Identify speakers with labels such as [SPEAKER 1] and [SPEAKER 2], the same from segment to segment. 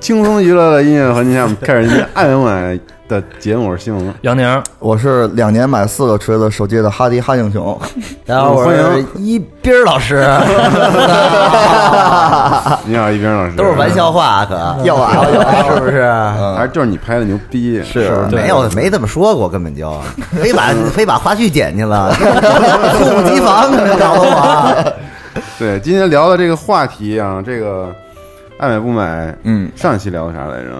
[SPEAKER 1] 轻松娱乐的音乐环境下，开始今天爱买的节目，我是西蒙。
[SPEAKER 2] 杨宁，
[SPEAKER 3] 我是两年买四个锤子手机的哈迪哈英雄， 嗯
[SPEAKER 4] 然后我
[SPEAKER 1] 欢
[SPEAKER 4] 是
[SPEAKER 1] 迎
[SPEAKER 4] 一斌儿老 师，
[SPEAKER 1] 你好，一冰老师，
[SPEAKER 4] 啊都是玩，笑话，可
[SPEAKER 3] 要啊要啊
[SPEAKER 4] 是不是？
[SPEAKER 1] 还是就是你拍的牛逼？是不
[SPEAKER 4] 没有，没这么说过，根本就 非把非把花絮剪去了，猝不及防，可能搞得我。
[SPEAKER 1] 对，今天聊的这个话题啊，这个爱买不买？
[SPEAKER 3] 嗯，
[SPEAKER 1] 上一期聊的啥来着？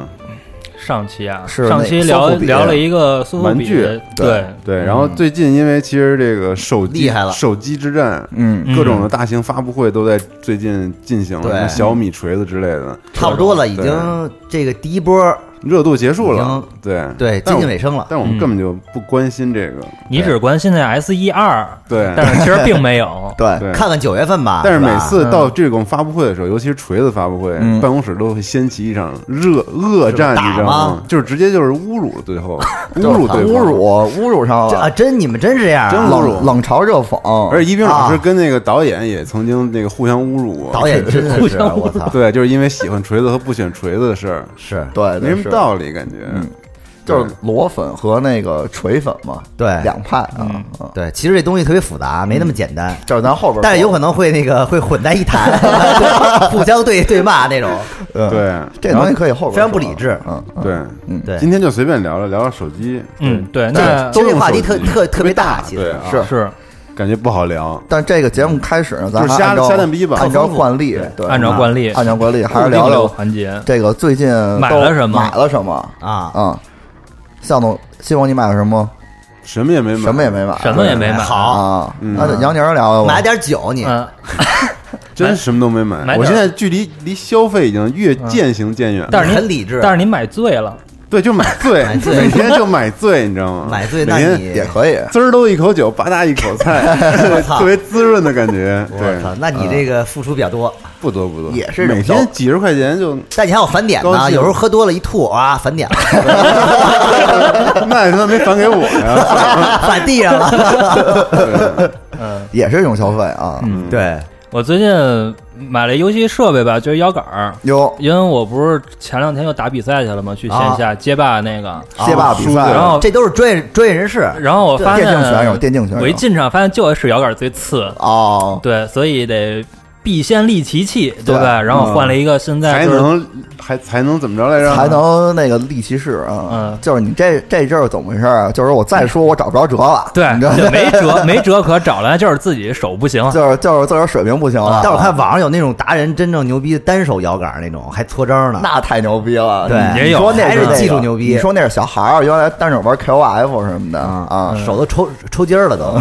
[SPEAKER 2] 上期啊，
[SPEAKER 3] 是
[SPEAKER 2] 上期
[SPEAKER 3] 那
[SPEAKER 2] 聊
[SPEAKER 3] 苏富比
[SPEAKER 2] 聊了一个苏富
[SPEAKER 1] 玩
[SPEAKER 2] 比
[SPEAKER 1] 具
[SPEAKER 2] 的，对
[SPEAKER 1] 对，然后最近因为其实这个手机
[SPEAKER 4] 嗯厉害了
[SPEAKER 1] 手机之战，
[SPEAKER 3] 嗯，，
[SPEAKER 1] 各种的大型发布会都在最近进行了，
[SPEAKER 4] 对
[SPEAKER 1] 什么小米锤子之类的，
[SPEAKER 4] 差不多了，已经这个第一波，
[SPEAKER 1] 热度结束
[SPEAKER 4] 已
[SPEAKER 1] 了
[SPEAKER 4] 经，
[SPEAKER 1] 对
[SPEAKER 4] 对，接
[SPEAKER 1] 但我
[SPEAKER 4] 近尾声了。
[SPEAKER 1] 但我们根本就不关心这个，
[SPEAKER 2] 你只关心那 S 一二，
[SPEAKER 1] 对
[SPEAKER 2] 但是其实并没有
[SPEAKER 3] 对，
[SPEAKER 1] 对。
[SPEAKER 4] 看看九月份吧，
[SPEAKER 1] 但是
[SPEAKER 4] 吧
[SPEAKER 1] 每次到这种发布会的时候，尤其是锤子发布会，
[SPEAKER 3] 嗯
[SPEAKER 1] 办公室都会掀起一场热恶战，
[SPEAKER 4] 就是打
[SPEAKER 1] 你知道吗
[SPEAKER 4] 吗？
[SPEAKER 1] 就是直接就是侮辱，最 后侮辱对方
[SPEAKER 3] 侮，辱侮辱上
[SPEAKER 4] 这啊，
[SPEAKER 3] 了，
[SPEAKER 4] 真你们真是这样啊，
[SPEAKER 1] 真侮辱
[SPEAKER 3] 冷冷嘲热讽，
[SPEAKER 1] 而且一冰老师
[SPEAKER 4] 啊
[SPEAKER 1] 跟那个导演也曾经那个互相侮辱过，
[SPEAKER 4] 导演真 的是我操，
[SPEAKER 1] 对，就是因为喜欢锤子和不选锤子的事儿，
[SPEAKER 4] 是
[SPEAKER 3] 对，
[SPEAKER 1] 没
[SPEAKER 3] 对
[SPEAKER 1] 什么，道理感觉。
[SPEAKER 3] 嗯是就是裸粉和那个锤粉嘛，
[SPEAKER 4] 对
[SPEAKER 3] 两派啊，嗯
[SPEAKER 4] 对，其实这东西特别复杂，没那么简单。
[SPEAKER 3] 就是咱后边说，
[SPEAKER 4] 但是有可能会那个会混在一谈， 互相对对骂那种，
[SPEAKER 3] 嗯
[SPEAKER 1] 对
[SPEAKER 3] 这东西可以后边
[SPEAKER 4] 非常不
[SPEAKER 3] 说
[SPEAKER 4] 理智
[SPEAKER 3] 嗯，嗯
[SPEAKER 1] 对，
[SPEAKER 3] 嗯
[SPEAKER 4] 对
[SPEAKER 1] 今天就随便聊聊聊聊手机，
[SPEAKER 2] 嗯，对，
[SPEAKER 1] 对
[SPEAKER 2] 那
[SPEAKER 1] 都
[SPEAKER 4] 其实
[SPEAKER 1] 用
[SPEAKER 4] 这话
[SPEAKER 1] 手
[SPEAKER 4] 题特
[SPEAKER 1] 机
[SPEAKER 4] 特特别大，其
[SPEAKER 1] 对
[SPEAKER 4] 实
[SPEAKER 1] 啊，
[SPEAKER 3] 是
[SPEAKER 2] 是
[SPEAKER 1] 感觉不好聊。
[SPEAKER 3] 但这个节目开始呢，咱
[SPEAKER 1] 就是
[SPEAKER 3] 还
[SPEAKER 1] 瞎
[SPEAKER 3] 按照
[SPEAKER 1] 瞎蛋逼吧
[SPEAKER 3] 按照惯例，对，啊
[SPEAKER 2] 按照惯例
[SPEAKER 3] 按照惯例，还是
[SPEAKER 2] 固定
[SPEAKER 3] 聊
[SPEAKER 2] 这个
[SPEAKER 3] 聊
[SPEAKER 2] 环节，
[SPEAKER 3] 这个最近都
[SPEAKER 2] 买了什么
[SPEAKER 3] 买了什么
[SPEAKER 4] 啊，
[SPEAKER 3] 啊？向总，希望你买了什么？
[SPEAKER 1] 什么也没买，
[SPEAKER 3] 什么也没买，
[SPEAKER 2] 什么也没买，
[SPEAKER 4] 哎好
[SPEAKER 3] 啊。
[SPEAKER 1] 嗯
[SPEAKER 3] 那得杨宁聊聊吧，
[SPEAKER 4] 买点酒你，
[SPEAKER 2] 嗯，
[SPEAKER 1] 真什么都没买。
[SPEAKER 2] 买点嗯
[SPEAKER 1] 我现在距离离消费已经越渐行渐远了。
[SPEAKER 2] 但是你
[SPEAKER 4] 很理智
[SPEAKER 2] 但是你买醉了，
[SPEAKER 1] 对，就买醉，
[SPEAKER 4] 买醉
[SPEAKER 1] 每天就买醉，你知道吗？
[SPEAKER 4] 买醉
[SPEAKER 1] 每
[SPEAKER 4] 那
[SPEAKER 1] 天
[SPEAKER 4] 你
[SPEAKER 3] 也可以。
[SPEAKER 1] 滋儿都一口酒，吧嗒一口菜，
[SPEAKER 4] 操
[SPEAKER 1] 特别滋润的感觉。
[SPEAKER 4] 我
[SPEAKER 1] 对，
[SPEAKER 4] 操，那你这个付出比较多，
[SPEAKER 1] 不多不多，
[SPEAKER 3] 也是
[SPEAKER 1] 每
[SPEAKER 3] 忍受
[SPEAKER 1] 天几十块钱就，
[SPEAKER 4] 但你还有返点
[SPEAKER 1] 高
[SPEAKER 4] 呢，
[SPEAKER 1] 兴
[SPEAKER 4] 有时候喝多了一吐啊，返点了，
[SPEAKER 1] 那他妈没返给我 呀？
[SPEAKER 4] 返地上了，
[SPEAKER 3] 也是一种消费啊。
[SPEAKER 4] 嗯对，
[SPEAKER 2] 我最近买了游戏设备吧，就是摇杆儿。
[SPEAKER 3] 有
[SPEAKER 2] 因为我不是前两天又打比赛去了嘛，去线
[SPEAKER 3] 啊
[SPEAKER 2] 下街霸那个，
[SPEAKER 4] 哦
[SPEAKER 3] 街霸比赛，
[SPEAKER 2] 然后
[SPEAKER 4] 这都是专业专业人士，
[SPEAKER 2] 然后我发
[SPEAKER 3] 电竞选手，
[SPEAKER 2] 现，
[SPEAKER 3] 电竞选手，
[SPEAKER 2] 我一进场发现就使摇杆最次，
[SPEAKER 3] 哦，
[SPEAKER 2] 对，所以得必先利其器，对
[SPEAKER 3] 啊
[SPEAKER 2] 吧？然后换了一个现 在
[SPEAKER 1] 才
[SPEAKER 2] 就是
[SPEAKER 1] 能还才能怎么着来着？
[SPEAKER 3] 才能那个立其势啊。
[SPEAKER 2] 嗯
[SPEAKER 3] 就是你这这阵儿怎么回事儿啊？就是我再说我找不着辙了，
[SPEAKER 2] 对
[SPEAKER 3] 你知道，吗
[SPEAKER 2] 就没 辙没辙可找了，就是自己手不行。
[SPEAKER 3] 就是就是自个儿水平不行
[SPEAKER 2] 嗯
[SPEAKER 3] 了。
[SPEAKER 4] 但我看网上有那种达人真正牛逼的单手摇杆那种，还搓招呢，
[SPEAKER 3] 那太牛逼了，
[SPEAKER 4] 对
[SPEAKER 3] 你
[SPEAKER 2] 也有
[SPEAKER 3] 说那
[SPEAKER 4] 还是
[SPEAKER 3] 那个
[SPEAKER 4] 技术牛逼
[SPEAKER 3] 你说那是小孩儿，原来单手玩 KOF 什么的
[SPEAKER 2] 嗯
[SPEAKER 3] 啊。
[SPEAKER 4] 手都抽抽筋儿了 都，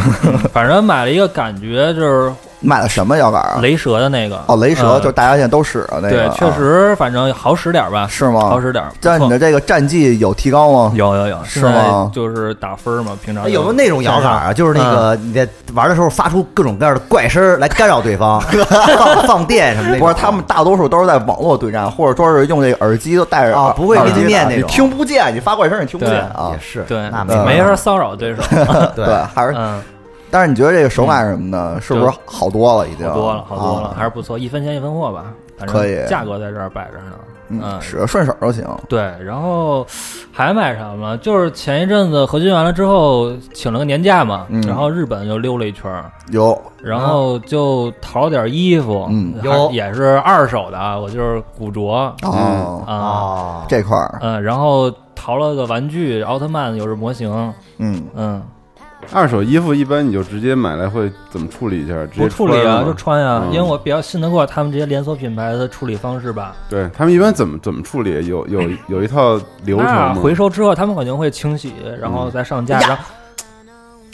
[SPEAKER 2] 反正买了一个感觉就是
[SPEAKER 3] 买的什么摇杆啊？
[SPEAKER 2] 雷蛇的那个
[SPEAKER 3] 哦，雷蛇
[SPEAKER 2] 嗯
[SPEAKER 3] 就是大家现在都使的那个
[SPEAKER 2] 对，
[SPEAKER 3] 啊，
[SPEAKER 2] 确实反正好使点儿吧，
[SPEAKER 3] 是吗
[SPEAKER 2] 好使点儿，
[SPEAKER 3] 但
[SPEAKER 2] 不
[SPEAKER 3] 你
[SPEAKER 2] 错
[SPEAKER 3] 的这个战绩有提高吗？
[SPEAKER 2] 有有有，
[SPEAKER 3] 是
[SPEAKER 2] 现在
[SPEAKER 3] 吗
[SPEAKER 2] 就是打分儿嘛，平常
[SPEAKER 4] 哎有没有那种摇杆啊？就是那个
[SPEAKER 3] 嗯
[SPEAKER 4] 你在玩的时候发出各种各样的怪声儿来干扰对 方，放放电什么的。
[SPEAKER 3] 不是，他们大多数都是在网络对战，或者说是用这个耳机都戴着
[SPEAKER 4] 啊
[SPEAKER 3] 耳
[SPEAKER 4] 不会
[SPEAKER 3] 耳机
[SPEAKER 4] 面对面
[SPEAKER 3] 打
[SPEAKER 4] 那
[SPEAKER 3] 你
[SPEAKER 4] 种
[SPEAKER 3] 听不见，你发怪声你听不见
[SPEAKER 2] 对
[SPEAKER 3] 啊
[SPEAKER 4] 也。是，
[SPEAKER 2] 对
[SPEAKER 4] 那，
[SPEAKER 3] 办法
[SPEAKER 2] 没法骚扰 对手。
[SPEAKER 4] 对啊
[SPEAKER 3] 对，还是，
[SPEAKER 2] 嗯，
[SPEAKER 3] 但是你觉得这个手感什么的，是不是好多了？已经
[SPEAKER 2] 好多了，好多了，
[SPEAKER 3] 啊
[SPEAKER 2] 还是不错，一分钱一分货吧，反
[SPEAKER 3] 可以
[SPEAKER 2] 正价格在这儿摆着呢。
[SPEAKER 3] 嗯，
[SPEAKER 2] 嗯，
[SPEAKER 3] 使顺手就行。
[SPEAKER 2] 对，然后还买什么？就是前一阵子合军完了之后，请了个年假嘛，
[SPEAKER 3] 嗯
[SPEAKER 2] 然后日本又溜了一圈儿，
[SPEAKER 3] 有
[SPEAKER 2] 然后就淘了点衣服，
[SPEAKER 3] 嗯
[SPEAKER 2] 还
[SPEAKER 4] 有
[SPEAKER 2] 也是二手的啊，我就是古着啊、
[SPEAKER 3] 哦，
[SPEAKER 4] 哦，
[SPEAKER 3] 这块儿，
[SPEAKER 2] 嗯，然后淘了个玩具，奥特曼有是模型，
[SPEAKER 3] 嗯，
[SPEAKER 2] 嗯，
[SPEAKER 1] 二手衣服一般你就直接买来会怎么处理一下？直
[SPEAKER 2] 不
[SPEAKER 1] 接
[SPEAKER 2] 处理
[SPEAKER 1] 穿
[SPEAKER 2] 啊，
[SPEAKER 1] 吗
[SPEAKER 2] 就穿呀、
[SPEAKER 1] 嗯
[SPEAKER 2] 因为我比较信得过他们这些连锁品牌的处理方式吧。
[SPEAKER 1] 对他们一般怎么怎么处理？有有有一套流程
[SPEAKER 2] 那
[SPEAKER 1] 吗？嗯
[SPEAKER 2] 回收之后，他们肯定会清洗，然后再上架，然后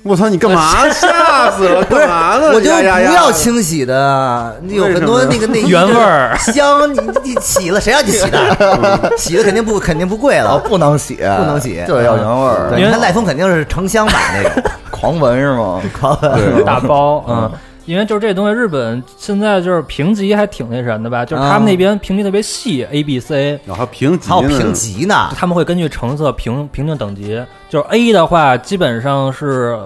[SPEAKER 1] 我操，你干嘛？吓死了！
[SPEAKER 4] 不是
[SPEAKER 1] 干嘛呢？
[SPEAKER 4] 我就
[SPEAKER 1] 呀
[SPEAKER 4] 不
[SPEAKER 1] 呀呀
[SPEAKER 4] 要清洗的，有很多那个
[SPEAKER 1] 哎
[SPEAKER 4] 那。
[SPEAKER 2] 原味儿
[SPEAKER 4] 香，你你洗了谁让你洗 的？洗的肯定不肯定不贵
[SPEAKER 3] 哦，
[SPEAKER 4] 了，
[SPEAKER 3] 不能洗，不
[SPEAKER 4] 能洗
[SPEAKER 3] 就是呃要原味儿，
[SPEAKER 4] 对，你看赖峰肯定是成箱买那 个，
[SPEAKER 3] 狂闻是吗？
[SPEAKER 1] 对
[SPEAKER 2] 大 包，嗯，因为就是这东西，日本现在就是评级还挺那什么的吧，就是他们那边评级特别细，A、B、C，
[SPEAKER 1] 然后评级
[SPEAKER 4] 还有
[SPEAKER 1] 呢？
[SPEAKER 4] 评级呢，
[SPEAKER 2] 他们会根据成色评评定等级，就是 A 的话基本上是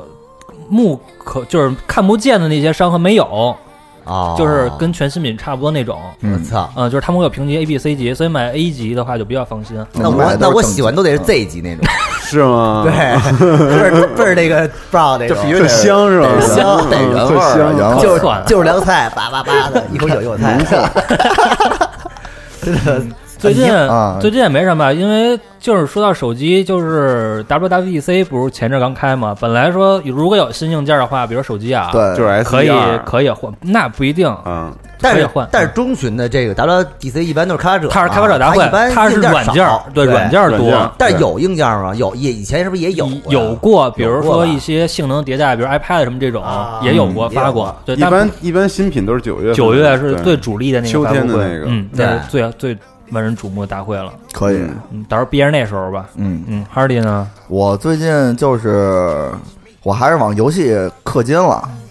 [SPEAKER 2] 目可就是看不见的那些伤痕没有，
[SPEAKER 4] 啊，
[SPEAKER 2] 就是跟全新品差不多那种。
[SPEAKER 4] 我操。
[SPEAKER 2] 嗯，就是他们会有评级 A、B、C 级，所以买 A 级的话就比较放心。
[SPEAKER 4] 那
[SPEAKER 3] 嗯买
[SPEAKER 4] 我
[SPEAKER 3] 的都
[SPEAKER 4] 那
[SPEAKER 3] 是
[SPEAKER 4] 我
[SPEAKER 3] 正嗯
[SPEAKER 4] 喜欢都得是 Z 级那种，
[SPEAKER 1] 是吗？
[SPEAKER 4] 对，，倍儿倍儿那个不知道那
[SPEAKER 3] 就
[SPEAKER 4] 种，
[SPEAKER 3] 是因为
[SPEAKER 1] 特香是吧？
[SPEAKER 4] 得香得
[SPEAKER 1] 嗯
[SPEAKER 4] 人
[SPEAKER 1] 特
[SPEAKER 4] 味儿
[SPEAKER 1] 香，
[SPEAKER 3] 然后
[SPEAKER 4] 就
[SPEAKER 2] 蒜
[SPEAKER 4] 就是凉菜，叭叭叭的，一口酒一口菜， 真的
[SPEAKER 2] 最近、
[SPEAKER 3] 啊
[SPEAKER 2] 最近也没什么，因为就是说到手机，就是 WWDC 不是前阵儿刚开嘛，本来说如果有新硬件的话，比如手机啊，，
[SPEAKER 3] 对，
[SPEAKER 1] 就是 S
[SPEAKER 2] 可以可以换，那不一定。
[SPEAKER 1] 嗯，
[SPEAKER 4] 但
[SPEAKER 2] 可以
[SPEAKER 4] 是
[SPEAKER 2] 换
[SPEAKER 4] 但是中旬的这个 WDC 一般都是开发者嘛，
[SPEAKER 2] 它是开发者大会
[SPEAKER 4] 啊它一，般
[SPEAKER 2] 它是
[SPEAKER 4] 硬件
[SPEAKER 2] 软件儿
[SPEAKER 4] 少，
[SPEAKER 2] 对
[SPEAKER 4] 对
[SPEAKER 2] 软件。儿
[SPEAKER 1] 软件儿
[SPEAKER 2] 多。
[SPEAKER 4] 但是有硬件吗？有也以前是不是也有啊
[SPEAKER 2] 有
[SPEAKER 4] 过呀
[SPEAKER 2] 过，比如说
[SPEAKER 4] 吧
[SPEAKER 2] 一些性能迭代，比如 iPad 什么这种
[SPEAKER 4] 啊，
[SPEAKER 2] 也有过
[SPEAKER 4] 嗯也有
[SPEAKER 2] 发过
[SPEAKER 4] 过。
[SPEAKER 2] 对，
[SPEAKER 1] 一
[SPEAKER 2] 但
[SPEAKER 1] 般一般新品都是九月份，
[SPEAKER 2] 九月是最
[SPEAKER 1] 对
[SPEAKER 2] 主力的那个
[SPEAKER 1] 秋
[SPEAKER 2] 发布
[SPEAKER 1] 天的
[SPEAKER 2] 会
[SPEAKER 1] 那个
[SPEAKER 2] 嗯，那是最最万人瞩目的大会了。
[SPEAKER 3] 可以，
[SPEAKER 1] 嗯
[SPEAKER 2] 嗯，到时候憋着那时候吧。
[SPEAKER 3] 嗯，
[SPEAKER 2] 嗯，Hardy 呢？
[SPEAKER 3] 我最近就是我还是往游戏氪金了。
[SPEAKER 1] 嗯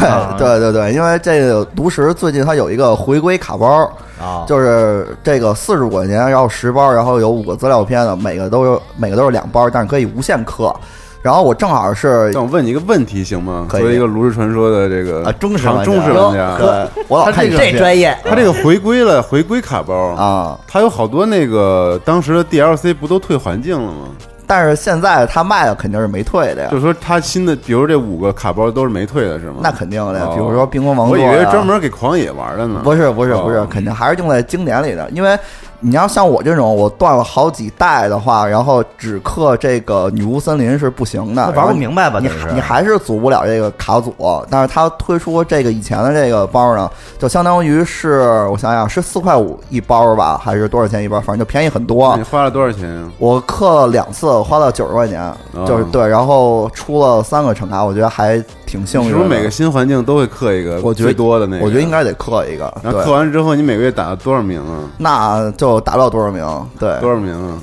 [SPEAKER 3] 对
[SPEAKER 2] 啊
[SPEAKER 3] 对对对，因为这个独食最近它有一个回归卡包，
[SPEAKER 4] 啊，
[SPEAKER 3] 就是这个四十五块钱，然后十包，然后有五个资料片的，每个都有每个都是两包，但是可以无限氪。然后我正好是
[SPEAKER 1] 但我问你一个问题行吗？
[SPEAKER 3] 可以
[SPEAKER 1] 作为一个炉石传说的这个
[SPEAKER 3] 啊忠实
[SPEAKER 1] 常
[SPEAKER 3] 玩家啊
[SPEAKER 1] 忠实玩家，
[SPEAKER 3] 对，我老
[SPEAKER 1] 他
[SPEAKER 3] 看
[SPEAKER 1] 这个
[SPEAKER 4] 哦
[SPEAKER 1] 啊
[SPEAKER 4] 这专业
[SPEAKER 1] 他这个回归了回归卡包，
[SPEAKER 3] 啊，
[SPEAKER 1] 它有好多那个当时的 DLC 不都退环境了吗？
[SPEAKER 3] 但是现在他卖的肯定是没退的呀
[SPEAKER 1] 就，说它新的，比如这五个卡包都是没退的是吗？
[SPEAKER 3] 那肯定的呀。
[SPEAKER 1] 哦
[SPEAKER 3] 比如说《冰封王
[SPEAKER 1] 我
[SPEAKER 3] 座》
[SPEAKER 1] 以
[SPEAKER 3] 呀，
[SPEAKER 1] 为专门给狂野玩的呢。
[SPEAKER 3] 不是不是
[SPEAKER 1] 哦
[SPEAKER 3] 不是，肯定还是用在经典里的，因为你要像我这种我断了好几代的话，然后只氪这个女巫森林是不行
[SPEAKER 4] 那，
[SPEAKER 3] 的
[SPEAKER 4] 玩不明白吧？
[SPEAKER 3] 你
[SPEAKER 4] 那
[SPEAKER 3] 你还是组不了这个卡组，但是它推出这个以前的这个包呢，就相当于是我想想是四块五一包吧，还是多少钱一包？反正就便宜很
[SPEAKER 1] 那
[SPEAKER 3] 多
[SPEAKER 1] 你。花了多少钱呀？
[SPEAKER 3] 我氪两次，花了九十块钱，就是对，然后出了三个橙卡，我觉得还挺幸
[SPEAKER 1] 你
[SPEAKER 3] 运
[SPEAKER 1] 是不
[SPEAKER 3] 的。
[SPEAKER 1] 是每个新环境都会氪一个？
[SPEAKER 3] 我觉得
[SPEAKER 1] 最多的那个，
[SPEAKER 3] 我觉得应。该得氪一个，
[SPEAKER 1] 然后
[SPEAKER 3] 对
[SPEAKER 1] 氪完之后，你每个月打了多少名啊？
[SPEAKER 3] 那就达不了多少名，对，
[SPEAKER 1] 多少名啊？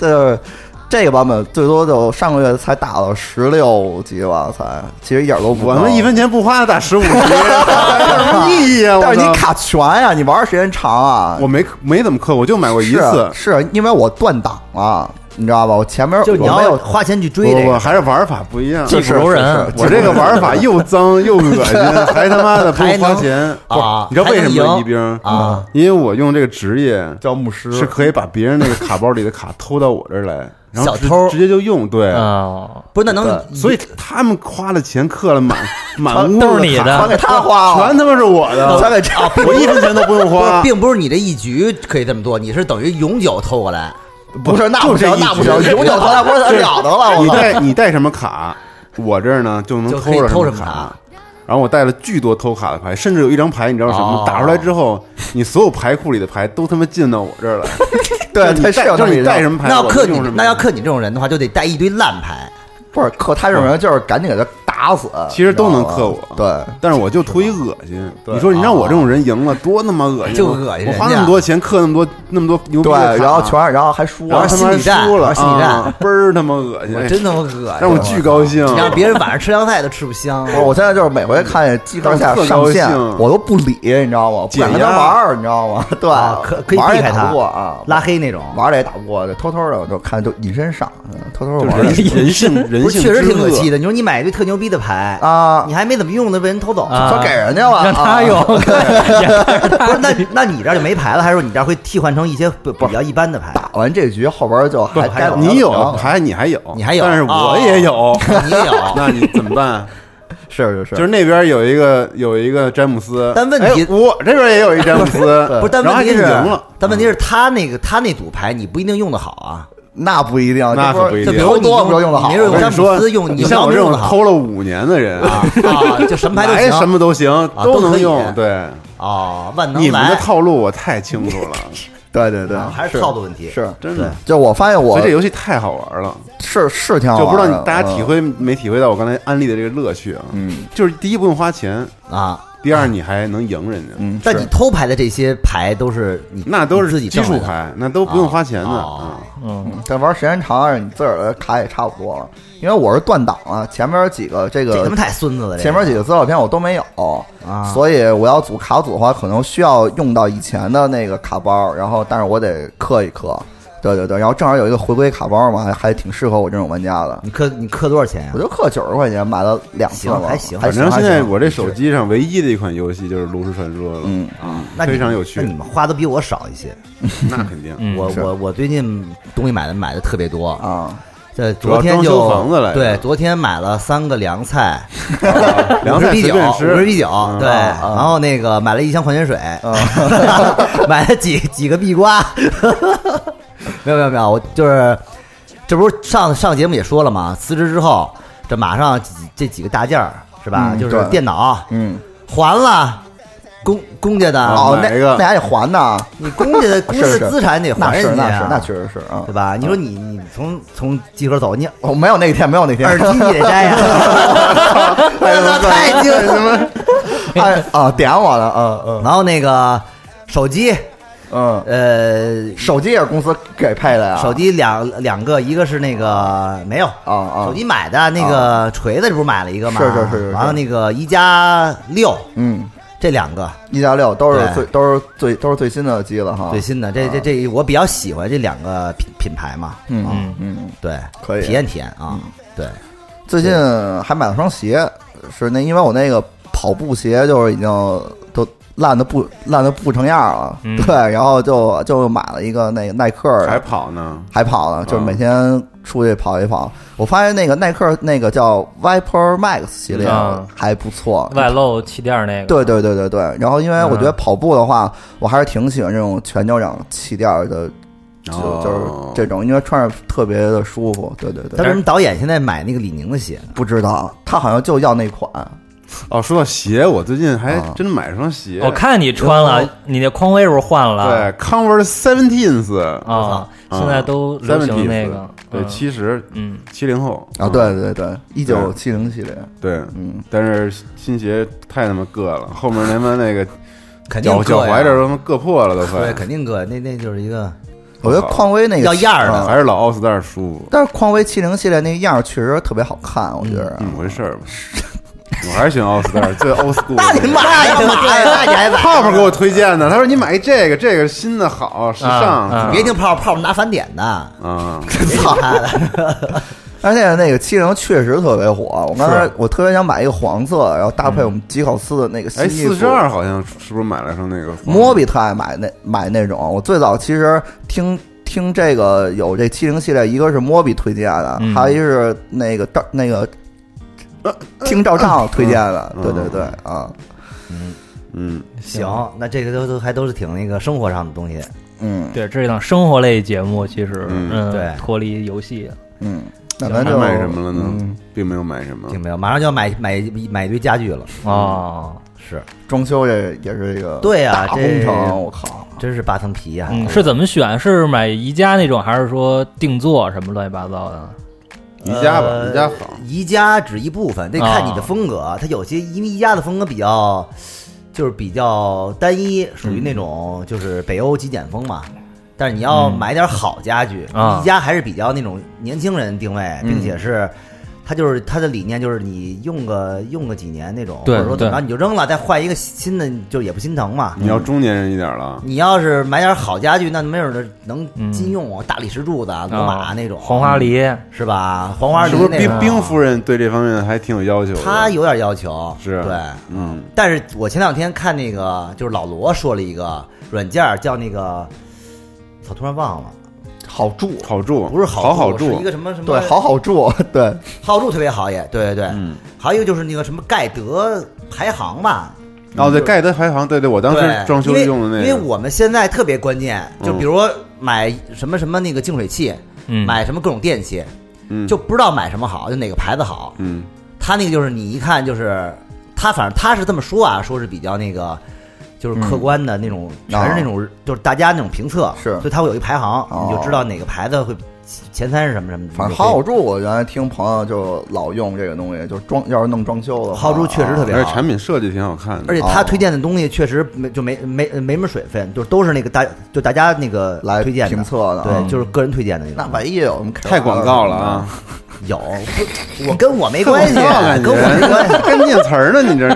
[SPEAKER 3] 就是这个版本最多就上个月才打了十六级吧，才其实一点都不高。
[SPEAKER 1] 我们一分钱不花，打十五级，有什么意义啊？
[SPEAKER 3] 但是
[SPEAKER 1] 我
[SPEAKER 3] 你
[SPEAKER 1] 操
[SPEAKER 3] 卡全呀、你玩儿时间长啊。
[SPEAKER 1] 我没没怎么氪，我就买过一次。
[SPEAKER 3] 是啊是因为我断档了，你知道吧？我前面
[SPEAKER 4] 就你
[SPEAKER 3] 我没
[SPEAKER 4] 要
[SPEAKER 3] 有
[SPEAKER 4] 花钱去追
[SPEAKER 1] 我
[SPEAKER 4] 这
[SPEAKER 1] 我
[SPEAKER 4] 个，
[SPEAKER 1] 还是玩法不一样。
[SPEAKER 2] 技术
[SPEAKER 3] 是
[SPEAKER 2] 柔
[SPEAKER 3] 是
[SPEAKER 2] 人
[SPEAKER 3] 是，
[SPEAKER 1] 我这个玩法又脏又恶心，还他妈的不
[SPEAKER 4] 还能
[SPEAKER 1] 花钱
[SPEAKER 4] 啊
[SPEAKER 1] 不是你知道为什
[SPEAKER 4] 还
[SPEAKER 1] 么
[SPEAKER 4] 能赢
[SPEAKER 1] 一兵
[SPEAKER 4] 啊？
[SPEAKER 1] 因为我用这个职业
[SPEAKER 3] 叫牧师
[SPEAKER 1] 是可以把别人那个卡包里的卡偷到我这儿来，然后
[SPEAKER 4] 小
[SPEAKER 1] 直
[SPEAKER 4] 偷
[SPEAKER 1] 直接就用。对，
[SPEAKER 2] 啊，
[SPEAKER 4] 不是那能
[SPEAKER 1] 所以他们花了钱氪了满满屋子
[SPEAKER 2] 都是你
[SPEAKER 1] 卡
[SPEAKER 2] 的
[SPEAKER 3] 全给他花了，
[SPEAKER 1] 全他妈是我 的，
[SPEAKER 3] 全给这
[SPEAKER 1] 我一分钱都不用
[SPEAKER 4] 不是，
[SPEAKER 1] 花。
[SPEAKER 4] 并不是你这一局可以这么做，你是等于永久偷过来，
[SPEAKER 3] 不是那
[SPEAKER 1] 就
[SPEAKER 3] 不
[SPEAKER 1] 这
[SPEAKER 3] 行
[SPEAKER 1] 一
[SPEAKER 3] 那不
[SPEAKER 1] 局
[SPEAKER 3] 行，永久淘汰不是咱了得了，我
[SPEAKER 1] 你
[SPEAKER 3] 操！
[SPEAKER 1] 带你带什么卡，我这儿呢就能
[SPEAKER 4] 就可
[SPEAKER 1] 偷
[SPEAKER 4] 以
[SPEAKER 1] 着
[SPEAKER 4] 偷
[SPEAKER 1] 么
[SPEAKER 4] 什么卡。
[SPEAKER 1] 然后我带了巨多偷卡的牌，甚至有一张牌，你知道是什么？
[SPEAKER 4] 哦
[SPEAKER 1] 打出来之后，你所有牌库里的牌都他妈进到我这儿 来。
[SPEAKER 3] 对，
[SPEAKER 1] 你
[SPEAKER 3] 他
[SPEAKER 1] 带
[SPEAKER 3] 是有
[SPEAKER 1] 就是
[SPEAKER 3] 么
[SPEAKER 1] 你
[SPEAKER 3] 一
[SPEAKER 1] 带
[SPEAKER 3] 张
[SPEAKER 1] 什么牌，
[SPEAKER 4] 那要
[SPEAKER 1] 我
[SPEAKER 4] 克
[SPEAKER 1] 就
[SPEAKER 4] 你
[SPEAKER 1] 用什，么
[SPEAKER 4] 那要
[SPEAKER 1] 牌
[SPEAKER 4] 克你这种人的话，就得带一堆烂牌。
[SPEAKER 3] 不是克他这种人就是赶紧给他打死，
[SPEAKER 1] 其实都能
[SPEAKER 3] 你
[SPEAKER 4] 哦
[SPEAKER 3] 知道吗
[SPEAKER 1] 克我
[SPEAKER 3] 对。
[SPEAKER 1] 但是我就图一恶心。
[SPEAKER 3] 对
[SPEAKER 1] 你说你让我这种人赢了，多他妈恶心啊！
[SPEAKER 4] 哦就恶心
[SPEAKER 1] 我
[SPEAKER 4] 人
[SPEAKER 1] 花
[SPEAKER 4] 家
[SPEAKER 1] 那么多钱氪那么多那么多牛逼
[SPEAKER 3] 对
[SPEAKER 1] 的卡，，
[SPEAKER 3] 然后全是，然后还输
[SPEAKER 1] 然
[SPEAKER 3] 了
[SPEAKER 1] 后
[SPEAKER 4] 玩，
[SPEAKER 1] 他
[SPEAKER 4] 心
[SPEAKER 1] 妈
[SPEAKER 4] 理战
[SPEAKER 1] 输了，
[SPEAKER 4] 玩心理战
[SPEAKER 1] 啊倍儿他妈恶心，
[SPEAKER 4] 我真他妈恶心，
[SPEAKER 1] 让我巨高兴。
[SPEAKER 4] 让别人晚上吃凉菜都吃不香。
[SPEAKER 3] 哦我
[SPEAKER 1] 哦
[SPEAKER 3] 我现在就是每回看见鸡蛋下上线
[SPEAKER 1] 特高，兴
[SPEAKER 3] 我都不理，你知道吗？不
[SPEAKER 1] 解压
[SPEAKER 3] 敢跟他玩儿，你知道吗？ 对
[SPEAKER 4] 啊，可可以
[SPEAKER 3] 玩儿
[SPEAKER 4] 避
[SPEAKER 3] 也
[SPEAKER 4] 开
[SPEAKER 3] 打
[SPEAKER 4] 他
[SPEAKER 3] 不过啊，
[SPEAKER 4] 拉黑那种，
[SPEAKER 3] 玩儿也打不过，就偷偷的我就看就隐身上，嗯偷偷
[SPEAKER 1] 就
[SPEAKER 3] 的
[SPEAKER 1] 是
[SPEAKER 3] 玩儿
[SPEAKER 1] 人人性人
[SPEAKER 4] 不是
[SPEAKER 1] 性
[SPEAKER 4] 确实
[SPEAKER 1] 之
[SPEAKER 4] 挺
[SPEAKER 1] 恶
[SPEAKER 4] 可气的。你说你买一堆特牛逼的牌，
[SPEAKER 3] 啊，
[SPEAKER 4] 你还没怎么用呢，被人偷走。
[SPEAKER 2] 啊
[SPEAKER 3] 说给人家了，
[SPEAKER 2] 让他用
[SPEAKER 3] 啊，
[SPEAKER 4] 不是，那那你这儿就没牌了，还是说你这儿会替换成一些不比较一般的牌？
[SPEAKER 3] 打完这局后边就还
[SPEAKER 4] 啊
[SPEAKER 3] 该
[SPEAKER 1] 你有啊
[SPEAKER 3] 了
[SPEAKER 1] 牌，你还有，
[SPEAKER 4] 你还有啊哦
[SPEAKER 1] 但是我也有，
[SPEAKER 4] 你也有，
[SPEAKER 1] 那你怎么 办？
[SPEAKER 3] 是是
[SPEAKER 1] 就是
[SPEAKER 3] 是，
[SPEAKER 1] 那边有一个有一个詹姆斯，
[SPEAKER 4] 但问题
[SPEAKER 1] 哎我这边也有一詹姆斯，
[SPEAKER 4] 不是？但
[SPEAKER 1] 然后
[SPEAKER 4] 问
[SPEAKER 1] 还
[SPEAKER 4] 题
[SPEAKER 1] 给你
[SPEAKER 4] 是
[SPEAKER 1] 赢了，，嗯
[SPEAKER 4] 但问题是他那个他那组牌你不一定用的好 啊。
[SPEAKER 3] 那不一定，
[SPEAKER 1] 那
[SPEAKER 3] 这
[SPEAKER 1] 可不一定
[SPEAKER 4] 就比如你
[SPEAKER 3] 多了不用用的好
[SPEAKER 4] 你没准
[SPEAKER 1] 我跟
[SPEAKER 4] 詹
[SPEAKER 1] 你
[SPEAKER 4] 姆
[SPEAKER 1] 说
[SPEAKER 4] 斯，用
[SPEAKER 1] 你
[SPEAKER 4] 用
[SPEAKER 1] 像我这种
[SPEAKER 4] 用的好
[SPEAKER 1] 偷了五年的人啊，
[SPEAKER 4] 啊，就什么牌都
[SPEAKER 1] 来
[SPEAKER 4] 行。啊
[SPEAKER 1] 什么都行，都能
[SPEAKER 4] 都可
[SPEAKER 1] 用。
[SPEAKER 4] 以
[SPEAKER 1] 对，
[SPEAKER 4] 哦，万能
[SPEAKER 1] 你们的
[SPEAKER 4] 来，
[SPEAKER 1] 套路我太清楚 了，
[SPEAKER 3] 对对对，
[SPEAKER 1] 啊
[SPEAKER 4] 还是套路问题。
[SPEAKER 3] 是，
[SPEAKER 1] 真的。
[SPEAKER 3] 就我发现
[SPEAKER 1] 所
[SPEAKER 3] 我
[SPEAKER 1] 以这游戏太好玩了，
[SPEAKER 3] 是是挺好
[SPEAKER 1] 就
[SPEAKER 3] 玩
[SPEAKER 1] 不知道
[SPEAKER 3] 的
[SPEAKER 1] 你大家体
[SPEAKER 3] 嗯
[SPEAKER 1] 会没体会到我刚才安利的这个乐趣啊。
[SPEAKER 3] 嗯
[SPEAKER 1] 就是第一不用花钱，
[SPEAKER 4] 啊，
[SPEAKER 1] 第二你还能赢人家，
[SPEAKER 3] 嗯，
[SPEAKER 4] 但
[SPEAKER 3] 是
[SPEAKER 4] 你偷牌的这些牌都是你
[SPEAKER 1] 那都
[SPEAKER 4] 你
[SPEAKER 1] 是
[SPEAKER 4] 自己
[SPEAKER 1] 基
[SPEAKER 4] 挣
[SPEAKER 1] 础
[SPEAKER 4] 来的，
[SPEAKER 1] 牌，那都不用花钱的。
[SPEAKER 4] 哦
[SPEAKER 1] 嗯
[SPEAKER 2] 嗯，
[SPEAKER 3] 但玩儿时间长了，你自个儿的卡也差不多了。因为我是断档啊，前面几个这
[SPEAKER 4] 这他
[SPEAKER 3] 个
[SPEAKER 4] 妈太孙子了。这
[SPEAKER 3] 前面几个资料片我都没有，
[SPEAKER 4] 啊
[SPEAKER 3] 所以我要组卡组的话，可能需要用到以前的那个卡包，然后但是我得氪一氪，对对对，然后正好有一个回归卡包嘛，还还挺适合我这种玩家的。
[SPEAKER 4] 你氪你氪多少钱呀
[SPEAKER 3] 我？就氪九十块钱买了两次
[SPEAKER 4] 行
[SPEAKER 3] 了，
[SPEAKER 4] 还行
[SPEAKER 3] 还
[SPEAKER 1] 反
[SPEAKER 3] 行。
[SPEAKER 1] 正现在
[SPEAKER 3] 还行
[SPEAKER 1] 我这手机上唯一的一款游戏就是《炉石传说》了，
[SPEAKER 3] 嗯
[SPEAKER 1] 啊
[SPEAKER 4] 那你
[SPEAKER 1] 非常有趣
[SPEAKER 4] 那，你们花的比我少一些。
[SPEAKER 1] 那肯定。
[SPEAKER 2] 嗯
[SPEAKER 4] 我
[SPEAKER 3] 是
[SPEAKER 4] 我我最近东西买的买的特别多，
[SPEAKER 3] 啊，
[SPEAKER 4] 这
[SPEAKER 1] 主要
[SPEAKER 4] 昨天
[SPEAKER 1] 装修
[SPEAKER 4] 就
[SPEAKER 1] 房子来着
[SPEAKER 4] 对，昨天买了三个凉菜，
[SPEAKER 1] 凉菜随
[SPEAKER 4] 五十啤酒，
[SPEAKER 1] 便
[SPEAKER 4] 五十
[SPEAKER 1] 吃，啊
[SPEAKER 4] 啤酒，对，然后那个买了一箱矿泉水， 买了几几个蜜瓜， 没有没有没有，我就是这不是上上节目也说了嘛，辞职之后这马上几这几个大件儿是吧，
[SPEAKER 3] 嗯
[SPEAKER 4] 就是
[SPEAKER 3] 对
[SPEAKER 4] 电脑
[SPEAKER 3] 嗯，
[SPEAKER 4] 还了，公公家的，
[SPEAKER 1] 啊
[SPEAKER 3] 哦，
[SPEAKER 1] 买
[SPEAKER 3] 那
[SPEAKER 1] 一个
[SPEAKER 3] 那还得还呢，
[SPEAKER 4] 你公 家的公家
[SPEAKER 3] 是
[SPEAKER 4] 的
[SPEAKER 3] 是
[SPEAKER 4] 资产得
[SPEAKER 3] 那
[SPEAKER 4] 还
[SPEAKER 3] 是
[SPEAKER 4] 人家
[SPEAKER 3] 那
[SPEAKER 4] 呀
[SPEAKER 3] 是那确实是啊
[SPEAKER 4] 对，吧？你说你你从从集合 走，你
[SPEAKER 3] 我没有那天，没有那天
[SPEAKER 4] 耳，机你得摘 呀，哎那太精神了。
[SPEAKER 3] 哎啊，点我了，嗯
[SPEAKER 4] 然后那个手机，
[SPEAKER 3] 嗯
[SPEAKER 4] 呃，
[SPEAKER 3] 嗯，手机也是公司给配的呀，
[SPEAKER 4] 手机两两个，一个是那个没有。
[SPEAKER 3] 啊啊，
[SPEAKER 4] 手机买的那个锤子，这不是买了一个吗？
[SPEAKER 3] 哦是是是是是
[SPEAKER 4] 完了那个一加六
[SPEAKER 3] 嗯，
[SPEAKER 4] 这两个
[SPEAKER 3] 一加六都是
[SPEAKER 4] 对
[SPEAKER 3] 最都是最都是最新的机了哈，
[SPEAKER 4] 最新的，这这
[SPEAKER 3] 哦
[SPEAKER 4] 这我比较喜欢这两个品品牌嘛。
[SPEAKER 3] 嗯
[SPEAKER 4] 啊
[SPEAKER 3] 嗯嗯，
[SPEAKER 4] 对，
[SPEAKER 3] 可以
[SPEAKER 4] 体验体验啊。
[SPEAKER 3] 嗯
[SPEAKER 4] 对，
[SPEAKER 3] 最近还买了双鞋，是那因为我那个跑步鞋就是已经都烂的不烂的不成样了，
[SPEAKER 2] 嗯
[SPEAKER 3] 对，然后就就买了一个那个耐克的
[SPEAKER 1] 还跑呢，
[SPEAKER 3] 还跑了，就是
[SPEAKER 1] 啊
[SPEAKER 3] 每天出去跑一跑。我发现那个耐克那个叫 Viper Max 系列
[SPEAKER 2] 啊
[SPEAKER 3] 还不错，
[SPEAKER 2] 外露气垫儿那个，
[SPEAKER 3] 对对对对对。然后因为我觉得
[SPEAKER 2] 嗯
[SPEAKER 3] 跑步的话，我还是挺喜欢这种全脚掌气垫儿的，就就是
[SPEAKER 1] 哦
[SPEAKER 3] 这种，因为穿着特别的舒服。对对
[SPEAKER 4] 但
[SPEAKER 3] 对，
[SPEAKER 4] 是我们导演现在买那个李宁的鞋，
[SPEAKER 3] 不知道他好像就要那款，
[SPEAKER 1] 哦，说到鞋，我最近还
[SPEAKER 3] 啊
[SPEAKER 1] 真买了双鞋，
[SPEAKER 2] 我看你穿
[SPEAKER 1] 然后
[SPEAKER 2] 了，你那匡威是不是换了？
[SPEAKER 1] 对 Converse Seventeens，
[SPEAKER 2] 啊，现在都流行那个
[SPEAKER 1] Seventeens，，对
[SPEAKER 2] 嗯
[SPEAKER 1] 七十
[SPEAKER 2] 嗯，
[SPEAKER 1] 七零后
[SPEAKER 3] 啊，
[SPEAKER 1] 嗯
[SPEAKER 3] 对对对，一九七零系列，
[SPEAKER 1] 对，
[SPEAKER 3] 嗯，
[SPEAKER 1] 但是新鞋太他妈硌了，后面他妈那个
[SPEAKER 4] 肯定啊
[SPEAKER 1] 脚脚
[SPEAKER 4] 硌呀
[SPEAKER 1] 踝这儿他妈硌破了都
[SPEAKER 4] 对，
[SPEAKER 1] 快，
[SPEAKER 4] 肯定哥，那那就是一个
[SPEAKER 3] 我觉得匡威那个
[SPEAKER 4] 要样儿的
[SPEAKER 3] 啊
[SPEAKER 1] 还是老奥斯代舒服，
[SPEAKER 3] 但是匡威七零系列那个样儿确实特别好看，我觉得。啊
[SPEAKER 1] 怎么回事儿吧？嗯我还是喜欢奥斯代， 最 old school 的。
[SPEAKER 4] 妈呀，啊那你还买？
[SPEAKER 1] 泡泡给我推荐的，他说你买这个，这个新的好，时尚
[SPEAKER 2] 啊
[SPEAKER 4] 别听泡泡拿返点 的，
[SPEAKER 1] 啊，
[SPEAKER 4] 操他的！
[SPEAKER 3] 而且那个七零确实特别火，我刚才
[SPEAKER 2] 是
[SPEAKER 3] 我特别想买一个黄色的，然后搭配我们吉考斯的那个新
[SPEAKER 1] 哎，
[SPEAKER 3] 衣
[SPEAKER 1] 四
[SPEAKER 3] 服。
[SPEAKER 1] 十二好像是不是买了双那个
[SPEAKER 3] 摩比特爱买那买那种。我最早其实听听这个有这七零系列，一个是摩比推荐的，
[SPEAKER 2] 嗯
[SPEAKER 3] 还有一个是那个赵那个听赵照推荐的。
[SPEAKER 1] 嗯
[SPEAKER 3] 对对对啊，
[SPEAKER 1] 嗯，
[SPEAKER 4] 行，那这个都都还都是挺那个生活上的东西。
[SPEAKER 3] 嗯
[SPEAKER 2] 对，这是一档生活类节目，其实
[SPEAKER 1] 嗯
[SPEAKER 2] 嗯，
[SPEAKER 4] 对
[SPEAKER 2] 脱离游戏，
[SPEAKER 3] 嗯，那咱
[SPEAKER 1] 还
[SPEAKER 3] 就
[SPEAKER 1] 买什么了呢
[SPEAKER 3] 嗯？
[SPEAKER 1] 并没有买什么，
[SPEAKER 4] 听没有？马上就要买买买一堆家具了。
[SPEAKER 2] 哦，
[SPEAKER 4] 是，
[SPEAKER 3] 装修这也是一个
[SPEAKER 4] 对呀
[SPEAKER 3] 大工
[SPEAKER 4] 这
[SPEAKER 3] 程，我靠。
[SPEAKER 4] 真是扒层皮呀、
[SPEAKER 2] 嗯，是怎么选？是买宜家那种，还是说定做什么乱七八糟的？
[SPEAKER 1] 宜家吧，
[SPEAKER 4] 呃
[SPEAKER 1] 宜家好，
[SPEAKER 4] 宜家只一部分，得
[SPEAKER 2] 啊
[SPEAKER 4] 看你的风格。它有些因为宜家的风格比较，就是比较单一，属于那种就是北欧极简风嘛。但是你要
[SPEAKER 2] 嗯
[SPEAKER 4] 买点好家具，
[SPEAKER 2] 啊
[SPEAKER 4] 宜家还是比较那种年轻人定位，
[SPEAKER 3] 嗯
[SPEAKER 4] 并且是。它就是它的理念，就是你用个用个几年那种，或
[SPEAKER 2] 对
[SPEAKER 4] 者说怎么着
[SPEAKER 2] 对嗯
[SPEAKER 4] 你就扔了，再换一个新的，就也不心疼嘛。
[SPEAKER 1] 你要中年人一点了，
[SPEAKER 4] 你要是买点好家具，那没准儿能
[SPEAKER 2] 嗯啊
[SPEAKER 4] 金用，大理石柱子、罗马那种，嗯
[SPEAKER 2] 黄花梨，
[SPEAKER 4] 是吧？黄花梨
[SPEAKER 1] 是不是
[SPEAKER 4] 那
[SPEAKER 1] 冰
[SPEAKER 4] 种
[SPEAKER 1] 冰夫人对这方面还挺有要求的？
[SPEAKER 4] 他有点要求，
[SPEAKER 1] 是
[SPEAKER 4] 对，
[SPEAKER 1] 嗯，
[SPEAKER 4] 但是我前两天看那个，就是老罗说了一个软件儿叫那个，操，突然忘了，
[SPEAKER 3] 好住，
[SPEAKER 1] 好住
[SPEAKER 4] 不是
[SPEAKER 1] 好
[SPEAKER 4] 好
[SPEAKER 1] 住
[SPEAKER 4] 是一，个什么什么
[SPEAKER 3] 对，好好住， 对，
[SPEAKER 4] 好住特别好也，对对对，
[SPEAKER 1] 嗯，
[SPEAKER 4] 还有一个就是那个什么盖德排行吧，
[SPEAKER 1] 哦对，盖德排行，对对，我当时
[SPEAKER 4] 嗯对
[SPEAKER 1] 装修
[SPEAKER 4] 因为
[SPEAKER 1] 用的那
[SPEAKER 4] 因为
[SPEAKER 1] 个，
[SPEAKER 4] 我们现在特别关键，就
[SPEAKER 1] 嗯
[SPEAKER 4] 比如说买什么什么那个净水器，
[SPEAKER 2] 嗯，
[SPEAKER 4] 买什么各种电器，
[SPEAKER 1] 嗯
[SPEAKER 4] 就不知道买什么好，就哪个牌子好，
[SPEAKER 1] 嗯
[SPEAKER 4] 他那个就是你一看就是他，反正他是这么说啊，说是比较那个就是客观的那种，全是那种、就是大家那种评测，
[SPEAKER 3] 是
[SPEAKER 4] 所以他会有一排行，
[SPEAKER 3] 哦
[SPEAKER 4] 你就知道哪个牌子会前三是什么什么。
[SPEAKER 3] 反正好好住，我原来听朋友就老用这个东西，就是装要是弄装修的话，
[SPEAKER 4] 好住确实特别
[SPEAKER 1] 而且
[SPEAKER 4] 好
[SPEAKER 1] 产品设计挺好看的
[SPEAKER 4] 而，且他推荐的东西确实没就没没没什么水分，就都是那个大就大家那个
[SPEAKER 3] 来
[SPEAKER 4] 推荐的
[SPEAKER 3] 评，测的，
[SPEAKER 4] 对，
[SPEAKER 3] 嗯
[SPEAKER 4] 就是个人推荐的那
[SPEAKER 3] 那
[SPEAKER 4] 种。
[SPEAKER 3] 万一有什么
[SPEAKER 1] 太广告了啊！！
[SPEAKER 4] 嗯有， 不我跟我没关系，啊
[SPEAKER 1] 太广告了
[SPEAKER 4] 跟我没关系。
[SPEAKER 1] 啊跟念词儿呢， 你这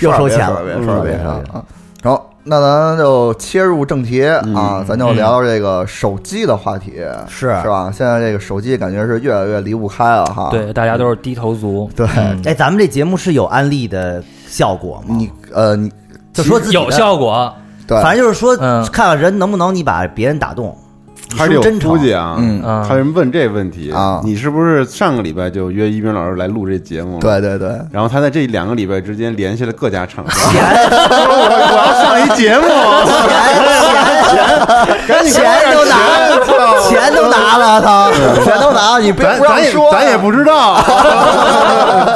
[SPEAKER 4] 又收钱
[SPEAKER 3] 了，
[SPEAKER 4] 了，
[SPEAKER 3] 别说了，别说了
[SPEAKER 4] 嗯
[SPEAKER 3] 别说了啊！然后那咱就切入正题啊，
[SPEAKER 1] 嗯
[SPEAKER 3] 咱就聊聊这个手机的话题，
[SPEAKER 4] 是
[SPEAKER 3] 是吧？现在这个手机感觉是越来越离不开了哈。
[SPEAKER 2] 对，大家都是低头族，
[SPEAKER 3] 对，
[SPEAKER 4] 哎，咱们这节目是有安利的效果吗？
[SPEAKER 3] 你呃，你
[SPEAKER 4] 就说自己的
[SPEAKER 2] 有效果，
[SPEAKER 3] 对，
[SPEAKER 4] 反正就是说，
[SPEAKER 2] 嗯
[SPEAKER 4] 看看人能不能你把别人打动，你
[SPEAKER 1] 还
[SPEAKER 4] 是
[SPEAKER 1] 是有
[SPEAKER 4] 不是真诚
[SPEAKER 1] 出。息啊。
[SPEAKER 3] 嗯
[SPEAKER 2] 嗯
[SPEAKER 1] 还有人问这问题
[SPEAKER 3] 啊
[SPEAKER 1] 你是不是上个礼拜就约一鸣老师来录这节目？。
[SPEAKER 3] 对对对，
[SPEAKER 1] 然后他在这两个礼拜之间联系了各家厂 商，说我我要上一节目，赶紧
[SPEAKER 4] 钱都拿
[SPEAKER 1] 了，操
[SPEAKER 4] 钱都拿了， 操， 钱都拿了，你别
[SPEAKER 1] 咱
[SPEAKER 4] 不让
[SPEAKER 1] 咱也
[SPEAKER 4] 说，啊
[SPEAKER 1] 咱也不知 道。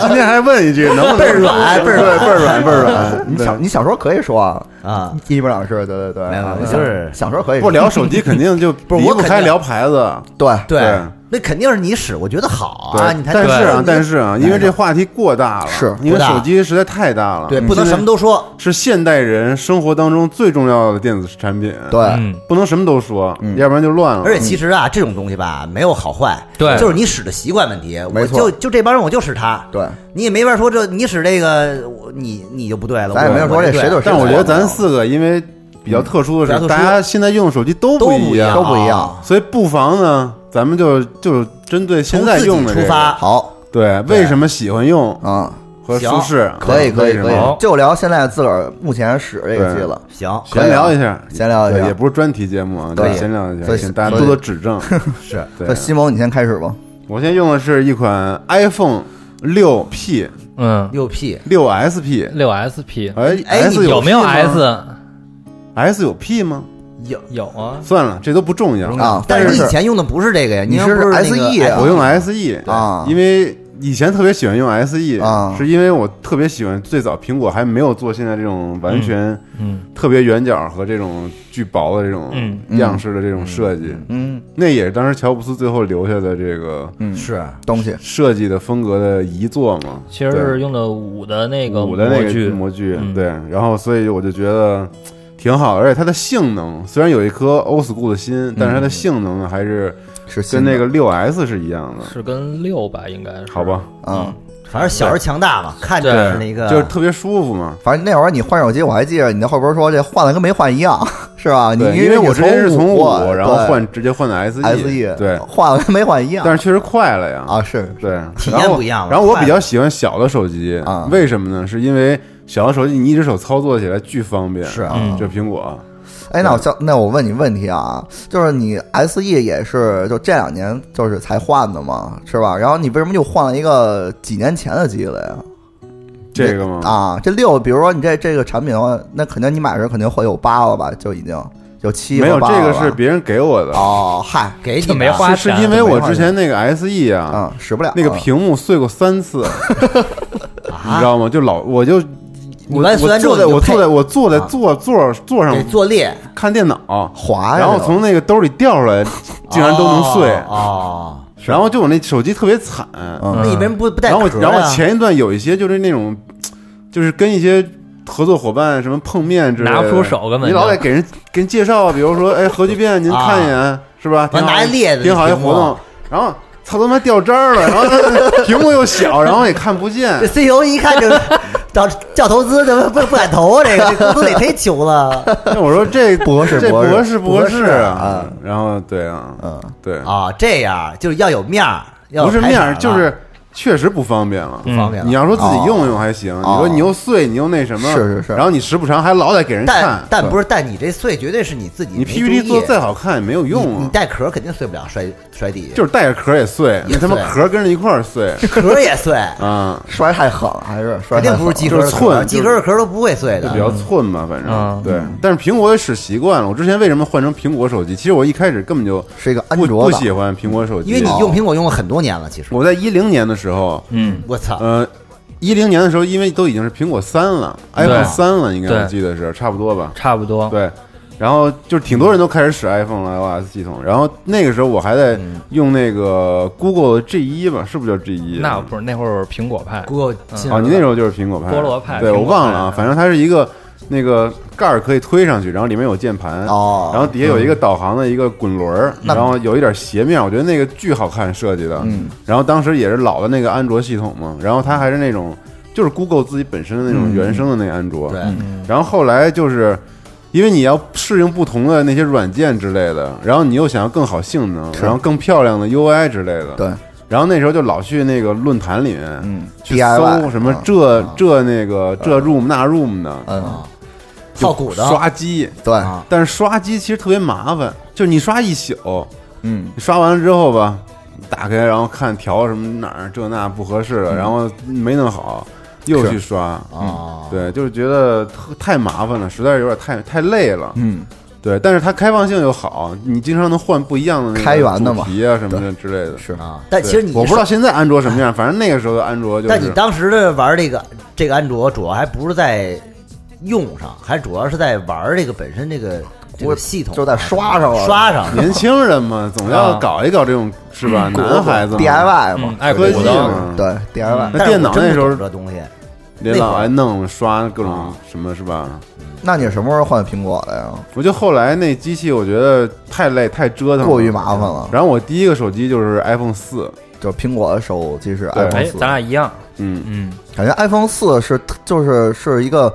[SPEAKER 1] 今天还问一句，能不能
[SPEAKER 4] 倍儿软倍儿
[SPEAKER 1] 对倍儿软，倍儿软。
[SPEAKER 3] 你小你小时候可以说啊，
[SPEAKER 4] 啊，
[SPEAKER 3] 一鸣老师，对对对，
[SPEAKER 4] 没有没有
[SPEAKER 3] 啊
[SPEAKER 4] 没有
[SPEAKER 3] 小
[SPEAKER 4] 就是
[SPEAKER 3] 小时候可以
[SPEAKER 1] 不聊手机，肯定就不
[SPEAKER 4] 是
[SPEAKER 1] 离
[SPEAKER 4] 我
[SPEAKER 1] 不
[SPEAKER 4] 肯定
[SPEAKER 1] 开聊牌子。
[SPEAKER 3] 对
[SPEAKER 4] 对
[SPEAKER 1] 对，
[SPEAKER 4] 那肯定是你使，我觉得好啊，
[SPEAKER 1] 对
[SPEAKER 4] 你才
[SPEAKER 1] 但是啊
[SPEAKER 4] 对，
[SPEAKER 1] 但是啊，因为这话题过大了，
[SPEAKER 3] 是
[SPEAKER 1] 因
[SPEAKER 4] 过
[SPEAKER 1] 为
[SPEAKER 4] 大
[SPEAKER 1] 手机实在太大了，
[SPEAKER 4] 对，不能
[SPEAKER 1] 现在
[SPEAKER 4] 什么都说，
[SPEAKER 1] 是现代人生活当中最重要的电子产品，，
[SPEAKER 3] 对，
[SPEAKER 2] 嗯，
[SPEAKER 1] 不能什么都说，要不然就乱了。
[SPEAKER 4] 嗯而且其实啊，这种东西吧，没有好坏，
[SPEAKER 2] 对
[SPEAKER 4] 就是你使的习惯问题，我
[SPEAKER 3] 没错
[SPEAKER 4] 就就这帮人我就使他，
[SPEAKER 3] 对，
[SPEAKER 4] 你也没法说这你使这个，我你你就不对了，
[SPEAKER 3] 咱也
[SPEAKER 4] 我
[SPEAKER 3] 没有说
[SPEAKER 4] 我
[SPEAKER 3] 这
[SPEAKER 4] 对
[SPEAKER 3] 谁对谁
[SPEAKER 1] 嗯但我觉得咱四个因为比较特殊的
[SPEAKER 4] 啊嗯比
[SPEAKER 1] 是，
[SPEAKER 4] 较特殊
[SPEAKER 1] 大家现在用手机都
[SPEAKER 4] 都
[SPEAKER 1] 一
[SPEAKER 4] 样，
[SPEAKER 1] 样，
[SPEAKER 3] 都不一样，
[SPEAKER 1] 所以不妨呢，咱们就就针对现
[SPEAKER 4] 从
[SPEAKER 1] 在
[SPEAKER 4] 自己
[SPEAKER 1] 用的这
[SPEAKER 4] 出
[SPEAKER 1] 个
[SPEAKER 4] 发，
[SPEAKER 3] 好
[SPEAKER 1] 对，为什么喜欢用
[SPEAKER 3] 啊，
[SPEAKER 1] 和
[SPEAKER 4] 行
[SPEAKER 1] 舒适？啊
[SPEAKER 3] 可以可以
[SPEAKER 1] 为
[SPEAKER 3] 可
[SPEAKER 1] 什么
[SPEAKER 3] 以，就聊现在自个儿目前使这个机了，
[SPEAKER 4] 行，
[SPEAKER 3] 可以
[SPEAKER 1] 闲聊一下，
[SPEAKER 3] 闲聊一下
[SPEAKER 1] 对也不是专题节目啊，
[SPEAKER 3] 对
[SPEAKER 1] 就闲聊一
[SPEAKER 3] 所
[SPEAKER 1] 下，
[SPEAKER 3] 以
[SPEAKER 1] 请大家
[SPEAKER 3] 所以
[SPEAKER 1] 多多指正。
[SPEAKER 4] 是
[SPEAKER 1] 对
[SPEAKER 3] 那，西蒙，你先开始吧。
[SPEAKER 1] 我现在用的是一款 iPhone 六 P
[SPEAKER 2] 嗯，
[SPEAKER 4] 六 P
[SPEAKER 1] 六 SP，
[SPEAKER 2] 六 SP，
[SPEAKER 1] 哎
[SPEAKER 4] 哎你
[SPEAKER 1] ，S
[SPEAKER 2] 有没有
[SPEAKER 1] P 吗
[SPEAKER 2] S？
[SPEAKER 1] S 有 P 吗？
[SPEAKER 4] 有。
[SPEAKER 2] 有啊，
[SPEAKER 1] 算了，这都不重要
[SPEAKER 3] 啊
[SPEAKER 4] 但
[SPEAKER 3] 但
[SPEAKER 4] 你
[SPEAKER 3] 是
[SPEAKER 4] 以前用的不是 E 这个呀，
[SPEAKER 3] 你
[SPEAKER 4] 用
[SPEAKER 3] 是
[SPEAKER 4] 的不那
[SPEAKER 3] SE
[SPEAKER 4] 个
[SPEAKER 3] 啊
[SPEAKER 1] 哎我用了 SE
[SPEAKER 3] 啊
[SPEAKER 1] 因为以前特别喜欢用 SE，、
[SPEAKER 3] 啊
[SPEAKER 1] 是因为我特别喜欢最早苹果还没有做现在这种完全
[SPEAKER 2] 嗯
[SPEAKER 1] 特别圆角和这种巨薄的这种
[SPEAKER 2] 嗯
[SPEAKER 1] 样式的这种设计，
[SPEAKER 3] 嗯
[SPEAKER 1] 那也是当时乔布斯最后留下的这个
[SPEAKER 3] 嗯，
[SPEAKER 4] 是
[SPEAKER 3] 东西
[SPEAKER 1] 设计的风格的遗作嘛。
[SPEAKER 2] 其实是用的五的那个
[SPEAKER 1] 我的那
[SPEAKER 2] 模具
[SPEAKER 1] 个模具，
[SPEAKER 2] 嗯
[SPEAKER 1] 对，然后所以我就觉得挺好的，而且它的性能虽然有一颗 old school 的心，但是它的性能啊呢还是
[SPEAKER 3] 是新
[SPEAKER 1] 跟
[SPEAKER 3] 的
[SPEAKER 1] 那个六 S 是一样的，
[SPEAKER 2] 是跟六吧，应该是
[SPEAKER 1] 好吧？？
[SPEAKER 3] 嗯，
[SPEAKER 4] 反正小而强大嘛，看着是那个，
[SPEAKER 1] 就是特别舒服嘛。
[SPEAKER 3] 反正那会儿你换手机，我还记得你那后边说这换了跟没换一样，是吧？啊你
[SPEAKER 1] 对，
[SPEAKER 3] 为
[SPEAKER 1] 为我
[SPEAKER 3] 你
[SPEAKER 1] 之前是从
[SPEAKER 3] 从
[SPEAKER 1] 五，
[SPEAKER 3] 对
[SPEAKER 1] 然后换直接换的 SE，
[SPEAKER 3] SE，
[SPEAKER 1] 对，
[SPEAKER 3] 换了跟没换一样。
[SPEAKER 1] 但是确实快了呀，
[SPEAKER 3] 啊，是
[SPEAKER 1] 对，
[SPEAKER 4] 体验
[SPEAKER 1] 然后
[SPEAKER 4] 不一样了
[SPEAKER 1] 然后我
[SPEAKER 4] 快
[SPEAKER 1] 比较喜欢小的手机
[SPEAKER 3] 啊
[SPEAKER 1] 为什么呢？是因为小的手机你一只手操作起来巨方便，
[SPEAKER 3] 是啊。
[SPEAKER 2] 嗯
[SPEAKER 1] 就苹果，
[SPEAKER 3] 哎，那我想，那我问你问题啊，就是你 S E 也是就这两年就是才换的嘛，是吧？然后你为什么又换了一个几年前的机了呀？
[SPEAKER 1] 这个吗？
[SPEAKER 3] 啊，这六，比如说你这这个产品的话，那肯定你买的时候肯定会有八了吧？就已经有七
[SPEAKER 1] 没有，
[SPEAKER 3] 或
[SPEAKER 1] 这
[SPEAKER 3] 八了
[SPEAKER 1] 个
[SPEAKER 3] 吧
[SPEAKER 1] 是别人给我的，
[SPEAKER 3] 哦，嗨，
[SPEAKER 4] 给你
[SPEAKER 2] 这
[SPEAKER 4] 的啊
[SPEAKER 2] 没花
[SPEAKER 1] 是
[SPEAKER 2] 钱啊
[SPEAKER 1] 因为我
[SPEAKER 3] 没换
[SPEAKER 1] 之前那个 SE 啊，
[SPEAKER 3] 啊，使不了
[SPEAKER 1] 那个屏幕碎过三次，
[SPEAKER 2] 啊
[SPEAKER 1] 你知
[SPEAKER 4] 啊，
[SPEAKER 1] 道吗？就老我就
[SPEAKER 4] 你
[SPEAKER 1] 我
[SPEAKER 4] 完
[SPEAKER 1] 我
[SPEAKER 4] 完之
[SPEAKER 1] 坐
[SPEAKER 4] 后
[SPEAKER 1] 在
[SPEAKER 4] 你就
[SPEAKER 1] 我
[SPEAKER 4] 配
[SPEAKER 1] 坐在我坐在座座座上
[SPEAKER 4] 得坐裂，
[SPEAKER 1] 看电脑，
[SPEAKER 3] 滑呀，
[SPEAKER 1] 然后从那个兜里掉出来，竟然都能碎。
[SPEAKER 4] 哦。哦
[SPEAKER 1] 然后就我那手机特别惨，
[SPEAKER 3] 嗯
[SPEAKER 4] 那你为什么不不带
[SPEAKER 1] 然
[SPEAKER 4] 壳啊
[SPEAKER 1] 后我
[SPEAKER 4] 呀、
[SPEAKER 1] 然后我前一段有一些就是那种，就是跟一些合作伙伴什么碰面之类的，
[SPEAKER 2] 拿不出手根本
[SPEAKER 1] 你
[SPEAKER 2] 就
[SPEAKER 1] 老得给人给人介绍，比如说哎核聚变您看一眼、
[SPEAKER 2] 啊
[SPEAKER 1] 是吧？挺
[SPEAKER 4] 完
[SPEAKER 1] 好
[SPEAKER 4] 拿一列子
[SPEAKER 1] 挺好一
[SPEAKER 4] 屏幕
[SPEAKER 1] 活动，然后操他妈掉渣儿了， 然后屏幕又小，然后也看不见
[SPEAKER 4] 这。CEO 一 看就到叫投资，怎么不不敢投啊？这个这公司得忒穷了
[SPEAKER 1] 那我说这
[SPEAKER 3] 不合适
[SPEAKER 1] 这
[SPEAKER 3] 不合适
[SPEAKER 1] 合适
[SPEAKER 3] 不合
[SPEAKER 1] 适
[SPEAKER 3] 适啊？
[SPEAKER 1] 然后对啊，
[SPEAKER 3] 嗯，
[SPEAKER 1] 对，
[SPEAKER 4] 啊！这样就是要有面儿，要啊
[SPEAKER 1] 不是面
[SPEAKER 4] 儿
[SPEAKER 1] 儿，就是确实不方便了。
[SPEAKER 4] 不方便了。
[SPEAKER 1] 你要说自己用用还行，你说你又碎，你又那什么，
[SPEAKER 3] 是是是
[SPEAKER 1] 然后你时不常还老得给人
[SPEAKER 4] 但
[SPEAKER 1] 看，
[SPEAKER 4] 但不是，但你这碎绝对是你自己
[SPEAKER 1] 你
[SPEAKER 4] 没注意。
[SPEAKER 1] PPT 做再好看也没有用
[SPEAKER 4] 你
[SPEAKER 1] 啊，
[SPEAKER 4] 带壳肯定碎不了，摔摔地下，
[SPEAKER 1] 就是带着壳也碎， 你
[SPEAKER 4] 也
[SPEAKER 1] 他妈
[SPEAKER 4] 碎
[SPEAKER 1] 壳跟着一块儿碎
[SPEAKER 4] 壳也碎，
[SPEAKER 1] 啊，
[SPEAKER 3] 摔太狠了，还是摔
[SPEAKER 4] 肯
[SPEAKER 3] 太
[SPEAKER 4] 定
[SPEAKER 3] 狠
[SPEAKER 4] 不是
[SPEAKER 3] 了
[SPEAKER 4] 鸡
[SPEAKER 1] 就
[SPEAKER 4] 壳
[SPEAKER 1] 是
[SPEAKER 4] 的壳，
[SPEAKER 1] 寸
[SPEAKER 4] 鸡
[SPEAKER 1] 就
[SPEAKER 4] 壳
[SPEAKER 1] 是
[SPEAKER 4] 的壳都不会碎
[SPEAKER 1] 就
[SPEAKER 4] 的
[SPEAKER 1] 比。较寸吧，反
[SPEAKER 2] 嗯
[SPEAKER 1] 正对。但是苹果也使习惯了，我之前为什么换成苹果手机？其实我一开始根本就是
[SPEAKER 3] 一个安
[SPEAKER 1] 不
[SPEAKER 3] 卓
[SPEAKER 1] 不
[SPEAKER 3] 的
[SPEAKER 1] 喜欢苹果手机，啊
[SPEAKER 4] 因为你用苹果用了很多年了，其实
[SPEAKER 1] 哦我在一零年的时候，
[SPEAKER 2] 嗯，
[SPEAKER 4] 我操，
[SPEAKER 1] 呃，一零年的时候，因为都已经是苹果三了
[SPEAKER 2] 对
[SPEAKER 1] ，iPhone 三了，应该我
[SPEAKER 2] 对
[SPEAKER 1] 记得是差不多吧？
[SPEAKER 2] 差不多。
[SPEAKER 1] 对，然后就是挺多人都开始使 iPhone 了 iOS 系统，然后那个时候我还在
[SPEAKER 2] 嗯
[SPEAKER 1] 用那个 Google 的 G 一吧，是不是叫 G 一？啊
[SPEAKER 2] 那不是那会儿苹果派，
[SPEAKER 4] Google 进
[SPEAKER 1] 啊，你那时候就是苹果派，
[SPEAKER 2] 菠萝派
[SPEAKER 1] 对
[SPEAKER 2] 苹
[SPEAKER 1] 我
[SPEAKER 2] 果
[SPEAKER 1] 忘了啊，
[SPEAKER 2] 派
[SPEAKER 1] 反正它是一个那个盖儿可以推上去，然后里面有键盘，
[SPEAKER 3] 哦，
[SPEAKER 1] 然后底下有一
[SPEAKER 2] 嗯
[SPEAKER 1] 个导航的一个滚轮儿，然后有一点斜面，我觉得那个巨好看设计的。
[SPEAKER 3] 嗯，
[SPEAKER 1] 然后当时也是老的那个安卓系统嘛，然后它还是
[SPEAKER 3] 嗯
[SPEAKER 1] 那种就是嗯 Google 自己本身的那种原生的那个安卓。
[SPEAKER 4] 对，
[SPEAKER 1] 然后后来就是因为你要适应不同的那些软件之类的，然后你又想要更好性能，然后更漂亮的 UI 之类的，
[SPEAKER 3] 对，
[SPEAKER 1] 然后那时候就老去那个论坛里面，
[SPEAKER 3] 嗯
[SPEAKER 1] 去
[SPEAKER 3] DIY
[SPEAKER 1] 搜什么这这那个这 room 那 room 的，
[SPEAKER 3] 嗯，
[SPEAKER 1] 就
[SPEAKER 4] 套鼓的，
[SPEAKER 1] 刷机，
[SPEAKER 3] 对，
[SPEAKER 4] 啊
[SPEAKER 1] 但是刷机其实特别麻烦，就是你刷一宿，
[SPEAKER 3] 嗯，
[SPEAKER 1] 你刷完了之后吧，打开然后看调什么哪儿这那不合适
[SPEAKER 3] 嗯
[SPEAKER 1] 的，然后没弄好，又去刷，嗯
[SPEAKER 4] 啊，
[SPEAKER 1] 对，就是觉得特太麻烦了，实在是有点太太累了，
[SPEAKER 3] 嗯，
[SPEAKER 1] 对，但是它开放性又好，你经常能换不一样的那个
[SPEAKER 3] 开源的
[SPEAKER 1] 主
[SPEAKER 3] 嘛
[SPEAKER 1] 题啊什么的之类的。
[SPEAKER 3] 是
[SPEAKER 4] 啊，但
[SPEAKER 1] 对
[SPEAKER 4] 其实你
[SPEAKER 1] 我不知道现在安卓什么 样，反正那个时候的安卓就是。
[SPEAKER 4] 但你当时的玩这个这个安卓，主要还不是在用上，还主要是在玩这个本身这个这个系统，啊
[SPEAKER 3] 就在刷上
[SPEAKER 1] 啊
[SPEAKER 3] 了
[SPEAKER 4] 刷上
[SPEAKER 1] 年轻人嘛，总
[SPEAKER 3] 啊
[SPEAKER 1] 要搞一搞这种是吧？
[SPEAKER 3] 嗯
[SPEAKER 1] 男孩子嘛
[SPEAKER 3] DIY 嘛
[SPEAKER 2] 嗯，爱
[SPEAKER 1] 科
[SPEAKER 2] 国
[SPEAKER 1] 技
[SPEAKER 2] 的，
[SPEAKER 1] 嘛，，
[SPEAKER 3] 对 DIY。
[SPEAKER 4] 嗯
[SPEAKER 1] 那电脑那时候
[SPEAKER 4] 这东西，
[SPEAKER 1] 连老爱弄刷各种
[SPEAKER 4] 啊
[SPEAKER 1] 什么是吧？
[SPEAKER 3] 那你什么时候换苹果的呀？
[SPEAKER 1] 我就后来那机器，我觉得太累太折腾了，
[SPEAKER 3] 过于麻烦了
[SPEAKER 1] 然后我第一个手机就是 iPhone 四，
[SPEAKER 3] 就苹果的手机是
[SPEAKER 1] 对
[SPEAKER 2] 哎
[SPEAKER 3] iPhone 四，，
[SPEAKER 2] 咱俩一样，
[SPEAKER 1] 嗯，
[SPEAKER 2] 嗯，
[SPEAKER 3] 感觉 iPhone 四是就是是一个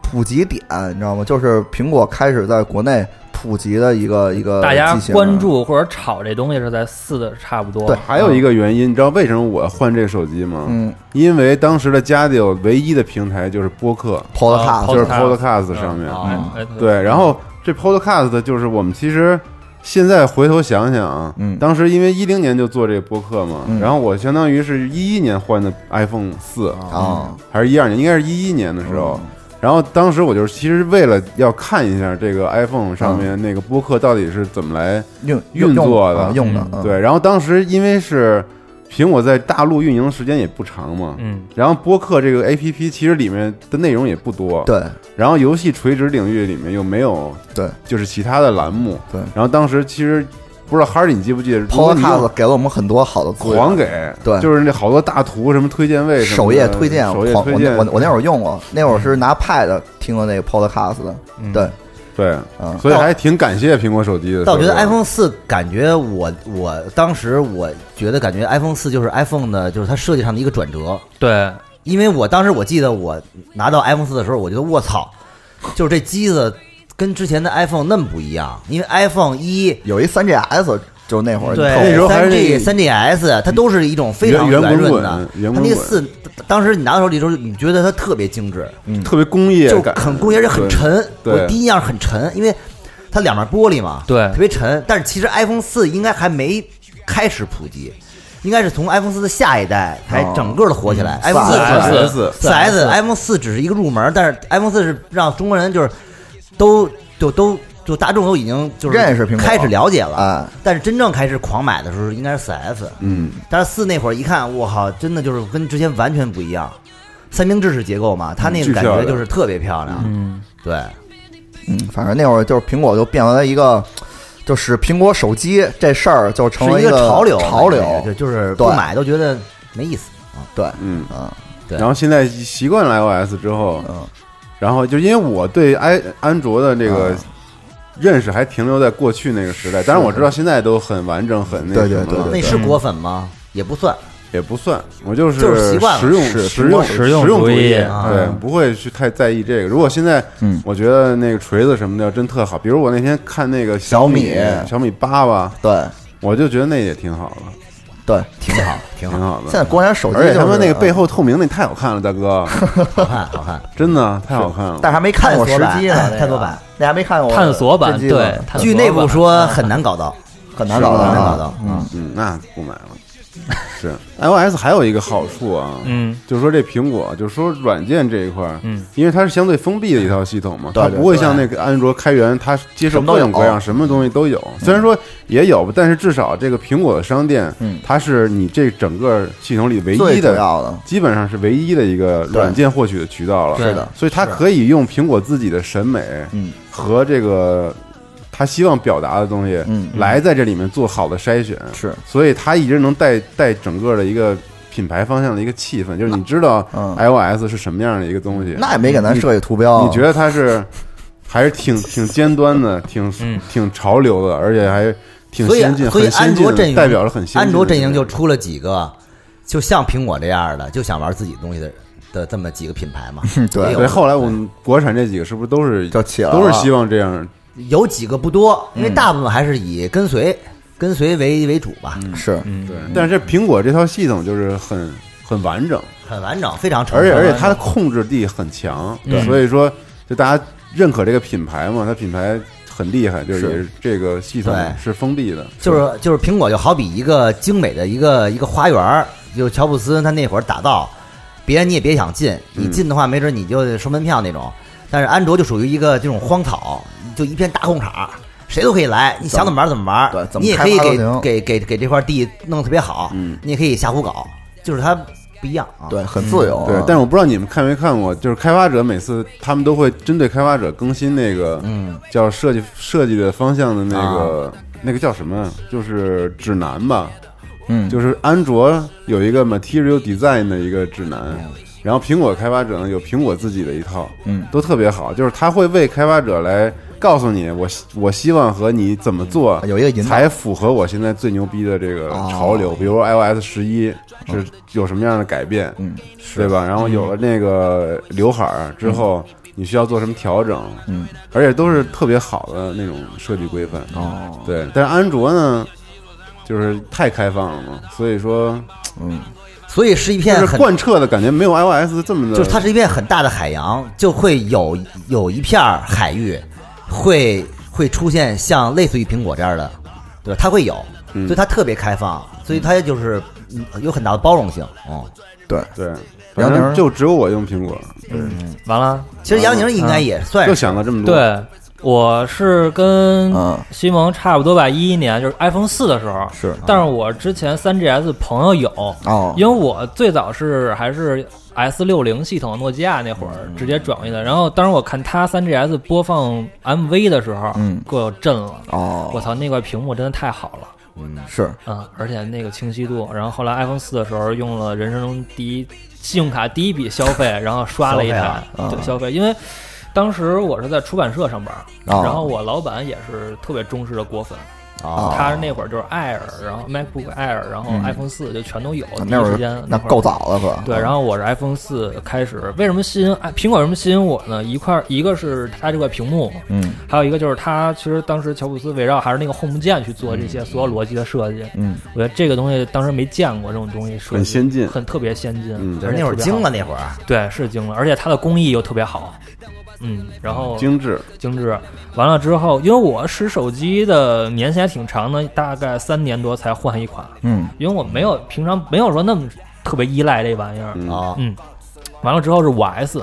[SPEAKER 3] 普及点，你知道吗？就是苹果开始在国内普及的一个一
[SPEAKER 1] 呃
[SPEAKER 3] 个
[SPEAKER 2] 大家
[SPEAKER 3] 机型啊
[SPEAKER 2] 关注或者炒这东西是在四的差不多，嗯
[SPEAKER 3] 对
[SPEAKER 1] 还有一个原因，你知道为什么我换这个手机吗？
[SPEAKER 3] 嗯
[SPEAKER 1] 因为当时的家里有唯一的平台就是播客，
[SPEAKER 3] Podcast，
[SPEAKER 1] 就是
[SPEAKER 2] Podcast
[SPEAKER 1] Podcast 上面，嗯
[SPEAKER 2] 啊，哎，
[SPEAKER 1] 对，然后这 Podcast 就是我们其实现在回头想想啊，
[SPEAKER 3] 嗯
[SPEAKER 1] 当时因为一零年就做这个播客嘛，
[SPEAKER 3] 嗯
[SPEAKER 1] 然后我相当于是一一年换的 iPhone 四、
[SPEAKER 3] 啊，
[SPEAKER 1] 还是一二年，应该是一一年的时候。
[SPEAKER 3] 嗯
[SPEAKER 1] 然后当时我就是其实为了要看一下这
[SPEAKER 3] 嗯
[SPEAKER 1] 个 iPhone 上面那个播客到底是怎么来、
[SPEAKER 3] 用
[SPEAKER 1] 运作的
[SPEAKER 3] 啊用的，嗯，
[SPEAKER 1] 对，然后当时因为是苹果在大陆运营时间也不长嘛，
[SPEAKER 2] 嗯，
[SPEAKER 1] 然后播客这个 APP 其实里面的内容也不多，
[SPEAKER 3] 对
[SPEAKER 1] 然后游戏垂直领域里面又没有
[SPEAKER 3] 对
[SPEAKER 1] 就是其他的栏目。
[SPEAKER 3] 对
[SPEAKER 1] 然后当时其实不知道哈 a 你记不记得，如果你用
[SPEAKER 3] ，Podcast 给了我们很多好的资源
[SPEAKER 1] 狂给，
[SPEAKER 3] 啊对
[SPEAKER 1] 就是那好多大图什么推荐位什么的，
[SPEAKER 3] 首页推荐，
[SPEAKER 1] 首页
[SPEAKER 3] 狂
[SPEAKER 1] 推
[SPEAKER 3] 我那
[SPEAKER 1] 荐，
[SPEAKER 3] 我我那会儿用过，那会儿是拿 Pad 听的那个 Podcast 的，对，
[SPEAKER 1] 对，
[SPEAKER 3] 嗯
[SPEAKER 1] 所以还挺感谢苹果手机的。
[SPEAKER 4] 但我觉得
[SPEAKER 1] 说实话
[SPEAKER 4] iPhone 四感觉我我当时我觉得感觉 iPhone 四就是 iPhone 的，就是它设计上的一个转折。
[SPEAKER 2] 对，
[SPEAKER 1] 哦
[SPEAKER 4] 因为我当时我记得我拿到 iPhone 四的时候，我觉得卧槽，就是这机子跟之前的 iPhone 那么不一样。因为 iPhone 一
[SPEAKER 3] 有一 3GS，就那会儿
[SPEAKER 4] 对，
[SPEAKER 3] 特别
[SPEAKER 1] 那时候还是
[SPEAKER 4] 三 G、
[SPEAKER 1] 那
[SPEAKER 4] 三 GS，它都是一种非常
[SPEAKER 1] 圆
[SPEAKER 4] 圆润
[SPEAKER 1] 圆
[SPEAKER 4] 的
[SPEAKER 1] 滚。滚
[SPEAKER 4] 它那个四，当时你拿到手里的时候，你觉得它特别精致，
[SPEAKER 1] 特别工业
[SPEAKER 4] 就
[SPEAKER 1] 感，
[SPEAKER 4] 很工业，而且很
[SPEAKER 1] 嗯对
[SPEAKER 4] 沉。
[SPEAKER 1] 对
[SPEAKER 4] 我第一印象是很沉，因为它两面玻璃嘛，
[SPEAKER 2] 对
[SPEAKER 4] 特别沉。但是其实 iPhone 四应该还没开始普及。应该是从 iPhone 四的下一代才
[SPEAKER 3] 哦
[SPEAKER 4] 整个的火起来。
[SPEAKER 3] 嗯
[SPEAKER 4] iPhone
[SPEAKER 2] 4S
[SPEAKER 4] 四
[SPEAKER 1] 4S
[SPEAKER 4] 四 S iPhone 四只是一个入门，但是 iPhone 四是让中国人就是都就都就大众都已经就是
[SPEAKER 3] 认识苹果
[SPEAKER 4] 开始了解了。
[SPEAKER 3] 哎
[SPEAKER 4] 但是真正开始狂买的时候，应该是四 S。
[SPEAKER 1] 嗯，
[SPEAKER 4] 但是四那会儿一看，我靠，真的就是跟之前完全不一样。三明治式结构嘛，它那个
[SPEAKER 1] 巨
[SPEAKER 4] 感
[SPEAKER 1] 漂
[SPEAKER 4] 觉
[SPEAKER 1] 亮
[SPEAKER 4] 就是特别漂亮。
[SPEAKER 2] 嗯，
[SPEAKER 4] 对，
[SPEAKER 3] 嗯，反正那会儿就是苹果就变为了一个，就是苹果手机这事儿就成
[SPEAKER 4] 是
[SPEAKER 3] 为
[SPEAKER 4] 一个潮流，
[SPEAKER 3] 潮流，
[SPEAKER 4] 就就是
[SPEAKER 3] 对
[SPEAKER 4] 不买都觉得没意思。
[SPEAKER 3] 对，
[SPEAKER 1] 嗯
[SPEAKER 3] 啊，
[SPEAKER 4] 对
[SPEAKER 1] 然后现在习惯了 iOS 之后，
[SPEAKER 3] 嗯
[SPEAKER 1] 然后就因为我对安安卓的这个
[SPEAKER 3] 嗯
[SPEAKER 1] 认识还停留在过去那个时代，当然我知道现在都很完整，很那
[SPEAKER 3] 对
[SPEAKER 1] 什么
[SPEAKER 3] 对
[SPEAKER 1] 了
[SPEAKER 3] 对
[SPEAKER 4] 那是果粉吗？也不算。
[SPEAKER 1] 也不算，我就是
[SPEAKER 4] 就是习惯了
[SPEAKER 1] 实用
[SPEAKER 3] 是
[SPEAKER 1] 实用
[SPEAKER 2] 实
[SPEAKER 1] 用
[SPEAKER 2] 用
[SPEAKER 1] 主
[SPEAKER 2] 主义
[SPEAKER 4] 啊
[SPEAKER 1] 对，不会去太在意这个。如果现在，
[SPEAKER 3] 嗯
[SPEAKER 1] 我觉得那个锤子什么的真特好，比如我那天看那个小米
[SPEAKER 3] 小米
[SPEAKER 1] 小米八吧，
[SPEAKER 3] 对
[SPEAKER 1] 我就觉得那也挺好的，
[SPEAKER 3] 对，
[SPEAKER 4] 挺 好，挺
[SPEAKER 1] 挺
[SPEAKER 4] 好，
[SPEAKER 1] 好
[SPEAKER 3] 现
[SPEAKER 1] 的。
[SPEAKER 3] 在国产手机
[SPEAKER 1] 而且他
[SPEAKER 3] 就是啊
[SPEAKER 1] 们那个背，后透明那太好看了，大 哥，
[SPEAKER 4] 好看，好看。
[SPEAKER 1] 真的太好看了。
[SPEAKER 3] 但是还没看过实
[SPEAKER 4] 探索版
[SPEAKER 3] 机呢，
[SPEAKER 4] 探索版，
[SPEAKER 3] 那还没看过
[SPEAKER 2] 探索版
[SPEAKER 3] 真机呢
[SPEAKER 2] 对探索
[SPEAKER 4] 据内部说很难搞到，
[SPEAKER 3] 很难找到，
[SPEAKER 4] 很难搞到。
[SPEAKER 3] 嗯，
[SPEAKER 1] 嗯，那不买 了。是 iOS 还有一个好处啊，
[SPEAKER 2] 嗯，
[SPEAKER 1] 就是说这苹果，就是说软件这一块儿，
[SPEAKER 2] 嗯，
[SPEAKER 1] 因为它是相对封闭的一套系统嘛，
[SPEAKER 3] 对
[SPEAKER 1] 它
[SPEAKER 3] 对
[SPEAKER 1] 不会像那个安卓开源，它接受
[SPEAKER 3] 什么都
[SPEAKER 1] 各
[SPEAKER 3] 有
[SPEAKER 1] 种各样，什么东西都有。虽然说也有，但是至少这个苹果的商店，
[SPEAKER 3] 嗯
[SPEAKER 1] 它是你这整个系统里唯一
[SPEAKER 3] 最主
[SPEAKER 1] 的，
[SPEAKER 3] 要的，
[SPEAKER 1] 基本上是唯一的一个软件获取的渠道了。
[SPEAKER 2] 对是的，
[SPEAKER 1] 所以它可以用苹果自己的审美
[SPEAKER 3] 嗯
[SPEAKER 1] 和这个他希望表达的东西，
[SPEAKER 3] 嗯嗯
[SPEAKER 1] 来在这里面做好的筛选。
[SPEAKER 3] 是，
[SPEAKER 1] 所以它一直能带带整个的一个品牌方向的一个气氛，就是你知道
[SPEAKER 3] 嗯
[SPEAKER 1] iOS 是什么样的一个东西，
[SPEAKER 3] 那也没给咱设计图标，
[SPEAKER 1] 你觉得它是还是挺挺尖端的，挺
[SPEAKER 2] 嗯
[SPEAKER 1] 挺潮流的，而且还挺
[SPEAKER 4] 所以
[SPEAKER 1] 先进，
[SPEAKER 4] 所以
[SPEAKER 1] 很先
[SPEAKER 4] 安卓阵
[SPEAKER 1] 进，
[SPEAKER 4] 营
[SPEAKER 1] 代表了很先进的
[SPEAKER 4] 安卓阵营
[SPEAKER 1] 这
[SPEAKER 4] 就
[SPEAKER 1] 个
[SPEAKER 4] 出了几个，就像苹果这样的，就想玩自己东西的人。的这么几个品牌嘛，
[SPEAKER 3] 对
[SPEAKER 4] 也
[SPEAKER 1] 对，
[SPEAKER 4] 有
[SPEAKER 1] 后来我们国产这几个是不是都是
[SPEAKER 3] 就起来了
[SPEAKER 1] 都是希望这样？
[SPEAKER 4] 有几个不多，
[SPEAKER 3] 嗯
[SPEAKER 4] 因为大部分还是以跟随跟随为为主吧，
[SPEAKER 3] 是
[SPEAKER 2] 嗯
[SPEAKER 1] 对，但是这苹果这套系统就是很很完整，
[SPEAKER 4] 很完整，非常成熟。
[SPEAKER 1] 而且而且它的控制力很强，
[SPEAKER 2] 对
[SPEAKER 1] 所以说就大家认可这个品牌嘛，它品牌很厉害，就是
[SPEAKER 3] 是
[SPEAKER 1] 也是这个系统
[SPEAKER 4] 对
[SPEAKER 1] 是封闭的，
[SPEAKER 4] 就是就是苹果就好比一个精美的一个一个花园儿，就是乔布斯他那会儿打造，别人你也别想进，
[SPEAKER 3] 嗯
[SPEAKER 4] 你进的话没准你就收门票那种。但是安卓就属于一个这种荒草，就一片大空场儿，谁都可以来，你想怎么玩儿怎么玩儿，
[SPEAKER 3] 对怎么
[SPEAKER 4] 你也
[SPEAKER 3] 开
[SPEAKER 4] 可以
[SPEAKER 3] 发都
[SPEAKER 4] 给
[SPEAKER 3] 行
[SPEAKER 4] 给给给这块地弄得特别好，
[SPEAKER 1] 嗯
[SPEAKER 4] 你也可以瞎胡搞，就是它不一样啊。
[SPEAKER 3] 对，很自由啊。
[SPEAKER 1] 对，但是我不知道你们看没看过，就是开发者每次他们都会针对开发者更新那个，嗯，叫设计设计的方向的那个、那个叫什么，就是指南吧，
[SPEAKER 3] 嗯
[SPEAKER 1] 就是安卓有一个 Material Design 的一个指南，然后苹果开发者呢有苹果自己的一套，
[SPEAKER 3] 嗯，
[SPEAKER 1] 都特别好，就是他会为开发者来告诉你，我希我希望和你怎么做，
[SPEAKER 3] 嗯啊有一个引导哦
[SPEAKER 1] 才符合我现在最牛逼的这个潮流，比如
[SPEAKER 3] 嗯
[SPEAKER 1] 说 iOS 十一是有什么样的改变，嗯，对吧？然后有了
[SPEAKER 3] 嗯
[SPEAKER 1] 那个刘海儿之后。你需要做什么调整？嗯，而且都是特别好的那种设计规范。
[SPEAKER 3] 哦，
[SPEAKER 1] 对，但是安卓呢，就是太开放了嘛，所以说
[SPEAKER 3] 嗯，
[SPEAKER 4] 所以是一
[SPEAKER 1] 就
[SPEAKER 4] 片
[SPEAKER 1] 是
[SPEAKER 4] 很
[SPEAKER 1] 贯彻的感觉没有 iOS 这么的，
[SPEAKER 4] 就是它是一片很大的海洋，就会有有一片儿海域会会出现像类似于苹果这样的，对吧？它会有，
[SPEAKER 1] 嗯
[SPEAKER 4] 所以它特别开放，所以它就是嗯有很大的包容性。哦，
[SPEAKER 3] 对，
[SPEAKER 1] 对，
[SPEAKER 3] 杨
[SPEAKER 1] 反
[SPEAKER 3] 宁
[SPEAKER 1] 正
[SPEAKER 3] 儿
[SPEAKER 1] 就只有我用苹果，
[SPEAKER 2] 完了，
[SPEAKER 4] 其实杨宁应该也算
[SPEAKER 1] 就是想到这么多。
[SPEAKER 2] 对，我是跟
[SPEAKER 3] 嗯
[SPEAKER 2] 西蒙差不多吧，一一年就是 iPhone 四的时候
[SPEAKER 3] 是
[SPEAKER 2] 但是我之前 3GS 朋友有，
[SPEAKER 3] 哦，
[SPEAKER 2] 因为我最早是还是 S 六零系统，诺基亚那会
[SPEAKER 3] 嗯
[SPEAKER 2] 儿直接转过去的。然后当时我看他 3GS 播放 MV 的时候，
[SPEAKER 3] 嗯
[SPEAKER 2] 给我震了，我
[SPEAKER 3] 哦，
[SPEAKER 2] 操，那块屏幕真的太好了。
[SPEAKER 3] 是
[SPEAKER 2] 嗯，而且那个清晰度，然后后来 iPhone 四的时候用了人生中第一信用卡第一笔消费，然后刷了一台
[SPEAKER 4] 消费
[SPEAKER 3] 啊
[SPEAKER 2] 对
[SPEAKER 3] 啊
[SPEAKER 2] 消费，因为当时我是在出版社上班，
[SPEAKER 3] 啊
[SPEAKER 2] 然后我老板也是特别忠实的果粉，
[SPEAKER 3] 哦
[SPEAKER 4] 啊，
[SPEAKER 2] 他那会儿就是 Air，然后 MacBook Air，然后 iPhone 四就全都有，第
[SPEAKER 3] 嗯啊那
[SPEAKER 2] 一
[SPEAKER 3] 会
[SPEAKER 2] 时
[SPEAKER 3] 儿
[SPEAKER 2] 间
[SPEAKER 3] 那
[SPEAKER 2] 会儿
[SPEAKER 3] 够早嗯了可。
[SPEAKER 2] 对，然后我是 iPhone 四开始，为什么吸引哎苹果？为什么吸引我呢？一块儿，一个是它这块屏幕，
[SPEAKER 3] 嗯
[SPEAKER 2] 还有一个就是它其实当时乔布斯围绕还是那个 Home 键去做这些所有逻辑的设计。
[SPEAKER 3] 嗯，
[SPEAKER 2] 我觉得这个东西当时没见过，这种东西设计
[SPEAKER 1] 很先进
[SPEAKER 2] 很特别先进。
[SPEAKER 1] 嗯
[SPEAKER 4] 就是那会儿
[SPEAKER 2] 精
[SPEAKER 4] 精了，，那会儿
[SPEAKER 2] 对，是精了，而且它的工艺又特别好。嗯，然后
[SPEAKER 1] 精致，
[SPEAKER 2] 精致，完了之后，因为我使手机的年限还挺长的，大概三年多才换一款，
[SPEAKER 3] 嗯
[SPEAKER 2] 因为我没有平常没有说那么特别依赖这玩意儿。
[SPEAKER 1] 嗯
[SPEAKER 4] 啊，
[SPEAKER 2] 嗯，完了之后是五 S，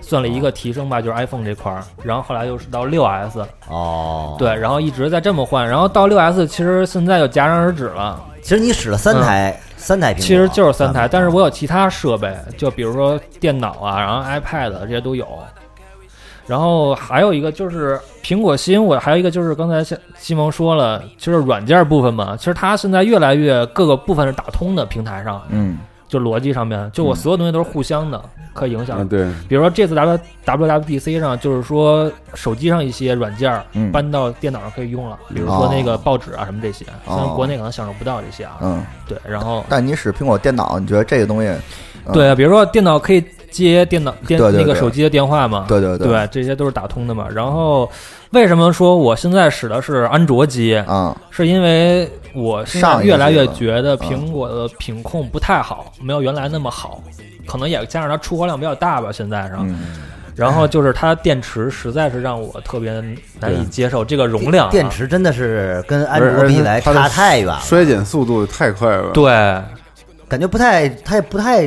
[SPEAKER 2] 算了一个提升吧，就是 iPhone 这块儿，然后后来又是到六 S，
[SPEAKER 4] 哦，，
[SPEAKER 2] 对，然后一直在这么换，然后到六 S 其实现在就戛然而止了，
[SPEAKER 4] 其实你使了三台三台苹果，
[SPEAKER 2] 嗯其实就是三台，
[SPEAKER 4] 啊
[SPEAKER 2] 但是我有其他设备，就比如说电脑啊，然后 iPad 这些都有。啊然后还有一个就是苹果吸引我，还有一个就是刚才西西蒙说了，就是软件部分嘛。其实它现在越来越各个部分是打通的，平台上
[SPEAKER 3] 嗯
[SPEAKER 2] 就逻辑上面，就我所有东西都是互相的，可以影响
[SPEAKER 1] 啊，。对，
[SPEAKER 2] 比如说这次 W WWDC 上，就是说手机上一些软件儿
[SPEAKER 3] 嗯
[SPEAKER 2] 搬到电脑上可以用了，比如说那个报纸啊什么这些，虽然
[SPEAKER 3] 哦
[SPEAKER 2] 国内可能享受不到这些啊。
[SPEAKER 3] 嗯，
[SPEAKER 2] 对，然后
[SPEAKER 3] 但你使苹果电脑，你觉得这个东西？嗯
[SPEAKER 2] 对啊，比如说电脑可以接电脑电
[SPEAKER 3] 对对
[SPEAKER 2] 那个
[SPEAKER 3] 对
[SPEAKER 2] 手机的电话嘛，
[SPEAKER 3] 对对
[SPEAKER 2] 对，这些都是打通的嘛。然后为什么说我现在使的是安卓机？
[SPEAKER 3] 啊，
[SPEAKER 2] 是因为我现
[SPEAKER 3] 上
[SPEAKER 2] 在
[SPEAKER 3] 一
[SPEAKER 2] 越来
[SPEAKER 3] 季
[SPEAKER 2] 越
[SPEAKER 3] 了
[SPEAKER 2] 觉得
[SPEAKER 3] 嗯
[SPEAKER 2] 苹果的品控不太好，没有原来那么好，可能也加上它出货量比较大吧，现在上。
[SPEAKER 3] 嗯
[SPEAKER 2] 然后就是它电池实在是让我特别难以
[SPEAKER 1] 对
[SPEAKER 2] 接受这个容量、啊，
[SPEAKER 4] 电池真的是跟安
[SPEAKER 1] 而
[SPEAKER 4] 卓
[SPEAKER 1] 而
[SPEAKER 4] 比
[SPEAKER 1] 且
[SPEAKER 4] 起来
[SPEAKER 1] 它的
[SPEAKER 4] 差太远了，
[SPEAKER 1] 衰减速度太快了。
[SPEAKER 2] 对，
[SPEAKER 4] 感觉不太，他也不太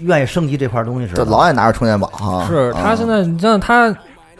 [SPEAKER 4] 愿意升级这块东西是
[SPEAKER 3] 就
[SPEAKER 4] 吧？
[SPEAKER 3] 老爱拿着充电宝哈。
[SPEAKER 2] 是它
[SPEAKER 3] 嗯
[SPEAKER 2] 现在你像它。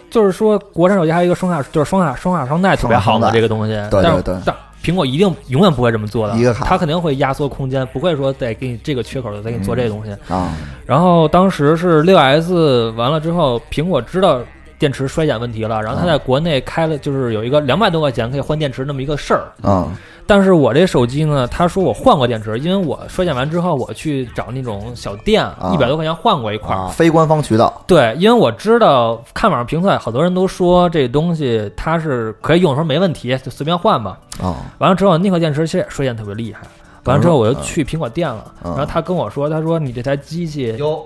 [SPEAKER 2] 就是说，国产手机还有一个双卡，就是双卡双卡双待特别好
[SPEAKER 3] 双卡双
[SPEAKER 2] 嘛，
[SPEAKER 3] 待
[SPEAKER 2] 这个东西。
[SPEAKER 3] 对
[SPEAKER 2] 但是
[SPEAKER 3] 对
[SPEAKER 2] 但苹果一定永远不会这么做的，
[SPEAKER 3] 一个卡
[SPEAKER 2] 它肯定会压缩空间，不会说再给你这个缺口再给你做这个东西。
[SPEAKER 3] 啊，
[SPEAKER 2] 然后当时是六 S 完了之后，苹果知道电池衰减问题了，然
[SPEAKER 3] 嗯
[SPEAKER 2] 后它在国内开了，就是有一个两百多块钱可以换电池那么一个事儿。
[SPEAKER 3] 嗯
[SPEAKER 2] 但是我这手机呢，他说我换过电池，因为我衰减完之后，我去找那种小店，
[SPEAKER 3] 啊
[SPEAKER 2] 一百多块钱换过一块儿。
[SPEAKER 4] 啊
[SPEAKER 3] 非官方渠道
[SPEAKER 2] 对，因为我知道看网上评测，好多人都说这东西它是可以用，说没问题，就随便换吧。
[SPEAKER 3] 啊，
[SPEAKER 2] 完了之后，那块电池其实也衰减特别
[SPEAKER 1] 嗯
[SPEAKER 2] 厉害。完了之后，我就去苹果店了，然后他跟我说，他说你这台机器
[SPEAKER 4] 哟，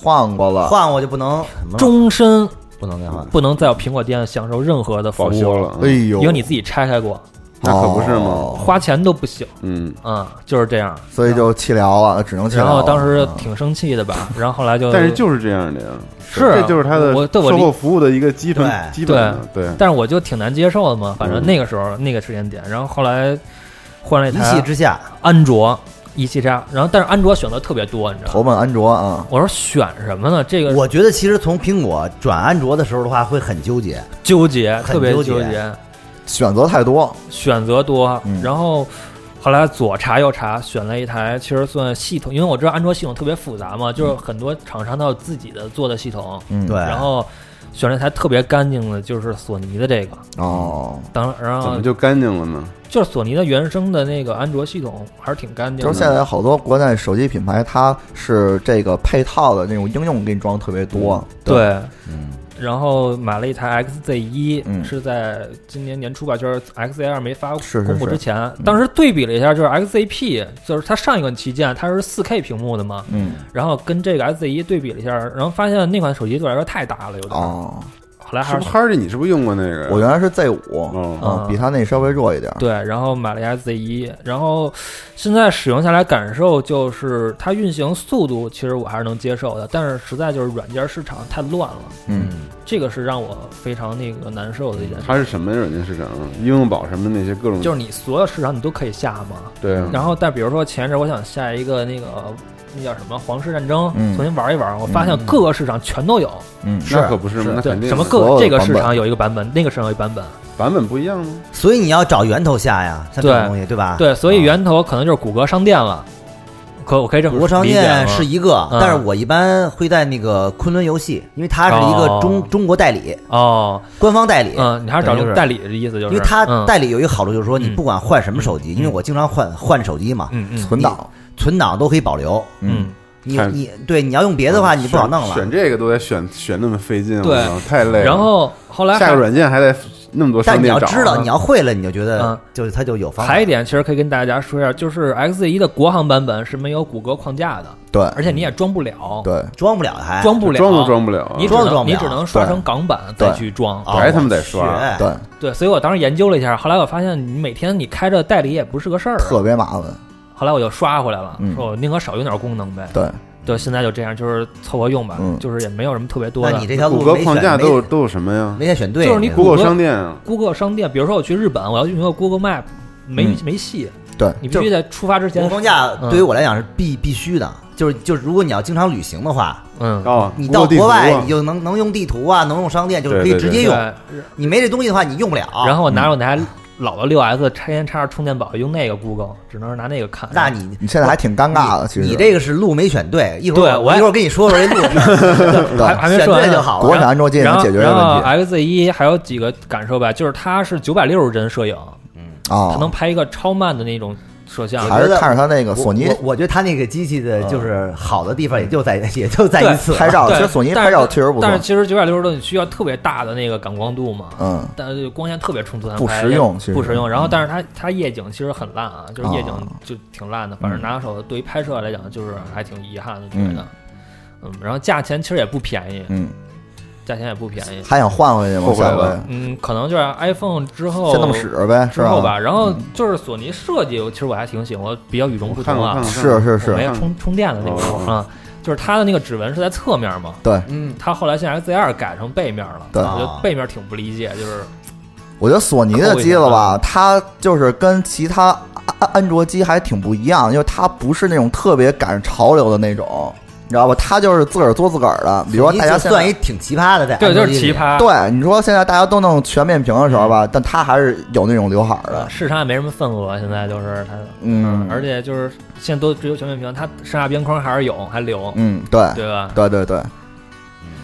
[SPEAKER 3] 换过了，
[SPEAKER 4] 换我就不能
[SPEAKER 2] 终身
[SPEAKER 4] 不能再换，
[SPEAKER 2] 不能在苹果店享受任何的服
[SPEAKER 1] 保
[SPEAKER 2] 务
[SPEAKER 1] 修了，嗯
[SPEAKER 3] 哎呦，
[SPEAKER 2] 因为你自己拆开过，
[SPEAKER 1] 那可不是吗
[SPEAKER 3] 哦
[SPEAKER 2] 花钱都不行，
[SPEAKER 1] 嗯，
[SPEAKER 2] 嗯，就是这样。
[SPEAKER 3] 所以就弃疗了，只能弃疗
[SPEAKER 2] 然
[SPEAKER 3] 了。
[SPEAKER 2] 后当时
[SPEAKER 3] 嗯
[SPEAKER 2] 挺生气的吧，然后后来就，
[SPEAKER 1] 啊但是就是这样的呀，
[SPEAKER 2] 呃是啊
[SPEAKER 1] 这就是它的
[SPEAKER 2] 我对我
[SPEAKER 1] 售
[SPEAKER 2] 理
[SPEAKER 1] 后服务的一个基本
[SPEAKER 4] 对
[SPEAKER 1] 基本的对。
[SPEAKER 2] 但是我就挺难接受的嘛，反正
[SPEAKER 1] 嗯
[SPEAKER 2] 那个时候那个时间点，然后后来换了一
[SPEAKER 4] 一气
[SPEAKER 2] 台
[SPEAKER 4] 之下，
[SPEAKER 2] 安卓一汽叉，然后但是安卓选择特别多，你知道
[SPEAKER 3] 投
[SPEAKER 2] 吗？
[SPEAKER 3] 奔安卓啊，
[SPEAKER 2] 我说选什么呢？这个
[SPEAKER 4] 我觉得其实从苹果转安卓的时候的话，会很纠结。
[SPEAKER 2] 纠结，
[SPEAKER 4] 很
[SPEAKER 2] 特别
[SPEAKER 4] 纠结
[SPEAKER 2] 纠结，
[SPEAKER 3] 选择太多，
[SPEAKER 2] 选择多
[SPEAKER 3] 嗯，
[SPEAKER 2] 然后。后来左查右查，选了一台其实算系统，因为我知道安卓系统特别复杂嘛，就是很多厂商它有自己的做的系统，
[SPEAKER 4] 嗯
[SPEAKER 3] 嗯，
[SPEAKER 4] 对，
[SPEAKER 2] 然后选了一台特别干净的，就是索尼的这个，
[SPEAKER 3] 哦，
[SPEAKER 2] 当然
[SPEAKER 1] 怎
[SPEAKER 2] 后
[SPEAKER 1] 么就干净了呢？
[SPEAKER 2] 就是索尼的原生的那个安卓系统还是挺干净
[SPEAKER 3] 就
[SPEAKER 2] 的，
[SPEAKER 3] 是现在好多国内手机品牌，它是这个配套的那种应用给你装特别多，
[SPEAKER 2] 对，
[SPEAKER 4] 嗯，
[SPEAKER 2] 然后买了一台 XZ 一、
[SPEAKER 3] 嗯
[SPEAKER 2] 是在今年年初吧，就是 XZ 二没发
[SPEAKER 3] 是是嗯
[SPEAKER 2] 公布
[SPEAKER 3] 是
[SPEAKER 2] 之前，当时对比了一下，就是 XZP，就是它上一款旗舰它是4 K 屏幕的嘛，
[SPEAKER 3] 嗯，
[SPEAKER 2] 然后跟这个 XZ 一对比了一下，然后发现那款手机对我来说太大了，有点。
[SPEAKER 3] 哦，
[SPEAKER 2] 后来
[SPEAKER 1] 是
[SPEAKER 2] 还
[SPEAKER 1] 不
[SPEAKER 2] 是
[SPEAKER 1] 是 Hardy？你是不是用过那个呀？
[SPEAKER 3] 我原来是 Z 五，
[SPEAKER 1] 哦，
[SPEAKER 3] 嗯，比它那稍微弱一点，
[SPEAKER 2] 对，然后买了一台 Z 一，然后现在使用下来感受就是它运行速度其实我还是能接受的，但是实在就是软件市场太乱了，
[SPEAKER 3] 嗯，
[SPEAKER 2] 这个是让我非常那个难受的一件事。
[SPEAKER 1] 它是什么软件市场啊？应用宝什么那些各种，
[SPEAKER 2] 就是你所有市场你都可以下嘛，
[SPEAKER 1] 对啊，
[SPEAKER 2] 然后但比如说前一阵我想下一个那个那叫什么皇室战争，
[SPEAKER 3] 嗯
[SPEAKER 2] 重新玩一玩，我发现各个市场全都有，
[SPEAKER 3] 嗯，
[SPEAKER 1] 那可不是吗？那
[SPEAKER 2] 对
[SPEAKER 1] 肯定，
[SPEAKER 2] 什么
[SPEAKER 3] 所有
[SPEAKER 2] 各
[SPEAKER 3] 的
[SPEAKER 2] 这个
[SPEAKER 3] 版
[SPEAKER 2] 市
[SPEAKER 3] 本
[SPEAKER 2] 场有一个版本，那个市场有一个版本，
[SPEAKER 1] 版本不一样吗？
[SPEAKER 4] 所以你要找源头下呀，像这种
[SPEAKER 2] 对
[SPEAKER 4] 东西，对吧？
[SPEAKER 2] 对，所以
[SPEAKER 4] 啊
[SPEAKER 2] 源头可能就是谷歌商店了，可我可以这么
[SPEAKER 4] 国商
[SPEAKER 2] 理解吗
[SPEAKER 4] 店是一个，
[SPEAKER 2] 嗯
[SPEAKER 4] 但是我一般会在那个昆仑游戏，因为它是一个中、
[SPEAKER 2] 哦
[SPEAKER 4] 中国代理，
[SPEAKER 2] 哦，
[SPEAKER 4] 官方代理。
[SPEAKER 2] 嗯，你还是找
[SPEAKER 4] 对就是
[SPEAKER 2] 代理的意思就是，
[SPEAKER 4] 因为它
[SPEAKER 2] 嗯
[SPEAKER 4] 代理有一个好处，就是说你
[SPEAKER 2] 嗯
[SPEAKER 4] 不管换什么手机，因为我经常换换手机嘛，
[SPEAKER 2] 嗯嗯
[SPEAKER 3] 存档，
[SPEAKER 4] 存档都可以保留。
[SPEAKER 2] 嗯，
[SPEAKER 4] 你
[SPEAKER 1] 看嗯
[SPEAKER 4] 你对你要用别的话，你就不好弄了。
[SPEAKER 1] 选这个都得选选那么费劲，
[SPEAKER 2] 对
[SPEAKER 1] 我操太累了。
[SPEAKER 2] 然后后来
[SPEAKER 1] 下个
[SPEAKER 2] 还
[SPEAKER 1] 软件还得那么多
[SPEAKER 4] 但
[SPEAKER 1] 商
[SPEAKER 4] 你
[SPEAKER 1] 店
[SPEAKER 4] 要
[SPEAKER 1] 找啊，
[SPEAKER 4] 知道，你要会了，你就觉得
[SPEAKER 2] 嗯
[SPEAKER 4] 就是它就有方法。
[SPEAKER 2] 还有一点，其实可以跟大家说一下，就是 X 一的国行版本是没有谷歌框架的，
[SPEAKER 3] 对，
[SPEAKER 2] 而且你也装不了，
[SPEAKER 3] 嗯对，
[SPEAKER 4] 装不了还
[SPEAKER 2] 装不了，
[SPEAKER 1] 装都装不了啊，
[SPEAKER 2] 你只
[SPEAKER 4] 装都
[SPEAKER 2] 能
[SPEAKER 4] 装不
[SPEAKER 2] 你
[SPEAKER 4] 了
[SPEAKER 2] 只能刷成港版再去装
[SPEAKER 4] 啊
[SPEAKER 1] 还他妈得刷
[SPEAKER 4] 学
[SPEAKER 3] 对，
[SPEAKER 2] 对，所以我当时研究了一下，后来我发现你每天你开着代理也不是个事儿啊。
[SPEAKER 3] 特别麻烦，
[SPEAKER 2] 后来我就刷回来了，
[SPEAKER 3] 嗯
[SPEAKER 2] 说我宁可少用点功能呗。
[SPEAKER 3] 对，
[SPEAKER 2] 对，现在就这样，就是凑合用吧，
[SPEAKER 3] 嗯
[SPEAKER 2] 就是也没有什么特别多
[SPEAKER 4] 那
[SPEAKER 2] 的
[SPEAKER 4] 你。这条路
[SPEAKER 1] 谷歌
[SPEAKER 4] 没
[SPEAKER 1] 框
[SPEAKER 4] 选
[SPEAKER 1] 架都有
[SPEAKER 4] 没
[SPEAKER 1] 都有什么呀
[SPEAKER 4] 没太选对，
[SPEAKER 2] 就是你
[SPEAKER 4] 这个
[SPEAKER 2] 谷歌
[SPEAKER 1] ？Google 商店啊，
[SPEAKER 2] Google 商店，比如说我去日本，我要用一个 Google Map，没、
[SPEAKER 3] 嗯
[SPEAKER 2] 没戏，
[SPEAKER 3] 对，
[SPEAKER 2] 你必须在出发之
[SPEAKER 4] 国
[SPEAKER 2] 前
[SPEAKER 4] 框架
[SPEAKER 2] 嗯
[SPEAKER 4] 对于我来讲是必必须的，就是就是如果你要经常旅行的话，
[SPEAKER 2] 嗯，
[SPEAKER 1] 哦，
[SPEAKER 4] 你到
[SPEAKER 1] Google 地
[SPEAKER 4] 国
[SPEAKER 1] 图
[SPEAKER 4] 外
[SPEAKER 1] 啊
[SPEAKER 4] 你就能能用地图啊，能用商店，就是可
[SPEAKER 1] 对
[SPEAKER 4] 以
[SPEAKER 1] 对
[SPEAKER 4] 直
[SPEAKER 1] 对
[SPEAKER 4] 接
[SPEAKER 2] 对
[SPEAKER 4] 用。嗯你没这东西的话，你用不了。
[SPEAKER 2] 然后我拿着我那台老的六 S 插线插着充电宝，用那个 Google，只能是拿那个看。
[SPEAKER 4] 那你
[SPEAKER 3] 你现在还挺尴尬的，其实
[SPEAKER 4] 你这个是路没选对，一会
[SPEAKER 2] 对
[SPEAKER 4] 儿
[SPEAKER 2] 我
[SPEAKER 4] 一会儿跟你说说这路
[SPEAKER 2] 还还没
[SPEAKER 4] 选
[SPEAKER 2] 说完
[SPEAKER 4] 对
[SPEAKER 2] 呢
[SPEAKER 4] 就好
[SPEAKER 3] 国
[SPEAKER 4] 了。
[SPEAKER 3] 产安卓机也
[SPEAKER 2] 然
[SPEAKER 3] 能
[SPEAKER 2] 后
[SPEAKER 3] 解决这
[SPEAKER 2] 然后
[SPEAKER 3] 问题
[SPEAKER 2] X 一还有几个感受吧，就是它是九百六十帧摄影，它
[SPEAKER 3] 啊
[SPEAKER 2] 能，拍一个超慢的那种摄像。
[SPEAKER 3] 还是看着它那个
[SPEAKER 4] 我
[SPEAKER 3] 索尼
[SPEAKER 4] 我我觉得他那个机器的就是好的地方，也就在也就在一次
[SPEAKER 3] 拍照，
[SPEAKER 2] 对
[SPEAKER 3] 其实索尼
[SPEAKER 2] 但
[SPEAKER 3] 拍
[SPEAKER 2] 是
[SPEAKER 3] 照确实不错
[SPEAKER 2] 但，是其实九百六十度你需要特别大的那个感光度嘛，
[SPEAKER 3] 嗯，
[SPEAKER 2] 但是光线特别充足，
[SPEAKER 3] 不
[SPEAKER 2] 拍
[SPEAKER 3] 实用其实嗯
[SPEAKER 2] 不实用。然后，但是它它夜景其实很烂啊，就是夜景
[SPEAKER 3] 啊
[SPEAKER 2] 就挺烂的。反
[SPEAKER 3] 嗯
[SPEAKER 2] 正拿手对于拍摄来讲，就是还挺遗憾的，觉得。嗯，然后价钱其实也不便宜，
[SPEAKER 3] 嗯，
[SPEAKER 2] 价钱也不便宜。
[SPEAKER 3] 还想换回去吗？
[SPEAKER 1] 后悔
[SPEAKER 3] 下回
[SPEAKER 1] 了
[SPEAKER 2] 嗯，可能就是 iPhone 之后
[SPEAKER 3] 先那么使呗，是
[SPEAKER 2] 之后
[SPEAKER 3] 吧？嗯
[SPEAKER 2] 吧，然后就是索尼设计，其实我还挺喜欢，我比较与众不
[SPEAKER 1] 我
[SPEAKER 2] 同
[SPEAKER 1] 看过
[SPEAKER 2] 啊
[SPEAKER 1] 看。过，
[SPEAKER 3] 是是
[SPEAKER 2] 我没
[SPEAKER 3] 是，哦
[SPEAKER 2] 有充充电的那种啊，就是它的那个指纹是在侧面嘛，
[SPEAKER 3] 对，
[SPEAKER 4] 嗯，
[SPEAKER 2] 它后来现在 Z 二改成背面了，
[SPEAKER 3] 对
[SPEAKER 2] 我觉得背面挺不理解，就是
[SPEAKER 3] 我觉得索尼的机子
[SPEAKER 2] 嗯
[SPEAKER 3] 吧，它就是跟其他安安卓机还挺不一样，因为它不是那种特别赶潮流的那种，你知道吧？它就是自个儿做自个儿的。比如说
[SPEAKER 4] 你
[SPEAKER 3] 大家
[SPEAKER 4] 就
[SPEAKER 3] 现
[SPEAKER 4] 算
[SPEAKER 3] 在
[SPEAKER 4] 一挺奇葩的，在
[SPEAKER 2] 对，就
[SPEAKER 4] 安卓
[SPEAKER 2] 是
[SPEAKER 4] 机
[SPEAKER 2] 奇
[SPEAKER 4] 里。
[SPEAKER 2] 葩，
[SPEAKER 3] 对你说现在大家都弄全面屏的时候
[SPEAKER 2] 嗯
[SPEAKER 3] 吧，但它还是有那种刘海儿的
[SPEAKER 2] 呃，市场也没什么份额，现在就是它，
[SPEAKER 3] 嗯
[SPEAKER 2] 而且就是现在都只有全面屏，它上下边框还是有，还留，
[SPEAKER 3] 嗯，对
[SPEAKER 2] 对吧？
[SPEAKER 3] 对对对，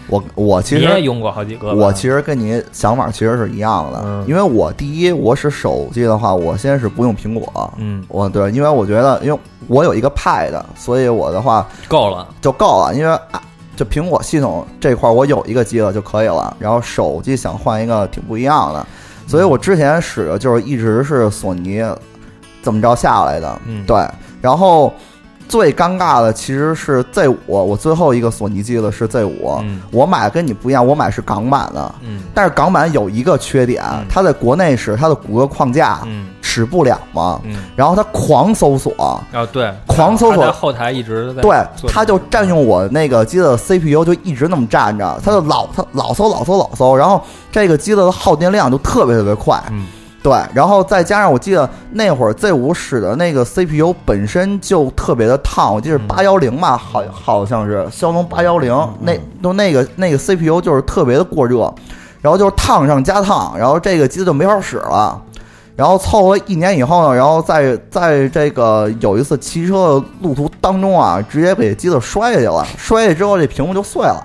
[SPEAKER 3] 我我其
[SPEAKER 2] 你也
[SPEAKER 3] 实。
[SPEAKER 2] 用过好几个吧，
[SPEAKER 3] 我其实跟你想法其实是一样的
[SPEAKER 2] 嗯，
[SPEAKER 3] 因为我第一我使手机的话，我先是不用苹果，
[SPEAKER 2] 嗯
[SPEAKER 3] 我对，因为我觉得，因为我有一个 Pad，所以我的话
[SPEAKER 2] 够了，
[SPEAKER 3] 就够了，因为啊，就苹果系统这块儿我有一个机子就可以了。然后手机想换一个挺不一样的，所以我之前使的就是一直是索尼，怎么着下来的，
[SPEAKER 2] 嗯
[SPEAKER 3] 对。然后最尴尬的其实是 Z 五，我最后一个索尼机的是 Z 五、
[SPEAKER 2] 嗯
[SPEAKER 3] 我买跟你不一样，我买是港版的，
[SPEAKER 2] 嗯
[SPEAKER 3] 但是港版有一个缺点，
[SPEAKER 2] 嗯
[SPEAKER 3] 它在国内时它的谷歌框架
[SPEAKER 2] 嗯
[SPEAKER 3] 使不了嘛，
[SPEAKER 2] 嗯，
[SPEAKER 3] 然后它狂搜索，
[SPEAKER 2] 啊对，
[SPEAKER 3] 狂搜索
[SPEAKER 2] 他在后台一直在
[SPEAKER 3] 对，
[SPEAKER 2] 做
[SPEAKER 3] 它就占用我那个机子的 CPU，就一直那么站着，它就老它老搜老搜老搜，然后这个机子的耗电量就特别特别快，
[SPEAKER 2] 嗯
[SPEAKER 3] 对，然后再加上我记得那会儿 Z 五使的那个 CPU 本身就特别的烫，我记得
[SPEAKER 2] 嗯
[SPEAKER 3] 八幺零嘛，好好像是骁龙八幺零，那都那个那个 CPU 就是特别的过热，然后就是烫上加烫，然后这个机子就没法使了。然后凑合一年以后呢，然后在在这个有一次骑车的路途当中啊，直接给机子摔下去了，摔下去之后这屏幕就碎了，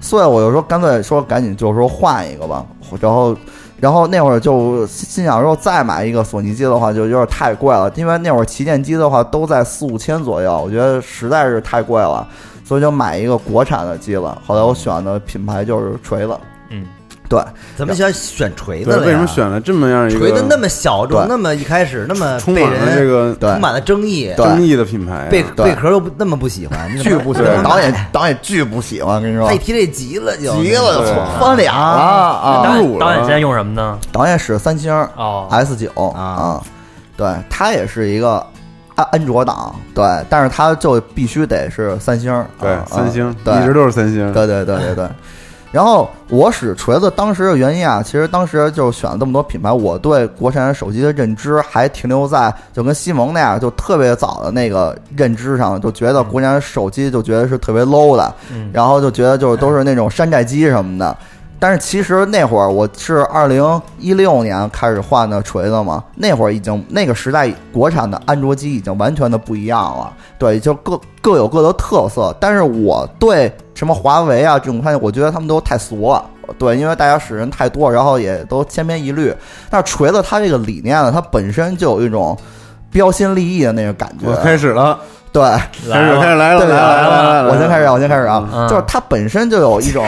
[SPEAKER 3] 碎了我就说干脆说赶紧就是说换一个吧，然后然后那会儿就心心想说再买一个索尼机的话就有点太贵了，因为那会儿旗舰机的话都在四五千左右，我觉得实在是太贵了，所以就买一个国产的机了。后来我选的品牌就是锤子，
[SPEAKER 2] 嗯
[SPEAKER 3] 对，
[SPEAKER 4] 怎么选选锤子
[SPEAKER 1] 对，
[SPEAKER 4] 了呀？
[SPEAKER 1] 为什么选了这么样一个
[SPEAKER 4] 锤子那么小众，
[SPEAKER 3] 对
[SPEAKER 4] 那么一开始那么
[SPEAKER 1] 充
[SPEAKER 4] 被
[SPEAKER 1] 满了这
[SPEAKER 4] 人
[SPEAKER 1] 个
[SPEAKER 3] 对
[SPEAKER 4] 充满了争议，
[SPEAKER 3] 对
[SPEAKER 1] 争议的品牌啊？
[SPEAKER 4] 贝
[SPEAKER 3] 对
[SPEAKER 4] 贝壳又不那么不喜 欢，你怎
[SPEAKER 3] 巨
[SPEAKER 4] 么
[SPEAKER 3] 不喜
[SPEAKER 1] 对
[SPEAKER 3] 欢，导演导演巨不喜欢，跟你说
[SPEAKER 4] 他一，提这急了就
[SPEAKER 3] 急了
[SPEAKER 1] 对
[SPEAKER 3] 就
[SPEAKER 1] 啊
[SPEAKER 3] 翻脸了
[SPEAKER 2] 导
[SPEAKER 3] 啊！
[SPEAKER 1] 入了
[SPEAKER 2] 演导演现在用什么呢？
[SPEAKER 3] 导演使三星
[SPEAKER 2] 哦，
[SPEAKER 3] S 九
[SPEAKER 4] 啊
[SPEAKER 3] 啊，对，它也是一个安安卓党，对，但是它就必须得是三星，
[SPEAKER 1] 对
[SPEAKER 3] 啊，
[SPEAKER 1] 三星
[SPEAKER 3] 啊对，
[SPEAKER 1] 一直都是三星。
[SPEAKER 3] 对对对对对。然后我使锤子当时的原因啊，其实当时就选了这么多品牌，我对国产手机的认知还停留在就跟西蒙那样，就特别早的那个认知上，就觉得国产手机就觉得是特别 low 的，
[SPEAKER 2] 嗯
[SPEAKER 3] 然后就觉得就是都是那种山寨机什么的。但是其实那会儿我是二零一六年开始换的锤子嘛，那会儿已经那个时代国产的安卓机已经完全的不一样了，对，就各各有各的特色。但是我对什么华为啊这种东西，我觉得他们都太俗了，对，因为大家使人太多，然后也都千篇一律。但是锤子它这个理念啊呢，它本身就有一种标新立异的那个感觉
[SPEAKER 1] 我，开始了，
[SPEAKER 3] 对，
[SPEAKER 1] 开
[SPEAKER 2] 来
[SPEAKER 1] 始
[SPEAKER 2] 吧
[SPEAKER 1] 开始来了，
[SPEAKER 3] 对
[SPEAKER 1] 来了来了来了，
[SPEAKER 3] 我先开始啊，我先开始
[SPEAKER 2] 嗯
[SPEAKER 3] 啊，就是它本身就有 一种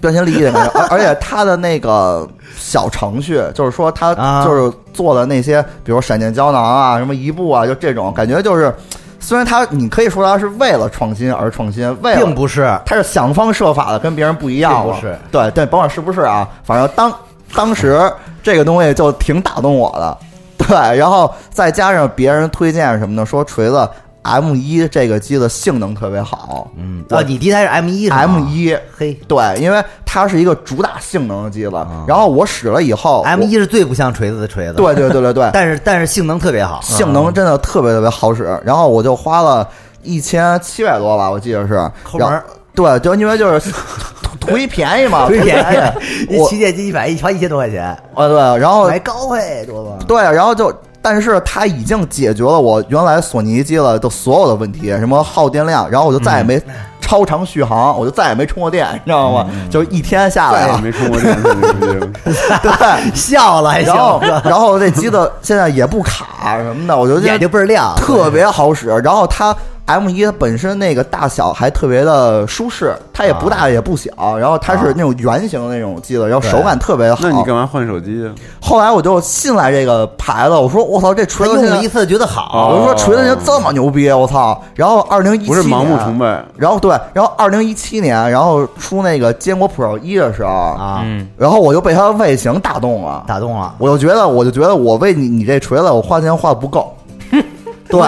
[SPEAKER 3] 标新立异的感觉，而而且它的那个小程序，就是说
[SPEAKER 4] 啊
[SPEAKER 3] 它就是做的那些，比如闪电胶囊啊，什么一步啊，就这种感觉，就是虽然它你可以说它是为了创新而创新，为了
[SPEAKER 4] 并不是
[SPEAKER 3] 他是想方设法的跟别人不一样
[SPEAKER 4] 并
[SPEAKER 3] 了，
[SPEAKER 4] 不是
[SPEAKER 3] 对对，甭管是不是啊，反正当当时这个东西就挺打动我的， 对，然后再加上别人推荐什么的，说锤子 M 一这个机的性能特别好，
[SPEAKER 4] 嗯
[SPEAKER 3] 我
[SPEAKER 4] 哦，你第一台是 M 一
[SPEAKER 3] m 一
[SPEAKER 4] 嘿
[SPEAKER 3] 对，因为它是一个主打性能的机子，然后我使了以后
[SPEAKER 4] 啊，M
[SPEAKER 3] 我
[SPEAKER 4] 一是最不像锤子的锤子，，
[SPEAKER 3] 对对对对对，
[SPEAKER 4] 但是但是性能特别好，
[SPEAKER 3] 性能真的特别特别好使。然后我就花了一千七百多吧，我记得是
[SPEAKER 4] 抠门儿
[SPEAKER 3] 然后对，就因为就是 图图一便宜嘛，
[SPEAKER 4] 特别啊便
[SPEAKER 3] 宜
[SPEAKER 4] 宜，一
[SPEAKER 3] 我
[SPEAKER 4] 旗舰机一百一花一千多块钱，
[SPEAKER 3] 啊对，然后
[SPEAKER 4] 买高配多吧？
[SPEAKER 3] 对，然后就。但是它已经解决了我原来索尼机了的所有的问题，什么耗电量，然后我就再也没
[SPEAKER 4] 嗯
[SPEAKER 3] 超长续航，我就再也没充过电，你知道吗？就是一天下来
[SPEAKER 1] 再
[SPEAKER 3] 啊
[SPEAKER 1] 哎也没充过电视这 个机子
[SPEAKER 3] 对，
[SPEAKER 4] 笑了还
[SPEAKER 3] 然后
[SPEAKER 4] 笑，
[SPEAKER 3] 然后这机子现在也不卡什么的，我觉得
[SPEAKER 4] 眼睛倍儿
[SPEAKER 1] 啊
[SPEAKER 4] 亮，
[SPEAKER 3] 特别好使。然后它 M 一本身那个大小还特别的舒适，它
[SPEAKER 1] 啊
[SPEAKER 3] 也不大也不小，然后它是那种圆形的那种机子，然后手感特别的好
[SPEAKER 1] 那。你干嘛换手机啊？
[SPEAKER 3] 后来我就信赖这个牌子，我说我操，这
[SPEAKER 4] 他
[SPEAKER 3] 锤子
[SPEAKER 4] 用
[SPEAKER 3] 现
[SPEAKER 4] 了
[SPEAKER 3] 在
[SPEAKER 4] 一，次觉得好，
[SPEAKER 3] 我就说锤子现在这么牛逼，我操！然后二零一
[SPEAKER 1] 哦不是盲目崇
[SPEAKER 4] 啊
[SPEAKER 1] 拜，
[SPEAKER 3] 然后对，然后二零一七年，然后出那个坚果 Pro 一的时候
[SPEAKER 4] 啊
[SPEAKER 2] 嗯
[SPEAKER 3] 然后我就被它的外形打动了，
[SPEAKER 4] 打动了。
[SPEAKER 3] 我就觉得，我就觉得我为你你这锤子，我花钱花不够。 对，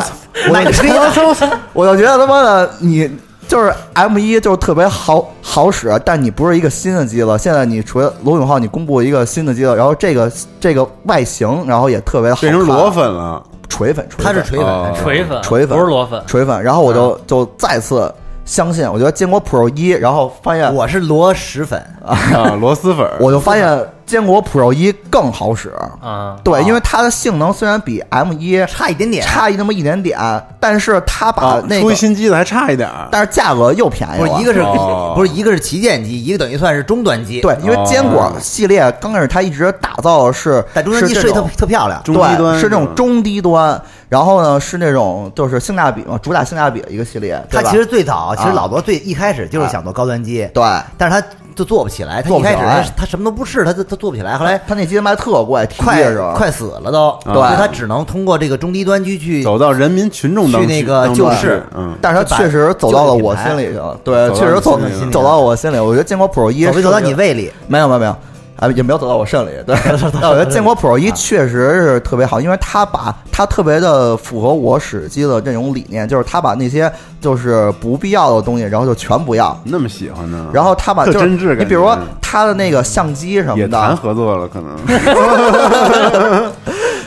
[SPEAKER 3] 我
[SPEAKER 4] 买
[SPEAKER 3] 就
[SPEAKER 4] 锤子，
[SPEAKER 3] 我就觉得他妈的你就是 M 一就是特别好好使，但你不是一个新的机子。现在你锤罗永浩，你公布一个新的机子，然后这个这个外形，然后也特别好 看，
[SPEAKER 1] 变成裸粉了，
[SPEAKER 3] 锤粉，锤
[SPEAKER 4] 他
[SPEAKER 3] 粉
[SPEAKER 4] 是锤
[SPEAKER 1] 哦
[SPEAKER 4] 粉，
[SPEAKER 2] 锤粉
[SPEAKER 3] 锤粉
[SPEAKER 2] 不是裸粉，
[SPEAKER 3] 锤粉。然后我就就再次相信，我觉得坚果 Pro 一，然后发现
[SPEAKER 4] 我是螺蛳粉，
[SPEAKER 1] 啊，螺蛳粉儿，
[SPEAKER 3] 我就发现坚果 Pro 一更好使。
[SPEAKER 2] 啊，
[SPEAKER 3] 对，因为它的性能虽然比 M 一
[SPEAKER 4] 差一点点，
[SPEAKER 3] 差一那么一点点，但是它把
[SPEAKER 1] 啊，
[SPEAKER 3] 那
[SPEAKER 1] 出
[SPEAKER 3] 个
[SPEAKER 1] 一，新机子还差一点儿，
[SPEAKER 3] 但是价格又便宜
[SPEAKER 4] 不
[SPEAKER 3] 了。
[SPEAKER 4] 是一个是
[SPEAKER 1] 哦
[SPEAKER 4] 不是一个是旗舰机，一个等于算是中端机，
[SPEAKER 3] 对，因为坚果
[SPEAKER 1] 哦
[SPEAKER 3] 系列刚开始它一直打造的是
[SPEAKER 4] 但中端机
[SPEAKER 3] 是
[SPEAKER 4] 睡
[SPEAKER 3] 这
[SPEAKER 4] 特
[SPEAKER 3] 种
[SPEAKER 4] 特漂亮，
[SPEAKER 1] 中低端
[SPEAKER 3] 对，是这种中低端，然后呢是那种就是性价比嘛，主打性价比的一个系列。
[SPEAKER 4] 他
[SPEAKER 3] 对吧
[SPEAKER 4] 其实最早，其实
[SPEAKER 3] 啊
[SPEAKER 4] 老罗最一开始就是想做高端机，
[SPEAKER 3] 对
[SPEAKER 4] 但是他就做不起来。他
[SPEAKER 3] 做
[SPEAKER 4] 一
[SPEAKER 3] 不起
[SPEAKER 4] 开始
[SPEAKER 3] 来
[SPEAKER 4] 他他什么都不是，他他他做不起来。后来
[SPEAKER 3] 哎他那机子卖得特贵，提
[SPEAKER 4] 快
[SPEAKER 3] 的时候
[SPEAKER 4] 快死了都，
[SPEAKER 3] 啊
[SPEAKER 1] 对
[SPEAKER 4] 所以他只能通过这个中低端区去
[SPEAKER 1] 走到人民群众当
[SPEAKER 4] 去那个
[SPEAKER 1] 当
[SPEAKER 4] 救
[SPEAKER 1] 中
[SPEAKER 4] 市
[SPEAKER 1] 去嗯，
[SPEAKER 3] 但是他确实走到了我心里去了，对，
[SPEAKER 1] 走到
[SPEAKER 3] 确实
[SPEAKER 1] 你
[SPEAKER 3] 走
[SPEAKER 1] 心里了
[SPEAKER 3] 走到我心里。我觉得建国普 Pro 一
[SPEAKER 4] 走没走到
[SPEAKER 3] 是一个
[SPEAKER 4] 你胃里？
[SPEAKER 3] 没有没有没有，啊， 也没有走到我肾里。 对，但我觉得建国 Pro 一
[SPEAKER 1] 啊
[SPEAKER 3] 确实是特别好，因为它把它特别的符合我使机的这种理念，就是它把那些就是不必要的东西，然后就全不要。
[SPEAKER 1] 那么喜欢呢，
[SPEAKER 3] 然后它把
[SPEAKER 1] 啊特
[SPEAKER 3] 就是
[SPEAKER 1] 真挚感觉
[SPEAKER 3] 你比如说它的那个相机什
[SPEAKER 1] 也
[SPEAKER 3] 么
[SPEAKER 1] 谈
[SPEAKER 3] 的，
[SPEAKER 1] 合作了，可能
[SPEAKER 4] 嗯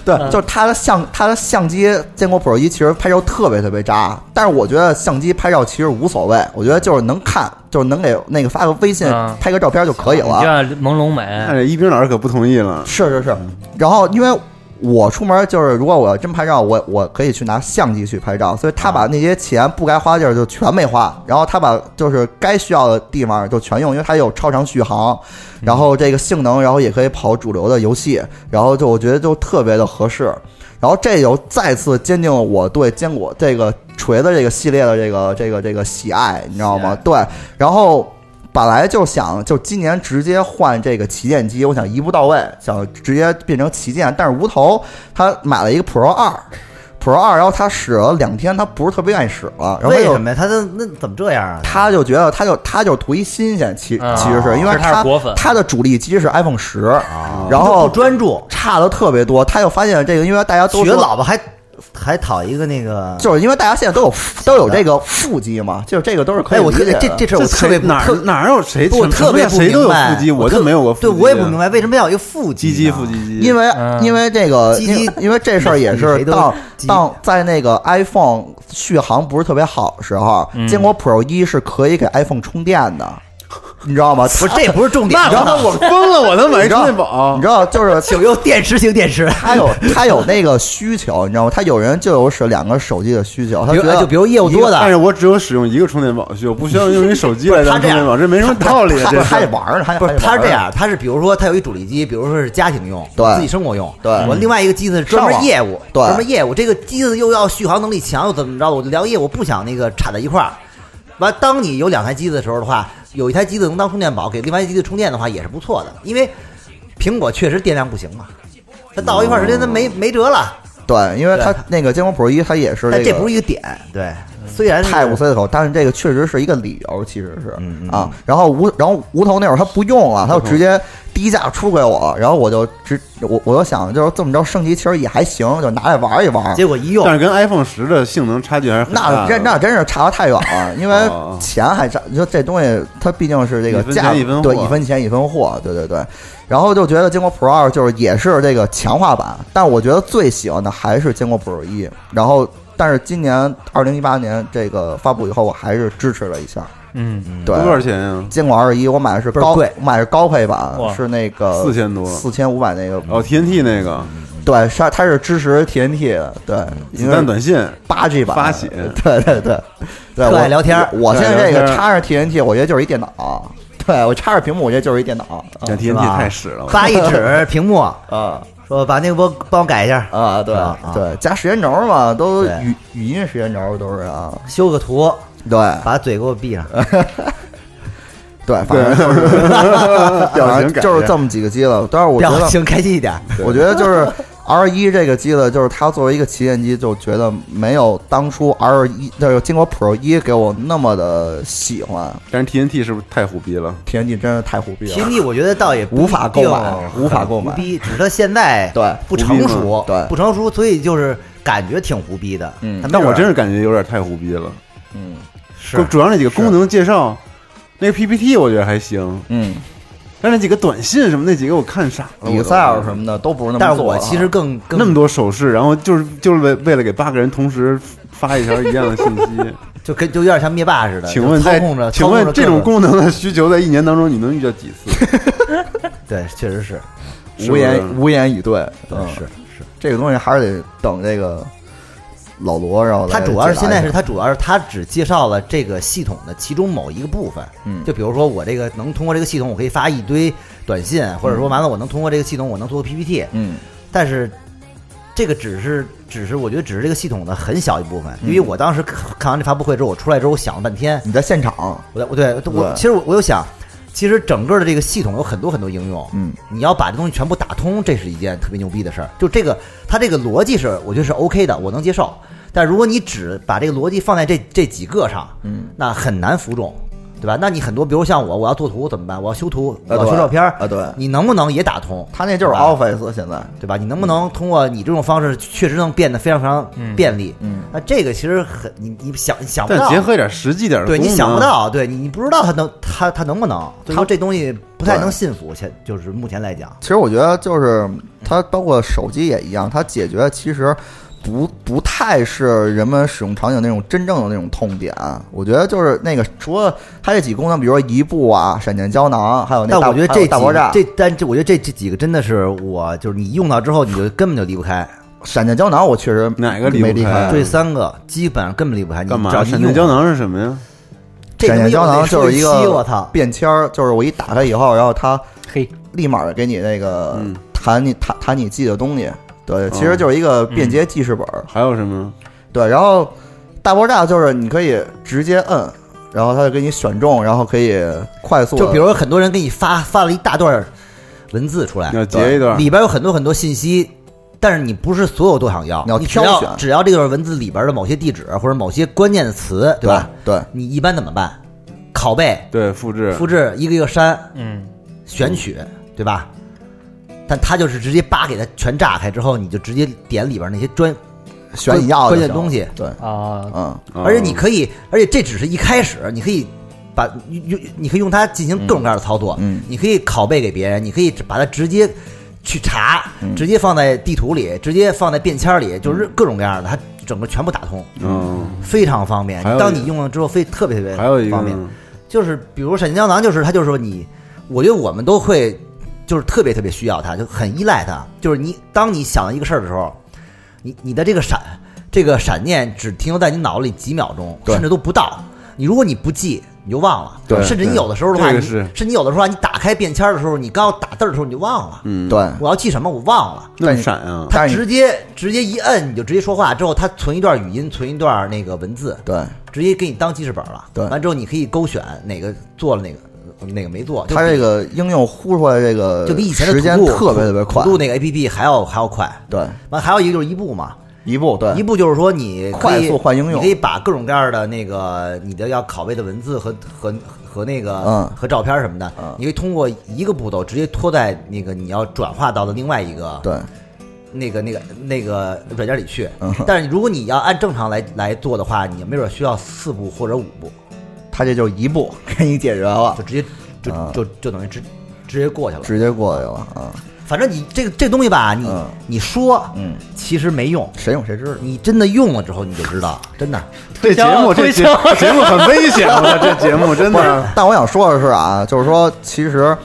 [SPEAKER 3] 对，就是它的相它的相机，建国 Pro 一其实拍照特别特别渣，但是我觉得相机拍照其实无所谓，我觉得就是能看，就是能给那个发个微信
[SPEAKER 2] 啊
[SPEAKER 3] 拍个照片就可以
[SPEAKER 2] 你
[SPEAKER 3] 了。
[SPEAKER 2] 看朦胧美，
[SPEAKER 1] 但哎是一冰老师可不同意了，
[SPEAKER 3] 是是是，然后因为我出门就是，如果我要真拍照，我我可以去拿相机去拍照，所以他把那些钱不该花的地儿就全没花，然后他把就是该需要的地方就全用，因为它有超长续航，然后这个性能，然后也可以跑主流的游戏，然后就我觉得就特别的合适。然后这又再次坚定了我对坚果这个锤子这个系列的这个这个这个喜爱，你知道吗？对，然后本来就想就今年直接换这个旗舰机，我想一步到位，想直接变成旗舰，但是无头他买了一个 Pro 二，Pro 二，然后他使了两天，他不是特别愿意使了，然后他
[SPEAKER 4] 为
[SPEAKER 3] 就
[SPEAKER 4] 什么呀？他那那怎么这样啊？
[SPEAKER 3] 他就觉得他就他就图一新鲜，其
[SPEAKER 2] 啊
[SPEAKER 3] 其实是因为
[SPEAKER 2] 其实他是
[SPEAKER 3] 他
[SPEAKER 2] 果粉
[SPEAKER 3] 他的主力机是 iPhone 十，然
[SPEAKER 4] 不
[SPEAKER 3] 后
[SPEAKER 4] 专注，
[SPEAKER 3] 差的特别多，他又发现这个，因为大家都
[SPEAKER 4] 娶
[SPEAKER 3] 说
[SPEAKER 4] 了老婆还还讨一个那个。
[SPEAKER 3] 就是因为大家现在都有都有这个腹肌嘛，就是这个都是可
[SPEAKER 4] 哎，
[SPEAKER 3] 以
[SPEAKER 4] 我特
[SPEAKER 3] 理解啊
[SPEAKER 4] 这
[SPEAKER 3] 的。
[SPEAKER 4] 这这事儿我
[SPEAKER 1] 这
[SPEAKER 4] 特别
[SPEAKER 1] 谁哪
[SPEAKER 4] 特
[SPEAKER 1] 儿哪有谁
[SPEAKER 4] 我
[SPEAKER 1] 什么
[SPEAKER 4] 特别
[SPEAKER 1] 什
[SPEAKER 4] 不
[SPEAKER 1] 么叫谁都有
[SPEAKER 4] 明白，
[SPEAKER 1] 腹肌，我就没有过腹肌
[SPEAKER 4] 对
[SPEAKER 1] 啊，
[SPEAKER 4] 我也不明白为什么要有一个腹
[SPEAKER 1] 鸡
[SPEAKER 4] 肌
[SPEAKER 1] 鸡
[SPEAKER 4] 呢
[SPEAKER 1] 腹肌肌，
[SPEAKER 3] 因为
[SPEAKER 2] 嗯
[SPEAKER 3] 因为这个，
[SPEAKER 4] 鸡
[SPEAKER 3] 因为因为这事儿也
[SPEAKER 4] 谁
[SPEAKER 3] 是
[SPEAKER 4] 都
[SPEAKER 3] 当
[SPEAKER 4] 鸡
[SPEAKER 3] 当在那个 iPhone 续航不是特别好的时候，坚果 Pro 一是可以给 iPhone 充电的，你知道吗？
[SPEAKER 4] 不是，这不是重 点。
[SPEAKER 1] 然后我疯 了，我能买
[SPEAKER 3] 你
[SPEAKER 1] 一
[SPEAKER 3] 知
[SPEAKER 1] 充
[SPEAKER 3] 道
[SPEAKER 1] 电宝
[SPEAKER 3] 你知，道就是
[SPEAKER 4] 请用电池型电池。
[SPEAKER 3] 他有他有那个需求，你知道吗？他有人就有使两个手机的需 求，他
[SPEAKER 4] 比
[SPEAKER 3] 觉
[SPEAKER 4] 如哎
[SPEAKER 3] 得
[SPEAKER 4] 就比如业务多
[SPEAKER 1] 但
[SPEAKER 4] 的，
[SPEAKER 1] 是我只有使用一个充电宝需要，不需要用你手机来
[SPEAKER 4] 他
[SPEAKER 1] 当
[SPEAKER 4] 这
[SPEAKER 1] 充
[SPEAKER 4] 样
[SPEAKER 1] 电宝，这没什么道理啊，
[SPEAKER 3] 他
[SPEAKER 1] 这
[SPEAKER 3] 还
[SPEAKER 1] 事儿
[SPEAKER 3] 得玩儿呢，还得
[SPEAKER 4] 不是
[SPEAKER 3] 还
[SPEAKER 4] 他是
[SPEAKER 3] 得玩儿呢
[SPEAKER 4] 这样，他是比如说他有一主力机，比如说是家庭用，
[SPEAKER 3] 对
[SPEAKER 4] 自己生活用。
[SPEAKER 3] 对
[SPEAKER 4] 我另外一个机子是专门
[SPEAKER 3] 上网
[SPEAKER 4] 业务，
[SPEAKER 3] 对
[SPEAKER 4] 专门业务。这个机子又要续航能力强，又怎么着？我就聊业务，不想那个插在一块儿。完，当你有两台机子的时候的话，有一台机子能当充电宝，给另外一台机子充电的话也是不错的，因为苹果确实电量不行嘛，它到一块儿时间它没没辙了。
[SPEAKER 3] 对，因为他
[SPEAKER 4] 对
[SPEAKER 3] 那个坚果 Pro 一，他也嗯是
[SPEAKER 4] 但这
[SPEAKER 3] 个
[SPEAKER 4] 不是一个点，对。虽然是
[SPEAKER 3] 太无 C 的口，但是这个确实是一个理由，其实是
[SPEAKER 4] 嗯嗯
[SPEAKER 3] 啊。然后无，然后无头那会儿他不用了，他就直接低价出给我，然后我就直我我就想就是这么着升级，其实也还行，就拿来玩一玩。
[SPEAKER 4] 结果一用
[SPEAKER 1] 但是跟 iPhone 十的性能差距还是很大啊的
[SPEAKER 3] 那真那真是差得太远了，因为
[SPEAKER 1] 哦
[SPEAKER 3] 钱还差，就这东西它毕竟是这个
[SPEAKER 1] 一分
[SPEAKER 3] 价
[SPEAKER 1] 钱一分货
[SPEAKER 3] 对一分钱一分货，对对对。然后就觉得坚果 Pro 二就是也是这个强化版，但我觉得最喜欢的还是坚果 Pro 一。然后，但是今年二零一八年这个发布以后，我还是支持了一下。
[SPEAKER 2] 嗯，
[SPEAKER 3] 对，
[SPEAKER 1] 多少钱呀？
[SPEAKER 3] 坚果二一，我买的是
[SPEAKER 4] 倍儿
[SPEAKER 3] 高
[SPEAKER 4] 贵，
[SPEAKER 3] 买的是高配版
[SPEAKER 2] 哇，
[SPEAKER 3] 是那个
[SPEAKER 1] 四千多
[SPEAKER 3] 四千五百那个。
[SPEAKER 1] 哦，TNT 那个
[SPEAKER 3] 对，它它是支持 TNT 的，对，因
[SPEAKER 1] 子
[SPEAKER 3] 为
[SPEAKER 1] 弹短信，
[SPEAKER 3] 八 G 版
[SPEAKER 1] 发起
[SPEAKER 3] 对对 对，对
[SPEAKER 4] 特爱
[SPEAKER 3] 我
[SPEAKER 4] 聊天儿
[SPEAKER 3] 我现在这
[SPEAKER 1] 特爱聊天
[SPEAKER 3] 个
[SPEAKER 1] 儿
[SPEAKER 3] 插上 TNT，我觉得就是一电脑，对我插上屏幕，我觉得就是一电脑。
[SPEAKER 1] 这 TNT
[SPEAKER 4] 吧
[SPEAKER 1] 太 屎了，我
[SPEAKER 4] 发一指屏幕，
[SPEAKER 3] 啊
[SPEAKER 4] 说把那个波帮我改一下，
[SPEAKER 3] 啊啊！对
[SPEAKER 4] 啊
[SPEAKER 3] 对，加时间轴嘛，都
[SPEAKER 4] 对
[SPEAKER 3] 语语音时间轴都是啊，
[SPEAKER 4] 修个图，
[SPEAKER 3] 对
[SPEAKER 4] 把嘴给我闭上。
[SPEAKER 3] 呃对，反正就是 啊
[SPEAKER 1] 表情改
[SPEAKER 3] 就是这么几个机子。但是我觉
[SPEAKER 4] 表
[SPEAKER 3] 得，
[SPEAKER 4] 情开心 一点。
[SPEAKER 3] 我觉得就是 R 一这个机子，就是它作为一个旗舰机，就觉得没有当初 R 一就是经过 Pro 一给我那么的喜欢。
[SPEAKER 1] 但是 TNT 是不是太虎逼了？
[SPEAKER 3] TNT 真是太虎逼了，
[SPEAKER 4] 天地我觉得倒也不
[SPEAKER 3] 啊无法购买
[SPEAKER 4] 一定
[SPEAKER 3] 无法购买
[SPEAKER 4] 胡逼，只是他现在
[SPEAKER 3] 对
[SPEAKER 4] 不成
[SPEAKER 1] 胡逼
[SPEAKER 4] 熟
[SPEAKER 1] 嘛，
[SPEAKER 3] 对
[SPEAKER 4] 不成熟，所以就是感觉挺胡逼的。
[SPEAKER 3] 嗯
[SPEAKER 4] 他没
[SPEAKER 1] 但我
[SPEAKER 4] 准
[SPEAKER 1] 真是感觉有点太虎逼了。
[SPEAKER 3] 嗯
[SPEAKER 1] 就是主要那几个功能介绍，那个 PPT 我觉得还行，
[SPEAKER 3] 嗯。
[SPEAKER 1] 但是那几个短信什么那几个我看傻了。
[SPEAKER 3] 比赛啊尔什么的都嗯不是那
[SPEAKER 4] 但
[SPEAKER 3] 么
[SPEAKER 4] 是
[SPEAKER 3] 做啊
[SPEAKER 4] 我
[SPEAKER 3] 的。
[SPEAKER 4] 其实更更
[SPEAKER 1] 那么多手势，然后就是就是为为了给八个人同时发一条一样的信息。
[SPEAKER 4] 就跟就有点像灭霸似的，
[SPEAKER 1] 请问
[SPEAKER 4] 就操
[SPEAKER 1] 在
[SPEAKER 4] 控着，
[SPEAKER 1] 请
[SPEAKER 4] 操控
[SPEAKER 1] 问
[SPEAKER 4] 着
[SPEAKER 1] 这种
[SPEAKER 4] 各
[SPEAKER 1] 功能的需求在一年当中你能遇到几次？
[SPEAKER 4] 对，确实是，
[SPEAKER 1] 是
[SPEAKER 3] 无
[SPEAKER 1] 不是
[SPEAKER 3] 言无言以对，
[SPEAKER 4] 对
[SPEAKER 3] 嗯
[SPEAKER 4] 是是。
[SPEAKER 3] 这个东西还是得等这个老罗，然后
[SPEAKER 4] 他
[SPEAKER 3] 来
[SPEAKER 4] 主要是
[SPEAKER 3] 解答
[SPEAKER 4] 现在
[SPEAKER 3] 一
[SPEAKER 4] 是
[SPEAKER 3] 下
[SPEAKER 4] 他主要是他只介绍了这个系统的其中某一个部分，
[SPEAKER 3] 嗯
[SPEAKER 4] 就比如说我这个能通过这个系统，我可以发一堆短信，或者说完了我能通过这个系统我能做个 PPT，
[SPEAKER 3] 嗯
[SPEAKER 4] 但是这个只是只是我觉得只是这个系统的很小一部分，因为我当时看看完这发布会之后，我出来之后我想了半天，
[SPEAKER 3] 你在现场
[SPEAKER 4] 我在我对我
[SPEAKER 3] 对
[SPEAKER 4] 其实我我又想，其实整个的这个系统有很多很多应用，
[SPEAKER 3] 嗯，
[SPEAKER 4] 你要把这东西全部打通，这是一件特别牛逼的事儿。就这个，它这个逻辑是我觉得是 OK 的，我能接受。但如果你只把这个逻辑放在这这几个上，
[SPEAKER 3] 嗯，
[SPEAKER 4] 那很难服众，对吧？那你很多，比如像我，我要做图怎么办？我要修图，我
[SPEAKER 3] 啊
[SPEAKER 4] 要
[SPEAKER 3] 对
[SPEAKER 4] 修照片儿
[SPEAKER 3] 啊对
[SPEAKER 4] 你能不能也打通？
[SPEAKER 3] 他那就
[SPEAKER 4] 对
[SPEAKER 3] 是
[SPEAKER 4] 吧
[SPEAKER 3] Office 现在，
[SPEAKER 4] 对吧？你能不能通过你这种方式，确实能变得非常非常便利？
[SPEAKER 3] 嗯嗯
[SPEAKER 4] 那这个其实很你你想想不
[SPEAKER 1] 但
[SPEAKER 4] 到，
[SPEAKER 1] 结合一点实际点的，
[SPEAKER 4] 对你想不，到，对你你不知道它能它它能不能，它这东西不太能信服，现就是目前来讲，
[SPEAKER 3] 其实我觉得就是它包括手机也一样，它解决其实不不太是人们使用场景那种真正的那种痛点。我觉得就是那个除了它这几功能，比如说移步啊、闪电胶囊，还有那
[SPEAKER 4] 但
[SPEAKER 3] 大
[SPEAKER 4] 我觉得
[SPEAKER 3] 还有
[SPEAKER 4] 这
[SPEAKER 3] 大爆炸
[SPEAKER 4] 几这但这我觉得这这几个真的是我就是你用到之后你就根本就离不开，
[SPEAKER 3] 闪电胶囊，我确实
[SPEAKER 1] 哪个离不
[SPEAKER 3] 没离
[SPEAKER 1] 开啊
[SPEAKER 3] 开？
[SPEAKER 4] 这三个基本上根本离不开，你
[SPEAKER 1] 干嘛
[SPEAKER 4] 只？要一
[SPEAKER 1] 闪
[SPEAKER 4] 用
[SPEAKER 1] 电胶囊是什么呀？
[SPEAKER 4] 这
[SPEAKER 3] 闪电胶囊就是一
[SPEAKER 4] 手机我
[SPEAKER 3] 个
[SPEAKER 4] 操，
[SPEAKER 3] 便签儿，就是我一打开以后，然后它
[SPEAKER 2] 嘿，
[SPEAKER 3] 立马给你那个
[SPEAKER 1] 嗯
[SPEAKER 3] 弹你弹弹你记的东西。对，
[SPEAKER 4] 哦
[SPEAKER 3] 其实
[SPEAKER 1] 嗯
[SPEAKER 3] 就是一个便捷记事本儿。
[SPEAKER 1] 还有什么？
[SPEAKER 3] 对，然后大爆炸就是你可以直接摁，然后它就给你选中，然后可以快速地
[SPEAKER 4] 就比如说很多人给你发发了一大段文字出来，
[SPEAKER 1] 要截一段，
[SPEAKER 4] 里边有很多很多信息，但是你不是所有都想要，
[SPEAKER 3] 你要
[SPEAKER 4] 你只
[SPEAKER 3] 挑
[SPEAKER 4] 要
[SPEAKER 3] 选
[SPEAKER 4] 只要这段文字里边的某些地址或者某些关键词，
[SPEAKER 3] 对
[SPEAKER 4] 吧？？
[SPEAKER 3] 对，
[SPEAKER 4] 你一般怎么办？拷贝、
[SPEAKER 1] 对，复制，
[SPEAKER 4] 复制，一个一个删，
[SPEAKER 2] 嗯，
[SPEAKER 4] 选取，对吧？但他就是直接叭给它全炸开之后，你就直接点里边那些专，
[SPEAKER 3] 选你要的
[SPEAKER 4] 关键
[SPEAKER 3] 就行
[SPEAKER 4] 东西
[SPEAKER 3] 对，
[SPEAKER 2] 啊，
[SPEAKER 3] 嗯，
[SPEAKER 1] 嗯
[SPEAKER 4] 而且你可以，而且这只是一开始，你可以把用，你可以用它进行各种各样的操作，
[SPEAKER 3] 嗯嗯
[SPEAKER 4] 你可以拷贝给别人，你可以把它直接去查，
[SPEAKER 1] 嗯
[SPEAKER 4] 直接放在地图里，直接放在便签里，就是各种各样的，它整个全部打通，
[SPEAKER 1] 嗯，
[SPEAKER 4] 非常方便
[SPEAKER 1] 还有。一
[SPEAKER 4] 当你用了之后，非特别特别
[SPEAKER 1] 还有一个
[SPEAKER 4] 嗯方便。
[SPEAKER 1] 呢，
[SPEAKER 4] 就是比如闪电胶囊，就是它就是说你，我觉得我们都会就是特别特别需要它，就很依赖它。就是你当你想到一个事儿的时候，你你的这个闪这个闪念只停留在你脑子里几秒钟，
[SPEAKER 3] 对
[SPEAKER 4] 甚至都不到。你如果你不记，你就忘了。
[SPEAKER 1] 对
[SPEAKER 4] 甚至你有的时候的话，
[SPEAKER 1] 这个
[SPEAKER 4] 你
[SPEAKER 1] 是
[SPEAKER 4] 甚至你有的时候啊你打开便签的时候，你刚要打字的时候你就忘了。
[SPEAKER 1] 嗯，，
[SPEAKER 3] 对，
[SPEAKER 4] 我要记什么我忘了。
[SPEAKER 1] 那么闪啊，
[SPEAKER 4] 它
[SPEAKER 3] 但是
[SPEAKER 4] 直接直接一摁，你就直接说话，之后它存一段语音，存一段那个文字，
[SPEAKER 3] 对，
[SPEAKER 4] 直接给你当记事本了。
[SPEAKER 3] 对
[SPEAKER 4] 完之后你可以勾选哪个做了哪个，呃哪个没做。
[SPEAKER 3] 它这个应用呼出来这个
[SPEAKER 4] 就比以前的
[SPEAKER 3] 时间
[SPEAKER 4] 土度
[SPEAKER 3] 特别特别快
[SPEAKER 4] 土，度那个 A P P 还要还要快。
[SPEAKER 3] 对，
[SPEAKER 4] 完还有一个就是一步嘛，
[SPEAKER 3] 一步对
[SPEAKER 4] 一步就是说你可以
[SPEAKER 3] 快速换应用
[SPEAKER 4] 你可以把各种各样的那个你的要拷贝的文字和和和那个
[SPEAKER 3] 嗯
[SPEAKER 4] 和照片什么的
[SPEAKER 3] 嗯，
[SPEAKER 4] 你可以通过一个步骤直接拖在那个你要转化到的另外一个
[SPEAKER 3] 对，
[SPEAKER 4] 那个那个那个软件里去
[SPEAKER 3] 嗯。
[SPEAKER 4] 但是如果你要按正常来来做的话，你没准需要四步或者五步，
[SPEAKER 3] 它这就一步 给你解决了
[SPEAKER 4] 就，直接就
[SPEAKER 3] 啊
[SPEAKER 4] 就就等于直直接过去了。
[SPEAKER 3] 直接过去了啊，
[SPEAKER 4] 反正你这个这东西吧，你
[SPEAKER 3] 嗯
[SPEAKER 4] 你说
[SPEAKER 3] 嗯，
[SPEAKER 4] 其实没用，
[SPEAKER 3] 谁用谁知道。
[SPEAKER 4] 你真的用了之后你就知 道，真的。
[SPEAKER 1] 这节目这
[SPEAKER 2] 推
[SPEAKER 1] 节
[SPEAKER 2] 销
[SPEAKER 1] 节目很危险
[SPEAKER 4] 啊
[SPEAKER 1] 了，这节目真
[SPEAKER 3] 不是
[SPEAKER 1] 的，，
[SPEAKER 3] 但我想说的是啊，就是说，其实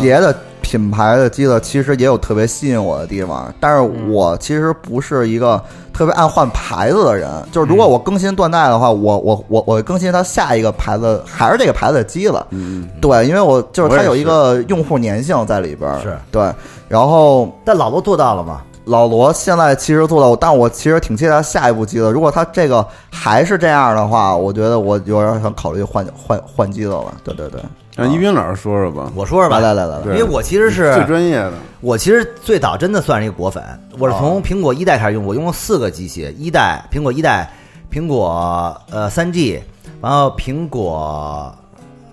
[SPEAKER 3] 别的品牌的机子其实也有特别吸引我的地
[SPEAKER 1] 嗯
[SPEAKER 3] 方，但是我其实不是一个特别爱换牌子的人。就是如果我更新断代的
[SPEAKER 1] 嗯
[SPEAKER 3] 话，我我我我会更新它下一个牌子还是这个牌子的机子。
[SPEAKER 1] 嗯，
[SPEAKER 3] 对，因为我就是
[SPEAKER 1] 我
[SPEAKER 3] 它
[SPEAKER 1] 也
[SPEAKER 3] 有一
[SPEAKER 1] 是
[SPEAKER 3] 个用户粘性在里边儿，
[SPEAKER 4] 是
[SPEAKER 3] 对。然后
[SPEAKER 4] 但老罗做到了嘛？
[SPEAKER 3] 老罗现在其实做到，但我其实挺期待他下一步机子。如果他这个还是这样的话，我觉得我有点想考虑换换换机子了。对对对，
[SPEAKER 1] 让一冰老师说说吧，
[SPEAKER 4] 我说说吧，
[SPEAKER 3] 来来来来来
[SPEAKER 4] 因为啊我其实
[SPEAKER 1] 最
[SPEAKER 4] 是
[SPEAKER 1] 专业的，
[SPEAKER 4] 我其实最早真的算是一个果粉，我是
[SPEAKER 3] 啊
[SPEAKER 4] 从苹果一代开始用，我用了四个机器，一代苹果一代，苹果呃三 G，然后苹果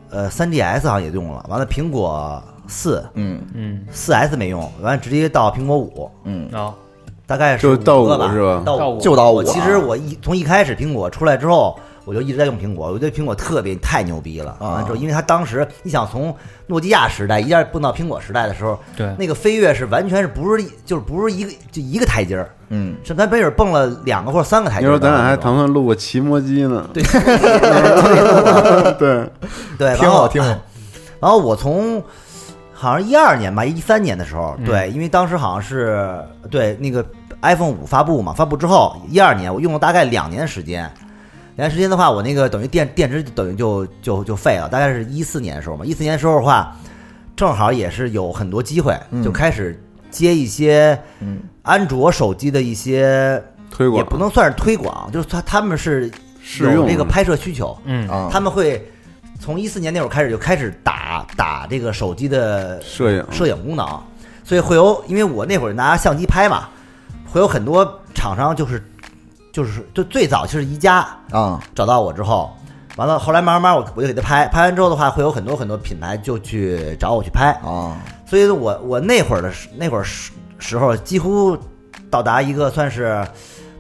[SPEAKER 4] 呃三 GS 好像也用了，完了苹果四
[SPEAKER 3] 嗯
[SPEAKER 2] 嗯，
[SPEAKER 4] 四 S 没用，完了直接到苹果五，
[SPEAKER 3] 嗯，
[SPEAKER 2] 啊，
[SPEAKER 4] 大概是
[SPEAKER 1] 就
[SPEAKER 4] 五
[SPEAKER 1] 到
[SPEAKER 4] 个
[SPEAKER 1] 五
[SPEAKER 4] 吧
[SPEAKER 1] 是吧
[SPEAKER 4] 到
[SPEAKER 2] 到
[SPEAKER 4] 五
[SPEAKER 2] 五
[SPEAKER 3] 就到
[SPEAKER 4] 我
[SPEAKER 3] 我。
[SPEAKER 4] 其实我一从一开始苹果出来之后，我就一直在用苹果，我觉得苹果特别太牛逼了。
[SPEAKER 3] 啊
[SPEAKER 4] 完之后，因为它当时你想从诺基亚时代一下蹦到苹果时代的时候，
[SPEAKER 2] 对
[SPEAKER 4] 那个飞跃是完全是不是一就是不是一个就一个台阶儿，
[SPEAKER 3] 嗯，
[SPEAKER 4] 是咱没准蹦了两个或者三个台
[SPEAKER 1] 那
[SPEAKER 4] 阶
[SPEAKER 1] 时
[SPEAKER 4] 儿
[SPEAKER 1] 候
[SPEAKER 4] 的那种。
[SPEAKER 1] 咱俩还谈论录过骑摩机呢， 对对，
[SPEAKER 4] 对，
[SPEAKER 3] 挺
[SPEAKER 4] 然
[SPEAKER 3] 好
[SPEAKER 4] 后哎
[SPEAKER 3] 挺好。
[SPEAKER 4] 然后我从好像一二年吧，一三年的时
[SPEAKER 1] 嗯
[SPEAKER 4] 候，对，因为当时好像是对那个 iPhone 五发布嘛，发布之后一二年，我用了大概两年时间。两年时间的话，我那个等于电电池等于就就就废了，大概是一四年的时候嘛。一四年的时候的话，正好也是有很多机会，
[SPEAKER 1] 嗯
[SPEAKER 4] 就开始接一些
[SPEAKER 3] 嗯
[SPEAKER 4] 安卓手机的一些，
[SPEAKER 1] 推广
[SPEAKER 4] 也不能算是推广，就是他他们是
[SPEAKER 1] 试
[SPEAKER 4] 有
[SPEAKER 1] 用
[SPEAKER 4] 那个拍摄需求，
[SPEAKER 2] 嗯
[SPEAKER 3] 啊，
[SPEAKER 4] 他们会从一四年那会儿开始就开始打打打这个手机的
[SPEAKER 1] 摄影
[SPEAKER 4] 摄影功能，所以会有，因为我那会儿拿相机拍嘛，会有很多厂商就是就是就最早就是宜家
[SPEAKER 3] 啊，
[SPEAKER 4] 找到我之后，完了后来慢慢慢我我就给他拍，拍完之后的话会有很多很多品牌就去找我去拍，
[SPEAKER 3] 啊，
[SPEAKER 4] 所以我我那会儿的时那会儿时时候几乎到达一个算是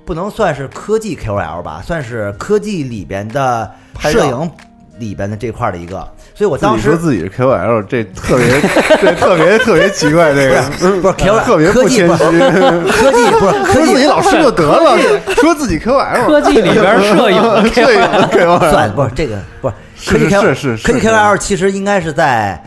[SPEAKER 4] 不能算是科技 KOL 吧，算是科技里边的
[SPEAKER 3] 拍照
[SPEAKER 4] 摄影里边的这块儿的一个，所以我
[SPEAKER 1] 自
[SPEAKER 4] 当
[SPEAKER 1] 己说
[SPEAKER 4] 时
[SPEAKER 1] 自己是 KOL，这特别 这特别特别奇怪，这个
[SPEAKER 4] 不是 KOL
[SPEAKER 1] 特别不
[SPEAKER 4] 科技
[SPEAKER 1] 谦
[SPEAKER 4] 不
[SPEAKER 1] 虚，
[SPEAKER 4] 科技不 是
[SPEAKER 1] 说自己老师就得了，说自己 KOL，
[SPEAKER 2] 科技里边摄影
[SPEAKER 1] 摄影 KOL，
[SPEAKER 4] 算不是这个不
[SPEAKER 1] 是
[SPEAKER 4] 科技 KOL
[SPEAKER 1] 是是是
[SPEAKER 4] 科技
[SPEAKER 1] 是
[SPEAKER 4] KOL 其实应该是在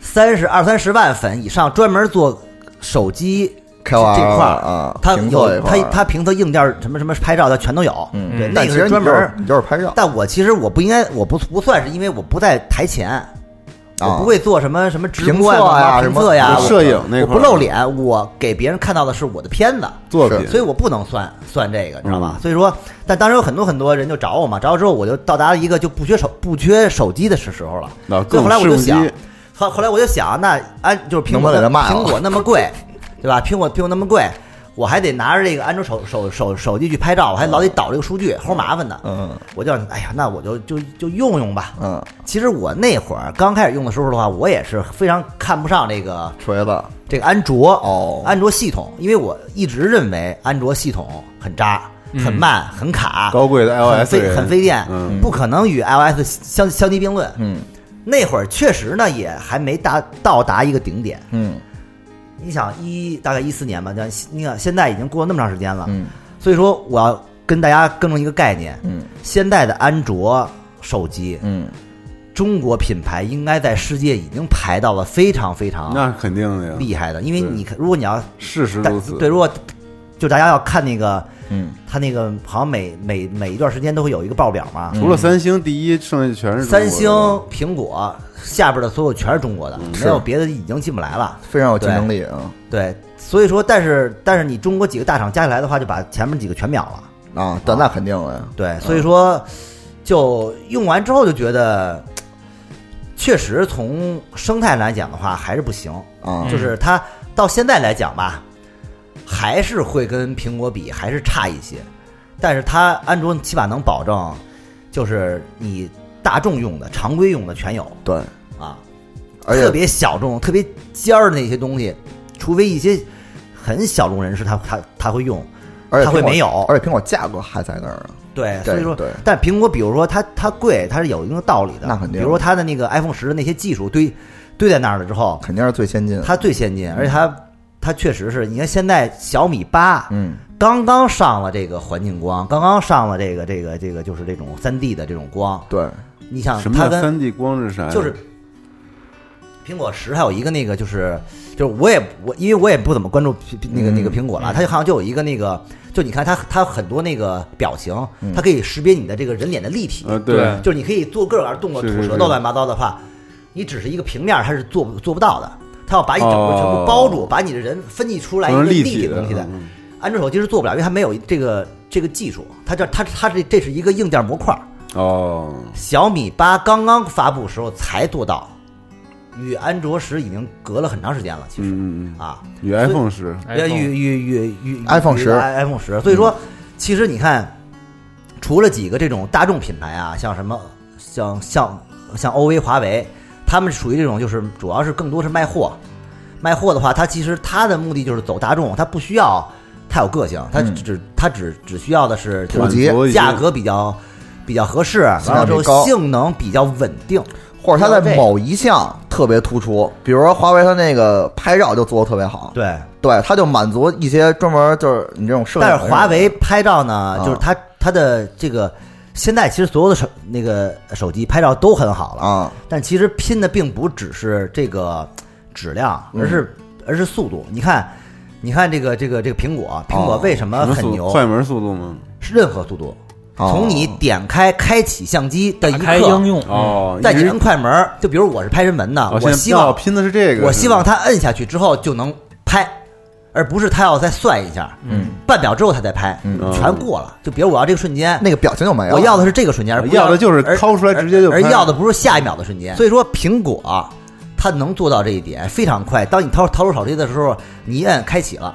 [SPEAKER 4] 三十二三十万粉以上，专门做手机
[SPEAKER 3] KOL
[SPEAKER 4] 这块儿
[SPEAKER 3] 啊
[SPEAKER 4] 它
[SPEAKER 3] 评测
[SPEAKER 4] 有
[SPEAKER 3] 这块
[SPEAKER 4] 它
[SPEAKER 3] 儿
[SPEAKER 4] 它评测硬件儿什么什么拍照的全都有，
[SPEAKER 3] 嗯
[SPEAKER 4] 对，那
[SPEAKER 3] 但
[SPEAKER 4] 个
[SPEAKER 3] 其实
[SPEAKER 4] 是
[SPEAKER 3] 你
[SPEAKER 4] 专门
[SPEAKER 3] 就是
[SPEAKER 4] 儿。
[SPEAKER 3] 你就是拍照，
[SPEAKER 4] 但我其实我不应该，我不不算是，因为我不在台前，我不会做什么什么直播
[SPEAKER 3] 啊评测呀
[SPEAKER 4] 评
[SPEAKER 3] 什么
[SPEAKER 4] 测呀，
[SPEAKER 1] 就
[SPEAKER 4] 我
[SPEAKER 1] 摄影那
[SPEAKER 4] 我
[SPEAKER 1] 块儿
[SPEAKER 4] 不露脸，我给别人看到的是我的片子，
[SPEAKER 1] 作品，
[SPEAKER 4] 所以我不能算算这个，你知道吗？
[SPEAKER 1] 嗯
[SPEAKER 4] 所以说，但当时有很多很多人就找我嘛，找我之后我就到达了一个就不缺手不缺手机的时时候了。
[SPEAKER 1] 老
[SPEAKER 4] 所以
[SPEAKER 1] 各
[SPEAKER 4] 后
[SPEAKER 1] 种
[SPEAKER 4] 来我
[SPEAKER 1] 试
[SPEAKER 4] 就
[SPEAKER 1] 用机
[SPEAKER 4] 想，后后来我就想，那安就是苹
[SPEAKER 3] 能
[SPEAKER 4] 果
[SPEAKER 3] 不能给他卖了
[SPEAKER 4] 苹果那么贵，对吧？苹果苹果那么贵，我还得拿着这个安卓手手手手机去拍照，我还老得导这个数据，齁麻烦的。
[SPEAKER 3] 嗯
[SPEAKER 4] 我就想哎呀，那我就就就用用吧。
[SPEAKER 3] 嗯，
[SPEAKER 4] 其实我那会儿刚开始用的时候的话，我也是非常看不上这个
[SPEAKER 3] 锤子
[SPEAKER 4] 这个安卓
[SPEAKER 3] 哦
[SPEAKER 4] 安卓系统，因为我一直认为安卓系统很渣、很慢、很卡，
[SPEAKER 1] 高贵的
[SPEAKER 4] 啊很
[SPEAKER 1] iOS
[SPEAKER 4] 费
[SPEAKER 1] 人
[SPEAKER 4] 很费电，
[SPEAKER 1] 嗯
[SPEAKER 4] 不可能与 iOS 相相提并论。
[SPEAKER 3] 嗯
[SPEAKER 4] 那会儿确实呢，也还没达到达一个顶点。
[SPEAKER 3] 嗯
[SPEAKER 4] 你想一大概一四年吧，像你想现在已经过了那么长时间了，
[SPEAKER 3] 嗯
[SPEAKER 4] 所以说我要跟大家更正一个概念，
[SPEAKER 3] 嗯
[SPEAKER 4] 现在的安卓手机，
[SPEAKER 3] 嗯，
[SPEAKER 4] 中国品牌应该在世界已经排到了非常非常
[SPEAKER 1] 那肯定的呀，
[SPEAKER 4] 厉害的，因为
[SPEAKER 1] 对
[SPEAKER 4] 你看如果你要
[SPEAKER 1] 事实
[SPEAKER 4] 但
[SPEAKER 1] 如此，
[SPEAKER 4] 对，如果就大家要看那个，
[SPEAKER 3] 嗯，
[SPEAKER 4] 他那个好像每每每一段时间都会有一个报表嘛。
[SPEAKER 1] 除了三星第一，剩下嗯全是中国
[SPEAKER 4] 三
[SPEAKER 1] 的
[SPEAKER 4] 星、苹果下边的所有全是中国
[SPEAKER 1] 嗯
[SPEAKER 4] 的，没有别的已经进不来了。
[SPEAKER 3] 非常有竞争力啊
[SPEAKER 4] 对，所以说，但是但是你中国几个大厂加起来的话，就把前面几个全秒了。
[SPEAKER 3] 啊，但那肯定的呀，
[SPEAKER 4] 对，所以说，就用完之后就觉得，确实从生态来讲的话还是不行，
[SPEAKER 3] 啊，
[SPEAKER 4] 就是它到现在来讲吧，还是会跟苹果比还是差一些，但是它安卓起码能保证，就是你大众用的、常规用的全有
[SPEAKER 3] 对，
[SPEAKER 4] 啊，
[SPEAKER 3] 而且
[SPEAKER 4] 特别小众、特别尖儿的那些东西，除非一些很小众人士他他他会用，
[SPEAKER 3] 而且
[SPEAKER 4] 它会
[SPEAKER 3] 苹果
[SPEAKER 4] 没有
[SPEAKER 3] 而且苹果价格还在那儿呢，
[SPEAKER 4] 对，
[SPEAKER 3] 对
[SPEAKER 4] 所以说
[SPEAKER 3] 对，
[SPEAKER 4] 但苹果比如说它它贵，它是有一定的道理的，
[SPEAKER 3] 那肯定
[SPEAKER 4] 比如说它的那个 iPhone 十的那些技术堆堆在那儿了之后，
[SPEAKER 3] 肯定是最先进的，
[SPEAKER 4] 它最先进，而且它它确实是，你看现在小米八，
[SPEAKER 3] 嗯
[SPEAKER 4] 刚刚上了这个环境光，刚刚上了这个这个这个就是这种三 D 的这种光，
[SPEAKER 3] 对，
[SPEAKER 4] 你想
[SPEAKER 1] 什么
[SPEAKER 4] 啊它
[SPEAKER 1] 叫
[SPEAKER 4] 跟
[SPEAKER 1] 三 D 光是啥呀？
[SPEAKER 4] 就是苹果十还有一个那个就是就是我也我因为我也不怎么关注苹那
[SPEAKER 3] 嗯
[SPEAKER 4] 个那个苹果了，它好像就有一个那个就你看它它很多那个表情，
[SPEAKER 3] 嗯
[SPEAKER 4] 它可以识别你的这个人脸的立体，
[SPEAKER 1] 呃，
[SPEAKER 2] 对
[SPEAKER 4] 就是你可以做个儿动作、
[SPEAKER 1] 是是
[SPEAKER 4] 吐舌
[SPEAKER 1] 是
[SPEAKER 4] 头、乱七八糟的话，你只是一个平面儿，它是做不做不到的。它要把你整个全部包住，把你的人分析出来一
[SPEAKER 1] 都
[SPEAKER 4] 个
[SPEAKER 1] 是立
[SPEAKER 4] 立
[SPEAKER 1] 体
[SPEAKER 4] 体
[SPEAKER 1] 的
[SPEAKER 4] 的东西的。
[SPEAKER 1] 嗯
[SPEAKER 4] 安卓手机是做不了，因为它没有这个这个技术。它这它它这这是一个硬件模块儿。
[SPEAKER 1] 哦，
[SPEAKER 4] 小米八刚刚发布时候才做到，与安卓十已经隔了很长时间了。其实、
[SPEAKER 1] 嗯嗯嗯，
[SPEAKER 4] 啊，
[SPEAKER 1] 与 iPhone 十
[SPEAKER 2] 哎
[SPEAKER 4] 呃，与与与与与
[SPEAKER 3] iPhone 10
[SPEAKER 4] iPhone 十，所以说，其实你看，除了几个这种大众品牌啊，像什么像像像 OV、华为，他们属于这种就是主要是更多是卖货，卖货的话，它其实它的目的就是走大众，它不需要太有个性，它
[SPEAKER 3] 嗯
[SPEAKER 4] 只它只只需要的是
[SPEAKER 3] 普及
[SPEAKER 1] 满足已经
[SPEAKER 4] 价格比较比较合适，完了之
[SPEAKER 3] 性价比高
[SPEAKER 4] 后性能比较稳定，
[SPEAKER 3] 或者它
[SPEAKER 4] 这
[SPEAKER 3] 在
[SPEAKER 4] 个
[SPEAKER 3] 某一项特别突出，比如说华为它那个拍照就做的特别好，
[SPEAKER 4] 对。
[SPEAKER 3] 对，它就满足一些专门就是你这种摄影，
[SPEAKER 4] 但是华为拍照呢
[SPEAKER 3] 啊，
[SPEAKER 4] 就是它它的这个现在其实所有的手那个手机拍照都很好了，
[SPEAKER 3] 啊，
[SPEAKER 4] 但其实拼的并不只是这个质量，
[SPEAKER 3] 嗯
[SPEAKER 4] 而是而是速度。你看，你看这个这个这个苹果，苹果为什么
[SPEAKER 1] 哦什么
[SPEAKER 4] 很
[SPEAKER 1] 速
[SPEAKER 4] 牛？
[SPEAKER 1] 快门速度吗？
[SPEAKER 4] 是任何速度，
[SPEAKER 3] 哦
[SPEAKER 4] 从你点开开启相机的一
[SPEAKER 2] 打开应
[SPEAKER 4] 刻，
[SPEAKER 2] 用，嗯
[SPEAKER 1] 哦，
[SPEAKER 4] 再
[SPEAKER 1] 一直
[SPEAKER 4] 摁快门儿，就比如我是拍人文的，
[SPEAKER 1] 哦，
[SPEAKER 4] 啊我
[SPEAKER 1] 现
[SPEAKER 4] 希
[SPEAKER 1] 在哦
[SPEAKER 4] 望
[SPEAKER 1] 拼的是这个，嗯
[SPEAKER 4] 我希望它摁下去之后就能拍，而不是它要再算一下，
[SPEAKER 3] 嗯，
[SPEAKER 4] 半秒之后它再拍，
[SPEAKER 1] 嗯
[SPEAKER 4] 全过了。就比如我要这个瞬间，
[SPEAKER 3] 那个表情就没有，
[SPEAKER 4] 我要的是这个瞬间，而不
[SPEAKER 1] 要的就是
[SPEAKER 4] 而
[SPEAKER 1] 掏出来直接就
[SPEAKER 4] 而
[SPEAKER 1] 拍嗯
[SPEAKER 4] 要的不是下一秒的瞬间。所以说，苹果它能做到这一点非常快。当你掏掏出手机的时候，你一摁开启了，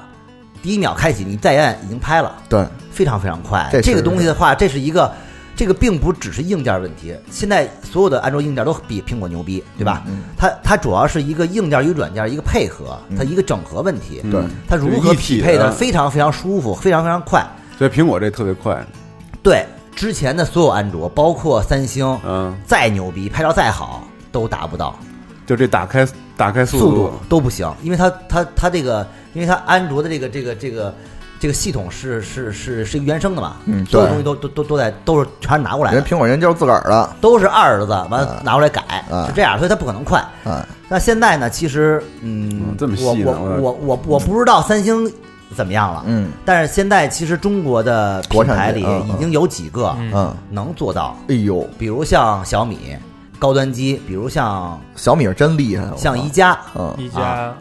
[SPEAKER 4] 第一秒开启，你再摁已经拍了，
[SPEAKER 3] 对，
[SPEAKER 4] 非常非常快。
[SPEAKER 3] 这
[SPEAKER 4] 这个
[SPEAKER 3] 是
[SPEAKER 4] 东西的话，这是一个。这个并不只是硬件问题，现在所有的安卓硬件都比苹果牛逼，对吧？
[SPEAKER 3] 嗯
[SPEAKER 4] 它它主要是一个硬件与软件一个配合，它一个整合问题。
[SPEAKER 1] 对
[SPEAKER 4] 它如
[SPEAKER 1] 嗯就
[SPEAKER 4] 何匹配
[SPEAKER 1] 一体
[SPEAKER 4] 的
[SPEAKER 1] 的
[SPEAKER 4] 非常非常舒服，非常非常快。
[SPEAKER 1] 所以苹果这特别快，
[SPEAKER 4] 对之前的所有安卓，包括三星，
[SPEAKER 1] 嗯，
[SPEAKER 4] 再牛逼，拍照再好，都达不到
[SPEAKER 1] 就这打开打开速
[SPEAKER 4] 速度都不行，因为它它它这个，因为它安卓的这个这个这个这个系统是是是是一个原生的嘛，
[SPEAKER 3] 嗯
[SPEAKER 4] 所有
[SPEAKER 3] 对
[SPEAKER 4] 东西都都都都在都是全是拿过来
[SPEAKER 3] 人
[SPEAKER 4] 的
[SPEAKER 3] 家，苹果人就是自个儿的，
[SPEAKER 4] 都是二儿子，完了拿过来改，
[SPEAKER 3] 啊
[SPEAKER 4] 是这样，所以它不可能快。
[SPEAKER 3] 嗯，
[SPEAKER 4] 那现在呢，其实嗯
[SPEAKER 1] 嗯，这么细呢
[SPEAKER 4] 我我我我我不知道三星怎么样了，
[SPEAKER 3] 嗯
[SPEAKER 4] 但是现在其实中国的品
[SPEAKER 3] 国产
[SPEAKER 4] 牌里
[SPEAKER 3] 品嗯
[SPEAKER 4] 已经有几个
[SPEAKER 2] 嗯
[SPEAKER 3] 嗯，
[SPEAKER 4] 能做到，
[SPEAKER 3] 哎呦，
[SPEAKER 4] 比如像小米高端机，比如像
[SPEAKER 3] 小米是真厉害，我
[SPEAKER 4] 像
[SPEAKER 3] 靠
[SPEAKER 4] 一加，
[SPEAKER 3] 嗯
[SPEAKER 2] 一加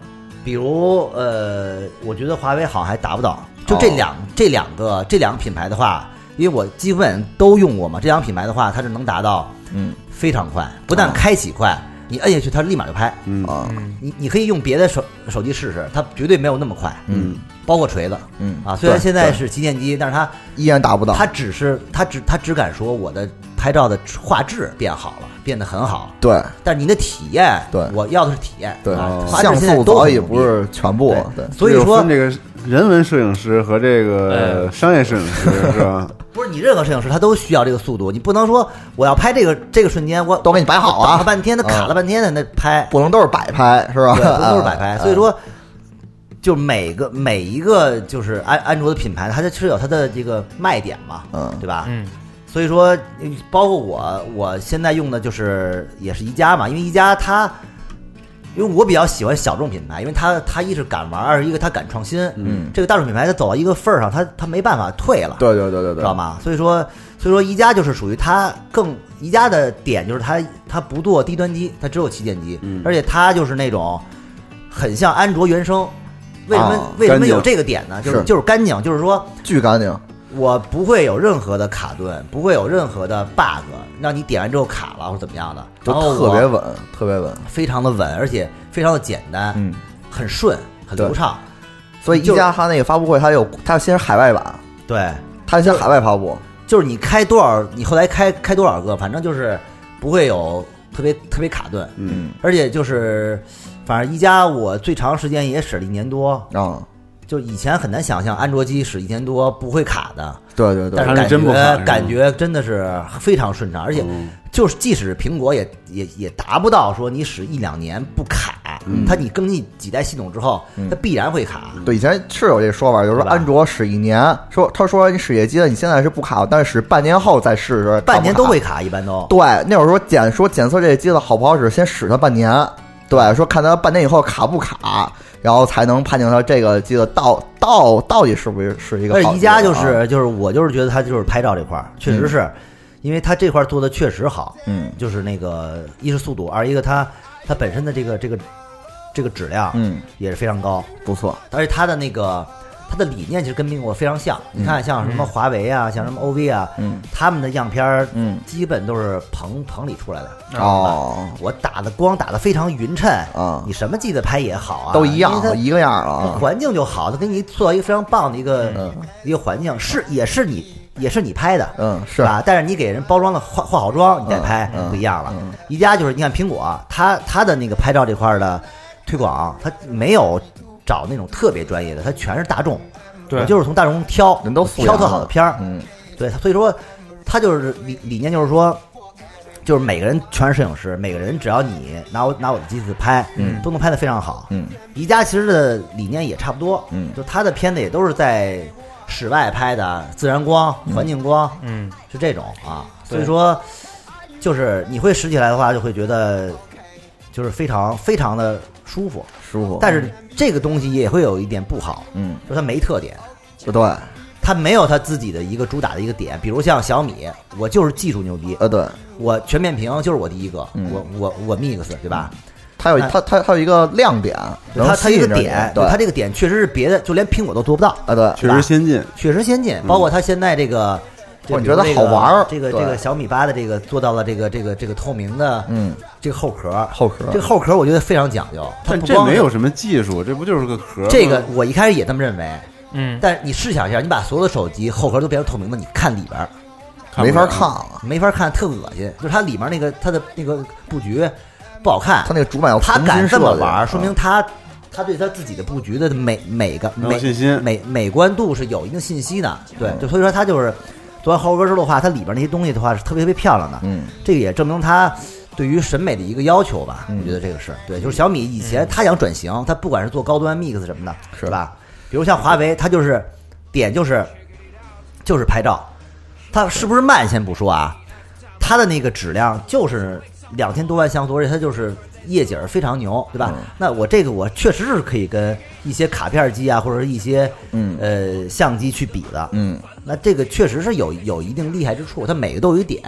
[SPEAKER 4] 比如呃，我觉得华为好像还达不到。就这
[SPEAKER 3] 哦
[SPEAKER 4] 两、这两个这两个品牌的话，因为我基本都用过嘛，这两个品牌的话，它是能达到
[SPEAKER 3] 嗯
[SPEAKER 4] 非常快，不
[SPEAKER 3] 哦
[SPEAKER 4] 但开启快，你摁下去它立马就拍。
[SPEAKER 1] 嗯
[SPEAKER 3] 啊
[SPEAKER 2] 嗯
[SPEAKER 4] 你你可以用别的手手机试试，它绝对没有那么快，
[SPEAKER 1] 嗯，
[SPEAKER 4] 包括锤子
[SPEAKER 3] 嗯
[SPEAKER 4] 啊。虽然
[SPEAKER 3] 对
[SPEAKER 4] 现在
[SPEAKER 3] 对
[SPEAKER 4] 是旗舰机，但是它
[SPEAKER 3] 依然达不到，
[SPEAKER 4] 它只是它只它只敢说我的拍照的画质变好了，变得很好，
[SPEAKER 3] 对
[SPEAKER 4] 但是你的体验，
[SPEAKER 3] 对
[SPEAKER 4] 我要的是体验，
[SPEAKER 3] 对哦
[SPEAKER 4] 啊，画质
[SPEAKER 3] 像
[SPEAKER 4] 现在
[SPEAKER 3] 素
[SPEAKER 4] 都
[SPEAKER 3] 早
[SPEAKER 4] 很
[SPEAKER 3] 已
[SPEAKER 4] 牛逼
[SPEAKER 3] 不是全部
[SPEAKER 4] 对，
[SPEAKER 3] 对，
[SPEAKER 4] 所以
[SPEAKER 1] 就
[SPEAKER 4] 说
[SPEAKER 1] 分这个人文摄影师和这个商业摄影师是吧？
[SPEAKER 4] 不是你任何摄影师他都需要这个速度，你不能说我要拍这个这个瞬间我
[SPEAKER 3] 都给你摆好啊
[SPEAKER 4] 我等了半天他
[SPEAKER 3] 嗯
[SPEAKER 4] 卡了半天的那拍，
[SPEAKER 3] 不能都是摆拍是吧？
[SPEAKER 4] 对，都 是摆拍，
[SPEAKER 3] 嗯
[SPEAKER 4] 所以说。就每个每一个就是安安卓的品牌，它就是有它的这个卖点嘛，
[SPEAKER 3] 嗯
[SPEAKER 4] 对吧？
[SPEAKER 2] 嗯
[SPEAKER 4] 所以说，嗯包括我，我现在用的就是也是宜家嘛，因为宜家它，因为我比较喜欢小众品牌，因为它它一是敢玩，二是一个它敢创新。
[SPEAKER 3] 嗯
[SPEAKER 4] 这个大众品牌它走到一个份儿上，它它没办法退了，
[SPEAKER 3] 对对对对对，
[SPEAKER 4] 知道？吗？所以说，所以说宜家就是属于它更宜家的点就是它它不做低端机，它只有旗舰机，
[SPEAKER 1] 嗯
[SPEAKER 4] 而且它就是那种很像安卓原生。为什么、
[SPEAKER 3] 啊
[SPEAKER 4] 为什么
[SPEAKER 1] 干净
[SPEAKER 4] 有这个点呢？就是
[SPEAKER 3] 是
[SPEAKER 4] 就是干净，就是说。
[SPEAKER 3] 巨干净，
[SPEAKER 4] 我不会有任何的卡顿，不会有任何的 bug，让你点完之后卡了或者怎么样的，
[SPEAKER 3] 就
[SPEAKER 4] 然后
[SPEAKER 3] 特别
[SPEAKER 4] 我
[SPEAKER 3] 稳，特别稳，
[SPEAKER 4] 非常的稳，而且非常的简单，
[SPEAKER 3] 嗯。
[SPEAKER 4] 很顺，很流畅。
[SPEAKER 3] 所以一加它那个发布会，它有它先是海外版，
[SPEAKER 4] 对，
[SPEAKER 3] 它先海外发布，
[SPEAKER 4] 就是你开多少，你后来开开多少个，反正就是不会有特别特别卡顿，
[SPEAKER 1] 嗯，
[SPEAKER 4] 而且就是反正一加我最长时间也使了一年多，
[SPEAKER 3] 啊，
[SPEAKER 4] 就以前很难想象安卓机使一年多不会卡的，
[SPEAKER 3] 对对
[SPEAKER 4] 但
[SPEAKER 3] 对，
[SPEAKER 4] 是
[SPEAKER 1] 还是
[SPEAKER 4] 感
[SPEAKER 1] 真不卡是
[SPEAKER 4] 觉
[SPEAKER 1] 吗
[SPEAKER 4] 感觉真的是非常顺畅，而且
[SPEAKER 1] 嗯
[SPEAKER 4] 就是即使是苹果也也也达不到说你使一两年不卡，它你更新几代系统之后，它必然会卡。
[SPEAKER 3] 对以前是有这说法，就是说
[SPEAKER 4] 对吧
[SPEAKER 3] 安卓使一年，说他说你使业机了，你现在是不卡，但是使半年后再试试，
[SPEAKER 4] 半年
[SPEAKER 3] 卡
[SPEAKER 4] 都
[SPEAKER 3] 不卡
[SPEAKER 4] 会卡，一般都
[SPEAKER 3] 对，那会儿说检说检测这个机子好不好使，先使它半年，对，说看它半年以后卡不卡，然后才能判定它这个机子到到到底是不是是一个
[SPEAKER 4] 但
[SPEAKER 3] 好
[SPEAKER 4] 是
[SPEAKER 3] 机
[SPEAKER 4] 宜
[SPEAKER 3] 子啊。
[SPEAKER 4] 家就是就是我就是觉得它就是拍照这块儿，确实是，因为它这块儿做的确实好，
[SPEAKER 3] 嗯
[SPEAKER 4] 就是那个一是速度，二一个它它本身的这个这个这个质量
[SPEAKER 3] 嗯
[SPEAKER 4] 也是非常高，
[SPEAKER 3] 不错，
[SPEAKER 4] 而且它的那个它的理念其实跟苹果非常像。你看像什么华为啊，像什么 OV 啊，
[SPEAKER 3] 嗯
[SPEAKER 4] 他们的样片儿
[SPEAKER 3] 嗯
[SPEAKER 4] 基本都是棚棚里出来的。
[SPEAKER 3] 哦
[SPEAKER 4] 我打的光打的非常匀称
[SPEAKER 3] 啊
[SPEAKER 4] 你什么机子拍也好啊，
[SPEAKER 3] 都一样
[SPEAKER 4] 因为它
[SPEAKER 3] 一个样儿了
[SPEAKER 4] 它
[SPEAKER 3] 啊，
[SPEAKER 4] 环境就好，它给你做到一个非常棒的一个、一个环境，是也是你也是你拍的，
[SPEAKER 3] 嗯是
[SPEAKER 4] 吧？啊但是你给人包装的化化好妆，你再拍、
[SPEAKER 3] 嗯嗯
[SPEAKER 4] 不一样了。宜家就是你看苹果，啊它它的那个拍照这块儿的推广，啊它没有找那种特别专业的，它全是大众，
[SPEAKER 2] 对
[SPEAKER 4] 我就是从大众中挑，
[SPEAKER 3] 人都素
[SPEAKER 4] 挑
[SPEAKER 3] 养
[SPEAKER 4] 特好的
[SPEAKER 3] 了
[SPEAKER 4] 片儿，
[SPEAKER 3] 嗯
[SPEAKER 4] 对，所以说他就是理理念就是说，就是每个人全是摄影师，每个人只要你拿我拿我的机子拍，
[SPEAKER 2] 嗯
[SPEAKER 4] 都能拍得非常好。
[SPEAKER 3] 嗯
[SPEAKER 4] 宜家其实的理念也差不多，
[SPEAKER 3] 嗯
[SPEAKER 4] 就他的片子也都是在室外拍的，自然光、环境光、
[SPEAKER 2] 嗯，
[SPEAKER 4] 是这种啊，所
[SPEAKER 2] 对
[SPEAKER 4] 以说就是你会拾起来的话，就会觉得就是非常非常的舒服，
[SPEAKER 3] 舒服，
[SPEAKER 4] 但是这个东西也会有一点不好，
[SPEAKER 3] 嗯
[SPEAKER 4] 就是它没特点。
[SPEAKER 3] 不对，呃
[SPEAKER 4] 它没有它自己的一个主打的一个点，比如像小米，我就是技术牛逼，
[SPEAKER 3] 呃对，
[SPEAKER 4] 我全面屏就是我第一个，
[SPEAKER 3] 嗯
[SPEAKER 4] 我我我 Mix 对吧？
[SPEAKER 3] 它有
[SPEAKER 4] 哎
[SPEAKER 3] 它它它有一个亮点，能
[SPEAKER 4] 它它
[SPEAKER 3] 吸
[SPEAKER 4] 一个
[SPEAKER 3] 引着你
[SPEAKER 4] 点，
[SPEAKER 3] 对，
[SPEAKER 4] 它这个点确实是别的，就连苹果都做不到，
[SPEAKER 3] 啊对
[SPEAKER 1] 确实先进，
[SPEAKER 4] 确实先进。包括它现在这个就
[SPEAKER 3] 或
[SPEAKER 4] 比
[SPEAKER 3] 者嗯哦觉
[SPEAKER 4] 如
[SPEAKER 3] 得
[SPEAKER 4] 这
[SPEAKER 3] 好
[SPEAKER 4] 个
[SPEAKER 3] 玩儿
[SPEAKER 4] 这个这
[SPEAKER 3] 对
[SPEAKER 4] 个小米八的这个做到了这个这个这个透明的，
[SPEAKER 3] 嗯，
[SPEAKER 4] 这个后壳，
[SPEAKER 3] 后壳
[SPEAKER 4] 这个后壳我觉得非常讲究，它
[SPEAKER 1] 但
[SPEAKER 4] 不
[SPEAKER 1] 这
[SPEAKER 4] 光
[SPEAKER 1] 没
[SPEAKER 4] 是
[SPEAKER 1] 有什么技术，这不就是个壳吗？
[SPEAKER 4] 这个，我一开始也这么认为，
[SPEAKER 2] 嗯，
[SPEAKER 4] 但你试想一下，你把所有的手机后壳都变成透明的，你看里边儿
[SPEAKER 1] 不
[SPEAKER 3] 没法
[SPEAKER 1] 了
[SPEAKER 3] 看啊了，
[SPEAKER 4] 没法看，特恶心，就是它里面那个它的那个布局不好看
[SPEAKER 3] 它，那个主板要
[SPEAKER 4] 他
[SPEAKER 3] 重
[SPEAKER 4] 敢
[SPEAKER 3] 新
[SPEAKER 4] 这
[SPEAKER 3] 设
[SPEAKER 4] 么
[SPEAKER 3] 计
[SPEAKER 4] 玩儿，说明
[SPEAKER 3] 嗯
[SPEAKER 4] 他他对他自己的布局的美每个
[SPEAKER 1] 很有
[SPEAKER 4] 美
[SPEAKER 1] 信心
[SPEAKER 4] 美美观度是有一定信息的。对，
[SPEAKER 3] 嗯
[SPEAKER 4] 就所以说他就是做完猴哥之后的话，它里边那些东西的话是特别特别漂亮的。
[SPEAKER 3] 嗯，
[SPEAKER 4] 这个也证明他对于审美的一个要求吧。
[SPEAKER 3] 嗯
[SPEAKER 4] 我觉得这个是对，就是小米以前他想转型，他不管是做高
[SPEAKER 3] 嗯
[SPEAKER 4] 端 mix 什么的，是
[SPEAKER 3] 是
[SPEAKER 4] 吧？比如像华为，它就是点就是就是拍照，它是不是慢先不说啊，它的那个质量就是两千多万像素，而且它就是夜景儿非常牛，对吧？
[SPEAKER 3] 嗯
[SPEAKER 4] 那我这个我确实是可以跟一些卡片机啊，或者是一些
[SPEAKER 3] 嗯
[SPEAKER 4] 呃相机去比的，
[SPEAKER 3] 嗯，
[SPEAKER 4] 那这个确实是有有一定厉害之处，它每个都有一点。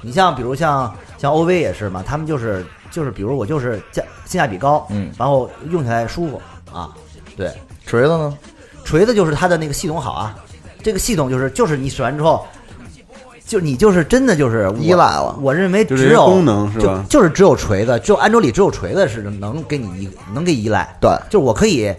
[SPEAKER 4] 你像比如像像 OV 也是嘛，他们就是就是比如我就是价性价比高，
[SPEAKER 3] 嗯
[SPEAKER 4] 然后用起来舒服啊，对，
[SPEAKER 3] 锤子呢？
[SPEAKER 4] 锤子就是它的那个系统好啊，这个系统就是就是你使完之后，就你就是真的就是我
[SPEAKER 3] 依赖了
[SPEAKER 4] 我认为
[SPEAKER 1] 就是
[SPEAKER 4] 只
[SPEAKER 1] 一
[SPEAKER 4] 有
[SPEAKER 1] 个功能是吧
[SPEAKER 4] 就就是只有锤子，就安卓里只有锤子是能给你依能给依赖，
[SPEAKER 3] 对
[SPEAKER 4] 就是我可以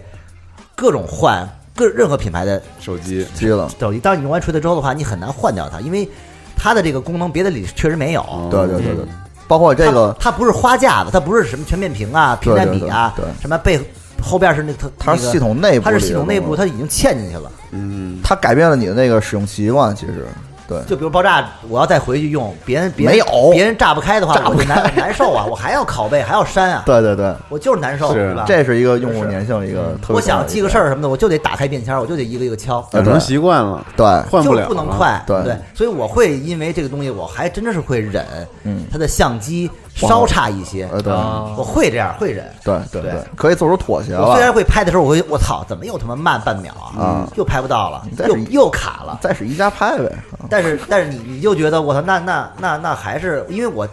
[SPEAKER 4] 各种换各任何品牌的
[SPEAKER 1] 手机
[SPEAKER 3] 机了，
[SPEAKER 4] 手机。当你用完锤子之后的话，你很难换掉它，因为它的这个功能别的里确实没有。
[SPEAKER 1] 哦
[SPEAKER 3] 对对对对，
[SPEAKER 4] 嗯
[SPEAKER 3] 包括嗯这
[SPEAKER 4] 它
[SPEAKER 3] 个
[SPEAKER 4] 它不是花架子，它不是什么全面屏啊、屏占比啊，
[SPEAKER 3] 对对对对
[SPEAKER 4] 什么背后边是那个
[SPEAKER 3] 它是系统内部
[SPEAKER 4] 它是
[SPEAKER 3] 里
[SPEAKER 4] 系
[SPEAKER 3] 的
[SPEAKER 4] 统内部，
[SPEAKER 3] 东
[SPEAKER 4] 它已经嵌进去了。
[SPEAKER 1] 嗯，
[SPEAKER 3] 它改变了你的那个使用习惯，其实对，
[SPEAKER 4] 就比如爆炸，我要再回去用，别人别人
[SPEAKER 3] 没有
[SPEAKER 4] 别人炸不开的话，
[SPEAKER 3] 炸
[SPEAKER 4] 我
[SPEAKER 3] 不
[SPEAKER 4] 就
[SPEAKER 3] 开
[SPEAKER 4] 难难受啊，我还要拷贝，还要删啊，
[SPEAKER 3] 对对对，
[SPEAKER 4] 我就是难受，
[SPEAKER 1] 是
[SPEAKER 4] 吧？嗯
[SPEAKER 3] 这是一个用户粘性的一个特嗯别。
[SPEAKER 4] 我想记个事，儿什么的，我就得打开便签，我就得一个一个敲，
[SPEAKER 3] 对
[SPEAKER 1] 养成习惯了，
[SPEAKER 3] 对，
[SPEAKER 1] 换
[SPEAKER 4] 就
[SPEAKER 1] 了，
[SPEAKER 4] 不能，快，
[SPEAKER 3] 啊对
[SPEAKER 4] 所以我会因为这个东西，我还真的是会忍，
[SPEAKER 3] 嗯
[SPEAKER 4] 它的相机稍差一些，
[SPEAKER 3] 呃对
[SPEAKER 2] 啊
[SPEAKER 4] 我会这样，会忍。
[SPEAKER 3] 对啊对
[SPEAKER 4] 对
[SPEAKER 3] 对，可以做出妥协
[SPEAKER 4] 我虽然
[SPEAKER 3] 了。
[SPEAKER 4] 会拍的时候，我会我操，怎么又他妈慢半秒啊？
[SPEAKER 3] 嗯
[SPEAKER 4] 又拍不到了
[SPEAKER 3] 你，再
[SPEAKER 4] 又
[SPEAKER 3] 是一
[SPEAKER 4] 又卡了。
[SPEAKER 3] 再使一加拍呗，啊
[SPEAKER 4] 但是但是你你就觉得我操，那那那那还是因为我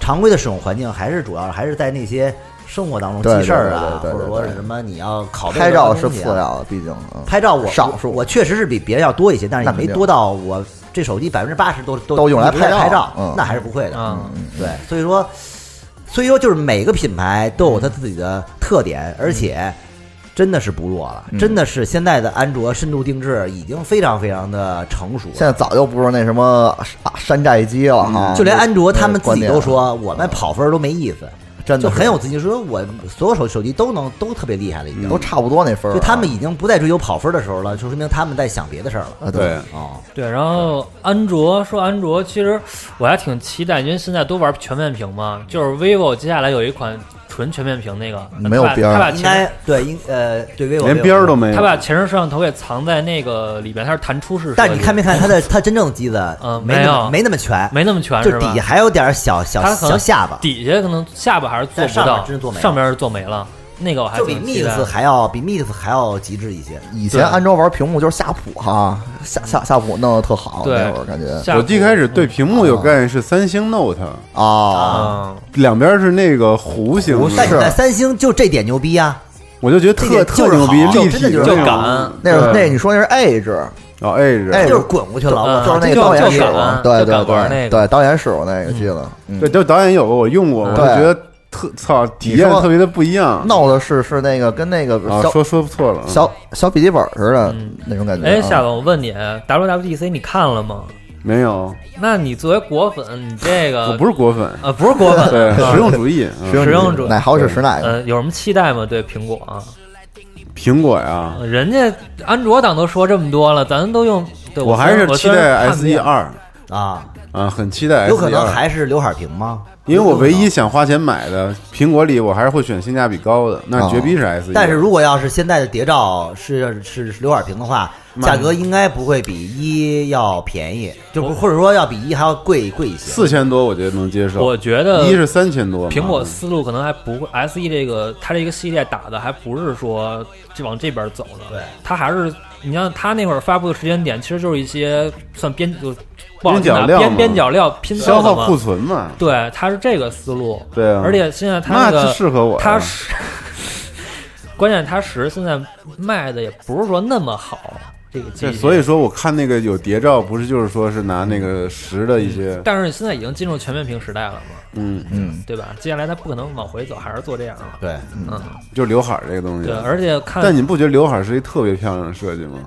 [SPEAKER 4] 常规的使用环境还是主要还是在那些生活当中
[SPEAKER 3] 对
[SPEAKER 4] 记事儿啊，
[SPEAKER 3] 对对对对
[SPEAKER 4] 或者说
[SPEAKER 3] 对对
[SPEAKER 4] 是什么你要拷贝
[SPEAKER 3] 拍
[SPEAKER 4] 多少
[SPEAKER 3] 照是
[SPEAKER 4] 东西
[SPEAKER 3] 次
[SPEAKER 4] 啊
[SPEAKER 3] 要的，毕竟嗯
[SPEAKER 4] 拍照我
[SPEAKER 3] 少数
[SPEAKER 4] 我我确实是比别人要多一些，但是也
[SPEAKER 3] 那
[SPEAKER 4] 没
[SPEAKER 3] 肯定
[SPEAKER 4] 多到我这手机百分之八十都都
[SPEAKER 3] 都用来
[SPEAKER 4] 一直在
[SPEAKER 3] 拍照
[SPEAKER 4] 拍
[SPEAKER 3] 嗯
[SPEAKER 4] 那还是不会的。嗯
[SPEAKER 2] 啊，
[SPEAKER 4] 对，所以说，所以说就是每个品牌都有它自己的特点，而且真的是不弱了，
[SPEAKER 3] 嗯
[SPEAKER 4] 真的是现在的安卓深度定制已经非常非常的成熟了。
[SPEAKER 3] 现在早就不是那什么啊山寨机了哈，
[SPEAKER 4] 就连安卓他们
[SPEAKER 3] 那
[SPEAKER 4] 自己
[SPEAKER 3] 观点啊嗯
[SPEAKER 4] 都说，我们跑分儿都没意思，
[SPEAKER 3] 真的
[SPEAKER 4] 就是很有自信，说我所有手手机都能都特别厉害了，已经。
[SPEAKER 3] 都差不多那分儿
[SPEAKER 4] 就
[SPEAKER 3] 啊，
[SPEAKER 4] 他们已经不再追求跑分儿的时候了，就说明他们在想别的事儿了。
[SPEAKER 3] 啊
[SPEAKER 1] 对，
[SPEAKER 4] 哦，
[SPEAKER 2] 对，然后安卓说安卓，其实我还挺期待，因为现在都玩全面屏嘛，就是
[SPEAKER 4] 嗯
[SPEAKER 2] vivo 接下来有一款纯全面屏那个，
[SPEAKER 3] 嗯没有
[SPEAKER 2] 它把
[SPEAKER 3] 边儿
[SPEAKER 2] 它把
[SPEAKER 4] 应
[SPEAKER 2] 前
[SPEAKER 4] 该对，应呃，对 vivo
[SPEAKER 1] 连边儿都。没
[SPEAKER 2] 它
[SPEAKER 1] 有，
[SPEAKER 2] 把前置摄像头给藏在那个里边，它是弹出式设计，
[SPEAKER 4] 但你看没看它的它真正的机子？
[SPEAKER 2] 嗯
[SPEAKER 4] 没那么
[SPEAKER 2] 没
[SPEAKER 4] 没那么全，
[SPEAKER 2] 没那么全
[SPEAKER 4] 就是
[SPEAKER 2] 吧？
[SPEAKER 4] 底下还有点小小
[SPEAKER 2] 它可
[SPEAKER 4] 小
[SPEAKER 2] 能
[SPEAKER 4] 下巴，
[SPEAKER 2] 底下可能下巴还是做
[SPEAKER 4] 但
[SPEAKER 2] 不
[SPEAKER 4] 上面
[SPEAKER 2] 到，
[SPEAKER 4] 真是做没了
[SPEAKER 2] 上面是做没了，那个我还
[SPEAKER 4] 就比
[SPEAKER 2] 挺期待
[SPEAKER 4] mix 还要比 mix 还要极致一些。
[SPEAKER 1] 嗯
[SPEAKER 3] 以前安卓玩屏幕就是夏普哈，夏夏夏普弄的特好，
[SPEAKER 2] 对
[SPEAKER 3] 那会儿感觉
[SPEAKER 2] 下
[SPEAKER 1] 我
[SPEAKER 2] 部
[SPEAKER 1] 一开始对屏
[SPEAKER 4] 哦
[SPEAKER 1] 幕有概念是三星 Note，
[SPEAKER 3] 啊，
[SPEAKER 2] 嗯
[SPEAKER 1] 两边是那个弧形
[SPEAKER 3] 弧
[SPEAKER 4] 但
[SPEAKER 3] 是
[SPEAKER 4] 你
[SPEAKER 1] 的，
[SPEAKER 4] 在三星就这点牛逼啊！
[SPEAKER 1] 我就觉得
[SPEAKER 4] 这个
[SPEAKER 1] 特
[SPEAKER 4] 就
[SPEAKER 1] 特
[SPEAKER 4] 是
[SPEAKER 1] 牛逼，
[SPEAKER 4] 好
[SPEAKER 1] 立
[SPEAKER 4] 真的
[SPEAKER 1] 体
[SPEAKER 4] 就是
[SPEAKER 1] 那
[SPEAKER 2] 好
[SPEAKER 1] 种
[SPEAKER 2] 敢
[SPEAKER 3] 那是那
[SPEAKER 1] 对
[SPEAKER 3] 你说那是 Edge，
[SPEAKER 1] 哦 Edge，
[SPEAKER 3] 哎
[SPEAKER 4] 就是滚过去了，
[SPEAKER 2] 嗯
[SPEAKER 4] 我
[SPEAKER 3] 就是
[SPEAKER 4] 操，
[SPEAKER 3] 那个
[SPEAKER 2] 就
[SPEAKER 3] 导演
[SPEAKER 2] 就
[SPEAKER 3] 使
[SPEAKER 2] 敢
[SPEAKER 3] 过，对
[SPEAKER 2] 就敢
[SPEAKER 3] 对
[SPEAKER 2] 玩那
[SPEAKER 3] 对
[SPEAKER 2] 个
[SPEAKER 3] 对，导演使过那个记得，嗯
[SPEAKER 1] 对，就是导演有过，我用过，我就
[SPEAKER 3] 对
[SPEAKER 1] 觉得特操，体验特别的不一样。
[SPEAKER 3] 闹的是是那个跟那个
[SPEAKER 1] 啊，
[SPEAKER 3] 小
[SPEAKER 1] 说说错了，
[SPEAKER 3] 小小笔记本似的
[SPEAKER 2] 嗯
[SPEAKER 3] 那种感觉。
[SPEAKER 2] 哎，
[SPEAKER 3] 啊
[SPEAKER 2] 夏总，我问你，WWDC 你看了吗？
[SPEAKER 1] 没有，
[SPEAKER 2] 那你作为果粉，你这个
[SPEAKER 1] 我不是果粉，
[SPEAKER 2] 呃不是果粉，
[SPEAKER 1] 对，
[SPEAKER 2] 啊
[SPEAKER 1] 实用主义，嗯
[SPEAKER 2] 实用主义
[SPEAKER 3] 哪好使使哪个？
[SPEAKER 2] 呃有什么期待吗？对苹果啊，
[SPEAKER 1] 苹果呀，
[SPEAKER 2] 呃人家安卓党都说这么多了，咱都用，对
[SPEAKER 1] 我还
[SPEAKER 2] 虽
[SPEAKER 1] 是
[SPEAKER 2] 然我
[SPEAKER 1] 期
[SPEAKER 2] 虽然
[SPEAKER 1] 待
[SPEAKER 2] 看
[SPEAKER 1] S E
[SPEAKER 2] 遍
[SPEAKER 1] 二
[SPEAKER 4] 啊，
[SPEAKER 1] 啊，很期待 S E 二，
[SPEAKER 4] 有可能还是刘海屏吗？
[SPEAKER 1] 因为我唯一想花钱买的苹果里，我还是会选性价比高的，那绝逼是 S E。
[SPEAKER 4] 哦但是如果要是现在的谍照是是是刘海屏的话，
[SPEAKER 1] 嗯
[SPEAKER 4] 价格应该不会比一要便宜，就不或者说要比一还要贵贵一些。
[SPEAKER 1] 四千多，我觉得能接受。
[SPEAKER 2] 我觉得
[SPEAKER 1] 一是三千多嘛，嗯
[SPEAKER 2] 苹果思路可能还不会 S E 这个它这个系列打的还不是说就往这边走的，
[SPEAKER 4] 对，
[SPEAKER 2] 它还是你像它那会儿发布的时间点，其实就是一些算边就不好
[SPEAKER 1] 边
[SPEAKER 2] 听
[SPEAKER 1] 角
[SPEAKER 2] 啊
[SPEAKER 1] 料
[SPEAKER 2] 边
[SPEAKER 1] 嘛
[SPEAKER 2] 边角料拼凑
[SPEAKER 1] 消
[SPEAKER 2] 的
[SPEAKER 1] 耗库
[SPEAKER 2] 嘛，
[SPEAKER 1] 存嘛，
[SPEAKER 2] 对，它是这个思路，
[SPEAKER 1] 对啊
[SPEAKER 2] 而且现在它
[SPEAKER 1] 那
[SPEAKER 2] 个
[SPEAKER 1] 就适合我呀。啊
[SPEAKER 2] 它 是关键它十现在卖的也不是说那么好，这个机
[SPEAKER 1] 对，
[SPEAKER 2] 器。
[SPEAKER 1] 所以说我看那个有谍照，不是就是说是拿那个实的一些，
[SPEAKER 2] 但是现在已经进入全面屏时代了嘛，
[SPEAKER 1] 嗯，
[SPEAKER 3] 嗯，
[SPEAKER 2] 对吧？接下来它不可能往回走，还是做这样了。
[SPEAKER 4] 对，
[SPEAKER 2] 嗯，
[SPEAKER 1] 就刘海儿这个东西啊
[SPEAKER 2] 对，。而且看，
[SPEAKER 1] 但你不觉得刘海儿是一特别漂亮的设计吗？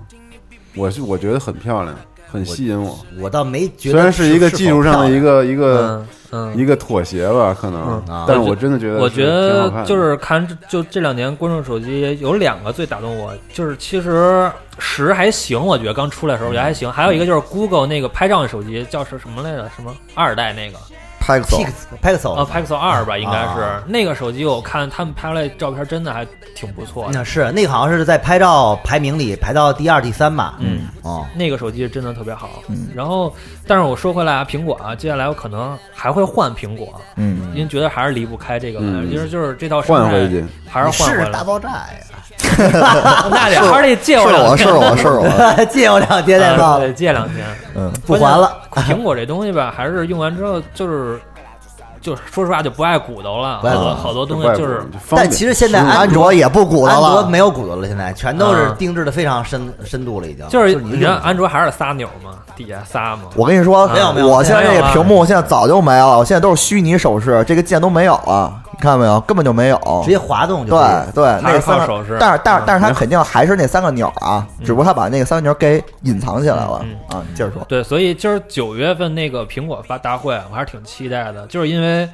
[SPEAKER 1] 我是我觉得很漂亮，很吸引我。
[SPEAKER 4] 我倒没觉
[SPEAKER 1] 虽
[SPEAKER 4] 得
[SPEAKER 1] 然是一个技术上的一个一个
[SPEAKER 2] 嗯嗯
[SPEAKER 1] 一，个妥协吧，可能
[SPEAKER 4] 嗯啊，
[SPEAKER 1] 但是我真的觉得
[SPEAKER 2] 我
[SPEAKER 1] 是
[SPEAKER 2] 觉
[SPEAKER 1] 挺好看
[SPEAKER 2] 得
[SPEAKER 1] 的
[SPEAKER 2] 就是看这就这两年关注手机有两个最打动我，就是其实十还行，我觉得刚出来的时候我觉得还行，还有一个
[SPEAKER 1] 嗯
[SPEAKER 2] 就是 Google 那个拍照手机叫是什么来着？什么二代那个？
[SPEAKER 3] 拍个手
[SPEAKER 4] Pix Pixel
[SPEAKER 2] 呃、p i x e l 二吧，应该是、
[SPEAKER 4] 哦啊
[SPEAKER 2] 那个手机，我看他们拍出来照片真的还挺不错的。
[SPEAKER 4] 那是那个好像是在拍照排名里排到第二、第三吧。
[SPEAKER 2] 嗯，
[SPEAKER 4] 哦，
[SPEAKER 2] 那个手机是真的特别好。然后，但是我说回来啊，苹果啊，接下来我可能还会换苹果，啊
[SPEAKER 3] 嗯，
[SPEAKER 2] 因为觉得还是离不开这个玩意儿，
[SPEAKER 1] 嗯
[SPEAKER 2] 因为就是这套生态
[SPEAKER 1] 换回去，
[SPEAKER 2] 还是换回来。
[SPEAKER 4] 爆炸呀！
[SPEAKER 2] 那得还是得借
[SPEAKER 3] 是
[SPEAKER 2] 我两
[SPEAKER 3] 我
[SPEAKER 2] 天
[SPEAKER 3] 是我是我，
[SPEAKER 4] 借我两天再
[SPEAKER 2] 啊
[SPEAKER 4] 报，
[SPEAKER 2] 对，借两天
[SPEAKER 3] 嗯，
[SPEAKER 4] 不还了。。
[SPEAKER 2] 关键苹果这东西吧，还是用完之后就是就是说实话就不爱鼓捣了，
[SPEAKER 4] 不爱
[SPEAKER 2] 好
[SPEAKER 4] 鼓捣
[SPEAKER 2] 多好多东
[SPEAKER 1] 外
[SPEAKER 2] 西
[SPEAKER 1] 国
[SPEAKER 2] 就是
[SPEAKER 1] 人方
[SPEAKER 4] 但
[SPEAKER 1] 便
[SPEAKER 4] 其实现在
[SPEAKER 3] 安
[SPEAKER 4] 安
[SPEAKER 3] 卓也不鼓捣
[SPEAKER 4] 安卓
[SPEAKER 3] 了，
[SPEAKER 4] 没有骨头了，现在全都是
[SPEAKER 2] 啊
[SPEAKER 4] 定制的非常深深度了，已经。
[SPEAKER 2] 就是
[SPEAKER 4] 你
[SPEAKER 2] 你
[SPEAKER 4] 用
[SPEAKER 2] 看安卓还是仨钮嘛，底下仨嘛。
[SPEAKER 3] 我跟你说，
[SPEAKER 2] 没有
[SPEAKER 4] 没有
[SPEAKER 3] 我现在这
[SPEAKER 2] 没
[SPEAKER 3] 个
[SPEAKER 2] 有
[SPEAKER 3] 屏幕现在早就没了，我现在都是虚拟手势，这个键都没有了，你看到没有？根本就没有。
[SPEAKER 4] 直接滑动就
[SPEAKER 3] 对
[SPEAKER 4] 可以。
[SPEAKER 3] 对，
[SPEAKER 2] 还
[SPEAKER 3] 那
[SPEAKER 2] 是
[SPEAKER 3] 个
[SPEAKER 2] 靠
[SPEAKER 3] 三个
[SPEAKER 2] 手势
[SPEAKER 3] 但是但是
[SPEAKER 2] 嗯
[SPEAKER 3] 但是它肯定还是那三个钮儿啊，只不过它把那个三个钮儿给隐藏起来了
[SPEAKER 2] 嗯
[SPEAKER 3] 啊。你接着说，
[SPEAKER 2] 对，所以今儿九月份那个苹果发大会，我还是挺期待的，就是因为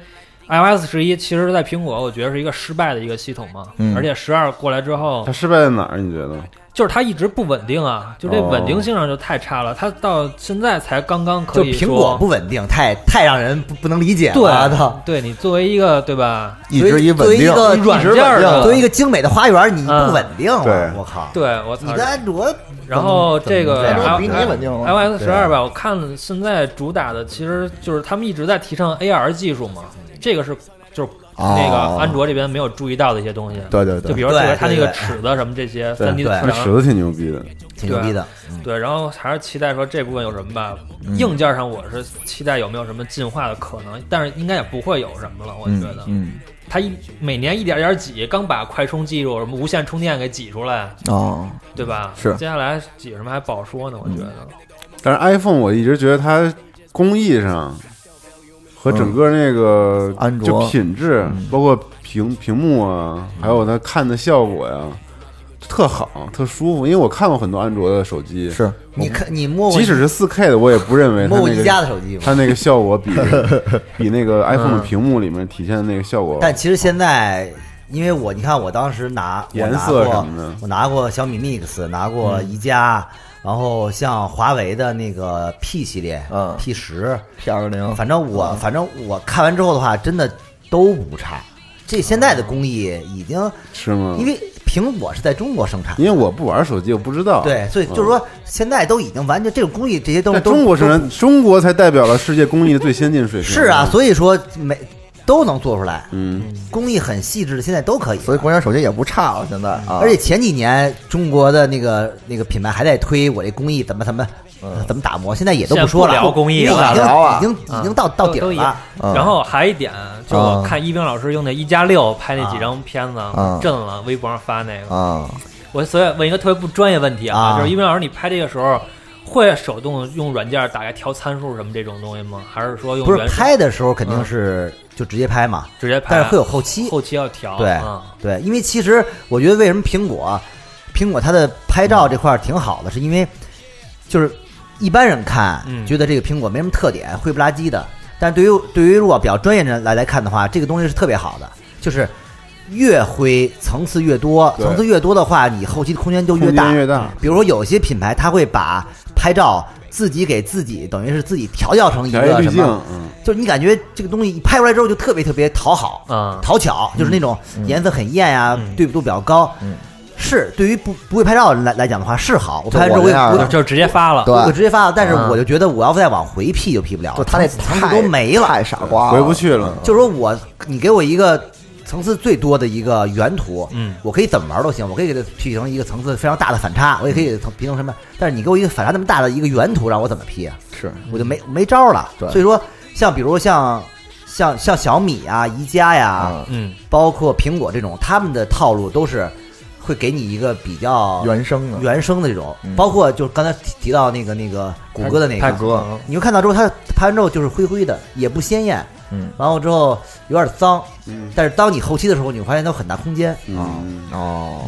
[SPEAKER 2] iOS 十一其实在苹果我觉得是一个失败的一个系统嘛，
[SPEAKER 3] 嗯
[SPEAKER 2] 而且十二过来之后
[SPEAKER 1] 它，失败在哪儿？你觉得？
[SPEAKER 2] 就是它一直不稳定啊，就这
[SPEAKER 4] 哦
[SPEAKER 2] 稳定性上就太差了，它到现在才刚刚可
[SPEAKER 4] 就
[SPEAKER 2] 以
[SPEAKER 4] 苹
[SPEAKER 2] 说
[SPEAKER 4] 果不啊稳定，太太让人不不能理解了。我操
[SPEAKER 2] 对，对你作为一个对吧？
[SPEAKER 3] 一直以稳
[SPEAKER 4] 作为一
[SPEAKER 3] 定，
[SPEAKER 4] 个
[SPEAKER 2] 软件儿的
[SPEAKER 4] 作为一个精美的花园，你
[SPEAKER 2] 啊嗯
[SPEAKER 4] 不稳定
[SPEAKER 1] 对
[SPEAKER 4] 了，我靠！
[SPEAKER 2] 对我操
[SPEAKER 4] 你！的安卓
[SPEAKER 2] 然后这个
[SPEAKER 4] 怎么这样
[SPEAKER 3] 比你稳定嗯啊了
[SPEAKER 2] iOS 十二吧，我看现在主打的其实就是他们一直在提倡 AR 技术嘛，这个是就是那
[SPEAKER 3] 哦
[SPEAKER 2] 个安卓这边没有注意到的一些东西。
[SPEAKER 3] 对对
[SPEAKER 2] 就比
[SPEAKER 3] 对，
[SPEAKER 2] 如说
[SPEAKER 4] 对
[SPEAKER 2] 它那
[SPEAKER 4] 对
[SPEAKER 2] 个
[SPEAKER 4] 对
[SPEAKER 2] 尺子什么这些
[SPEAKER 1] 对
[SPEAKER 2] 三 D 的
[SPEAKER 1] 那
[SPEAKER 2] 测
[SPEAKER 1] 尺
[SPEAKER 2] 量，
[SPEAKER 1] 子挺牛逼的，
[SPEAKER 4] 挺牛逼的，
[SPEAKER 2] 对，然后还是期待说这部分有什么吧。
[SPEAKER 3] 嗯
[SPEAKER 2] 硬件上我是期待有没有什么进化的可能，但是应该也不会有什么了，我觉得。
[SPEAKER 3] 嗯
[SPEAKER 2] 它一每年一点点挤，刚把快充技术什么无线充电给挤出来，
[SPEAKER 3] 哦，
[SPEAKER 2] 对吧？
[SPEAKER 3] 是
[SPEAKER 2] 接下来挤什么还不好说呢，我
[SPEAKER 4] 嗯
[SPEAKER 2] 觉得。
[SPEAKER 1] 但是 iPhone 我一直觉得它工艺上和整个那个
[SPEAKER 3] 嗯安卓嗯
[SPEAKER 1] 就品质，包括屏屏幕啊，还有它看的效果呀、特好，特舒服。因为我看过很多安卓的手机，
[SPEAKER 3] 是
[SPEAKER 4] 你看你摸过
[SPEAKER 1] 即使是4 K 的，我也不认为它
[SPEAKER 4] 摸过
[SPEAKER 1] 那
[SPEAKER 4] 一加
[SPEAKER 1] 个
[SPEAKER 4] 的手机吗？嗯
[SPEAKER 1] 它那个效 果比比那个 iPhone 的屏幕里面体现的那个效果，
[SPEAKER 4] 但其实现在，因为我你看，我当时拿我
[SPEAKER 1] 颜
[SPEAKER 4] 拿
[SPEAKER 1] 色
[SPEAKER 4] 过
[SPEAKER 1] 什么的嗯
[SPEAKER 4] 我拿过小米 Mix，拿过宜家，然后像华为的那个 P 系列，
[SPEAKER 3] 嗯
[SPEAKER 4] ，P 十，
[SPEAKER 3] P 二
[SPEAKER 1] 嗯
[SPEAKER 3] 零，
[SPEAKER 4] 反正我反正我看完之后的话，真的都不差。这现在的工艺已经，
[SPEAKER 1] 是吗？
[SPEAKER 4] 因为苹果是在中国生产
[SPEAKER 1] 因，为我不玩手机，我不知道。
[SPEAKER 4] 对，所以就是说现在都已经完全这种工艺这些东
[SPEAKER 1] 嗯在
[SPEAKER 4] 西都
[SPEAKER 1] 中国生
[SPEAKER 4] 都
[SPEAKER 1] 产，中国才代表了世界工艺的最先进水平。
[SPEAKER 4] 是啊，所以说每都能做出来，
[SPEAKER 1] 嗯，
[SPEAKER 4] 工艺很细致的，现在都可以了。
[SPEAKER 3] 所以国产手机也不差了，现在啊，
[SPEAKER 4] 而且前几年中国的那个那个品牌还在推我这工艺怎么怎么呃怎么打磨，现在也都
[SPEAKER 2] 现
[SPEAKER 4] 说
[SPEAKER 2] 在不
[SPEAKER 4] 了
[SPEAKER 2] 聊工艺
[SPEAKER 4] 因为
[SPEAKER 2] 了
[SPEAKER 4] 已经
[SPEAKER 3] 不嗯聊啊
[SPEAKER 4] 已经已经到
[SPEAKER 2] 啊
[SPEAKER 4] 到底
[SPEAKER 2] 都
[SPEAKER 4] 儿
[SPEAKER 2] 都一样
[SPEAKER 4] 了。嗯
[SPEAKER 3] 嗯
[SPEAKER 2] 然后还一点，就是我看一冰老师用那一加六拍那几张片子
[SPEAKER 3] 啊，
[SPEAKER 2] 震了，微博上发那个。
[SPEAKER 3] 啊，
[SPEAKER 2] 我所以问一个特别不专业问题啊，
[SPEAKER 4] 啊
[SPEAKER 2] 就是一冰老师，你拍这个时候会手动用软件大概调参数什么这种东西吗？还是说用
[SPEAKER 4] 不是
[SPEAKER 2] 原始
[SPEAKER 4] 拍的时候肯定是就直接拍嘛，
[SPEAKER 2] 直接拍？啊
[SPEAKER 4] 但是会有后期。
[SPEAKER 2] 后期要调，
[SPEAKER 4] 对
[SPEAKER 2] 嗯
[SPEAKER 4] 对，因为其实我觉得为什么苹果苹果它的拍照这块儿挺好的，是因为就是一般人看
[SPEAKER 2] 嗯
[SPEAKER 4] 觉得这个苹果没什么特点，灰不拉几的。但是对于对于如果比较专业人来来看的话，这个东西是特别好的，就是越灰层次越多，
[SPEAKER 1] 对
[SPEAKER 4] 层次越多的话，你后期的空间就越
[SPEAKER 1] 空
[SPEAKER 4] 大。
[SPEAKER 1] 间越大，
[SPEAKER 4] 比如说有些品牌，它会把拍照自己给自己，等于是自己调教成一
[SPEAKER 1] 调一
[SPEAKER 4] 个
[SPEAKER 1] 滤
[SPEAKER 4] 啊什
[SPEAKER 1] 镜
[SPEAKER 4] 么，，
[SPEAKER 1] 嗯，
[SPEAKER 4] 就是你感觉这个东西一拍出来之后就特别特别讨好，
[SPEAKER 2] 啊
[SPEAKER 4] 讨巧，就是那种颜色很艳呀、
[SPEAKER 2] 嗯
[SPEAKER 4] 对比度比较高。
[SPEAKER 3] 嗯
[SPEAKER 4] 是对于不不会拍照的人来来讲的话是好，我
[SPEAKER 3] 就
[SPEAKER 4] 拍完之后
[SPEAKER 3] 我
[SPEAKER 4] 我
[SPEAKER 3] 这样
[SPEAKER 4] 我
[SPEAKER 3] 的
[SPEAKER 2] 就直接发了
[SPEAKER 3] 对。啊
[SPEAKER 4] 我直接发了，但是
[SPEAKER 2] 嗯
[SPEAKER 4] 我就觉得我要再往回 P 就 P 不了，
[SPEAKER 3] 就他那
[SPEAKER 4] 层次
[SPEAKER 3] 太
[SPEAKER 4] 都没了，
[SPEAKER 3] 太傻瓜了，
[SPEAKER 1] 回不去了。
[SPEAKER 4] 就是说我你给我一个层次最多的一个原图，
[SPEAKER 2] 嗯
[SPEAKER 4] 我可以怎么玩都行，我可以给它 P 成一个层次非常大的反差，我也可
[SPEAKER 3] 嗯
[SPEAKER 4] 以给它 P 成什么，但是你给我一个反差那么大的一个原图，让我怎么 P 啊？
[SPEAKER 3] 是
[SPEAKER 4] 我就没没招儿了。
[SPEAKER 3] 对
[SPEAKER 4] 所以说，像比如像像像小米啊、宜家呀、
[SPEAKER 3] 啊，
[SPEAKER 2] 嗯，
[SPEAKER 4] 包括苹果这种，他们的套路都是会给你一个比较
[SPEAKER 3] 原生的，
[SPEAKER 4] 原生的这种
[SPEAKER 3] 嗯，
[SPEAKER 4] 包括就是刚才提提到那个那个谷歌的那
[SPEAKER 2] 泰
[SPEAKER 4] 个，
[SPEAKER 2] 戈
[SPEAKER 3] 嗯
[SPEAKER 4] 你会看到之后，它拍完之后就是灰灰的，也不鲜艳，
[SPEAKER 3] 嗯，
[SPEAKER 4] 完了之后有点脏，
[SPEAKER 1] 嗯
[SPEAKER 4] 但是当你后期的时候，你会发现它有很大空间，
[SPEAKER 1] 嗯，
[SPEAKER 3] 哦，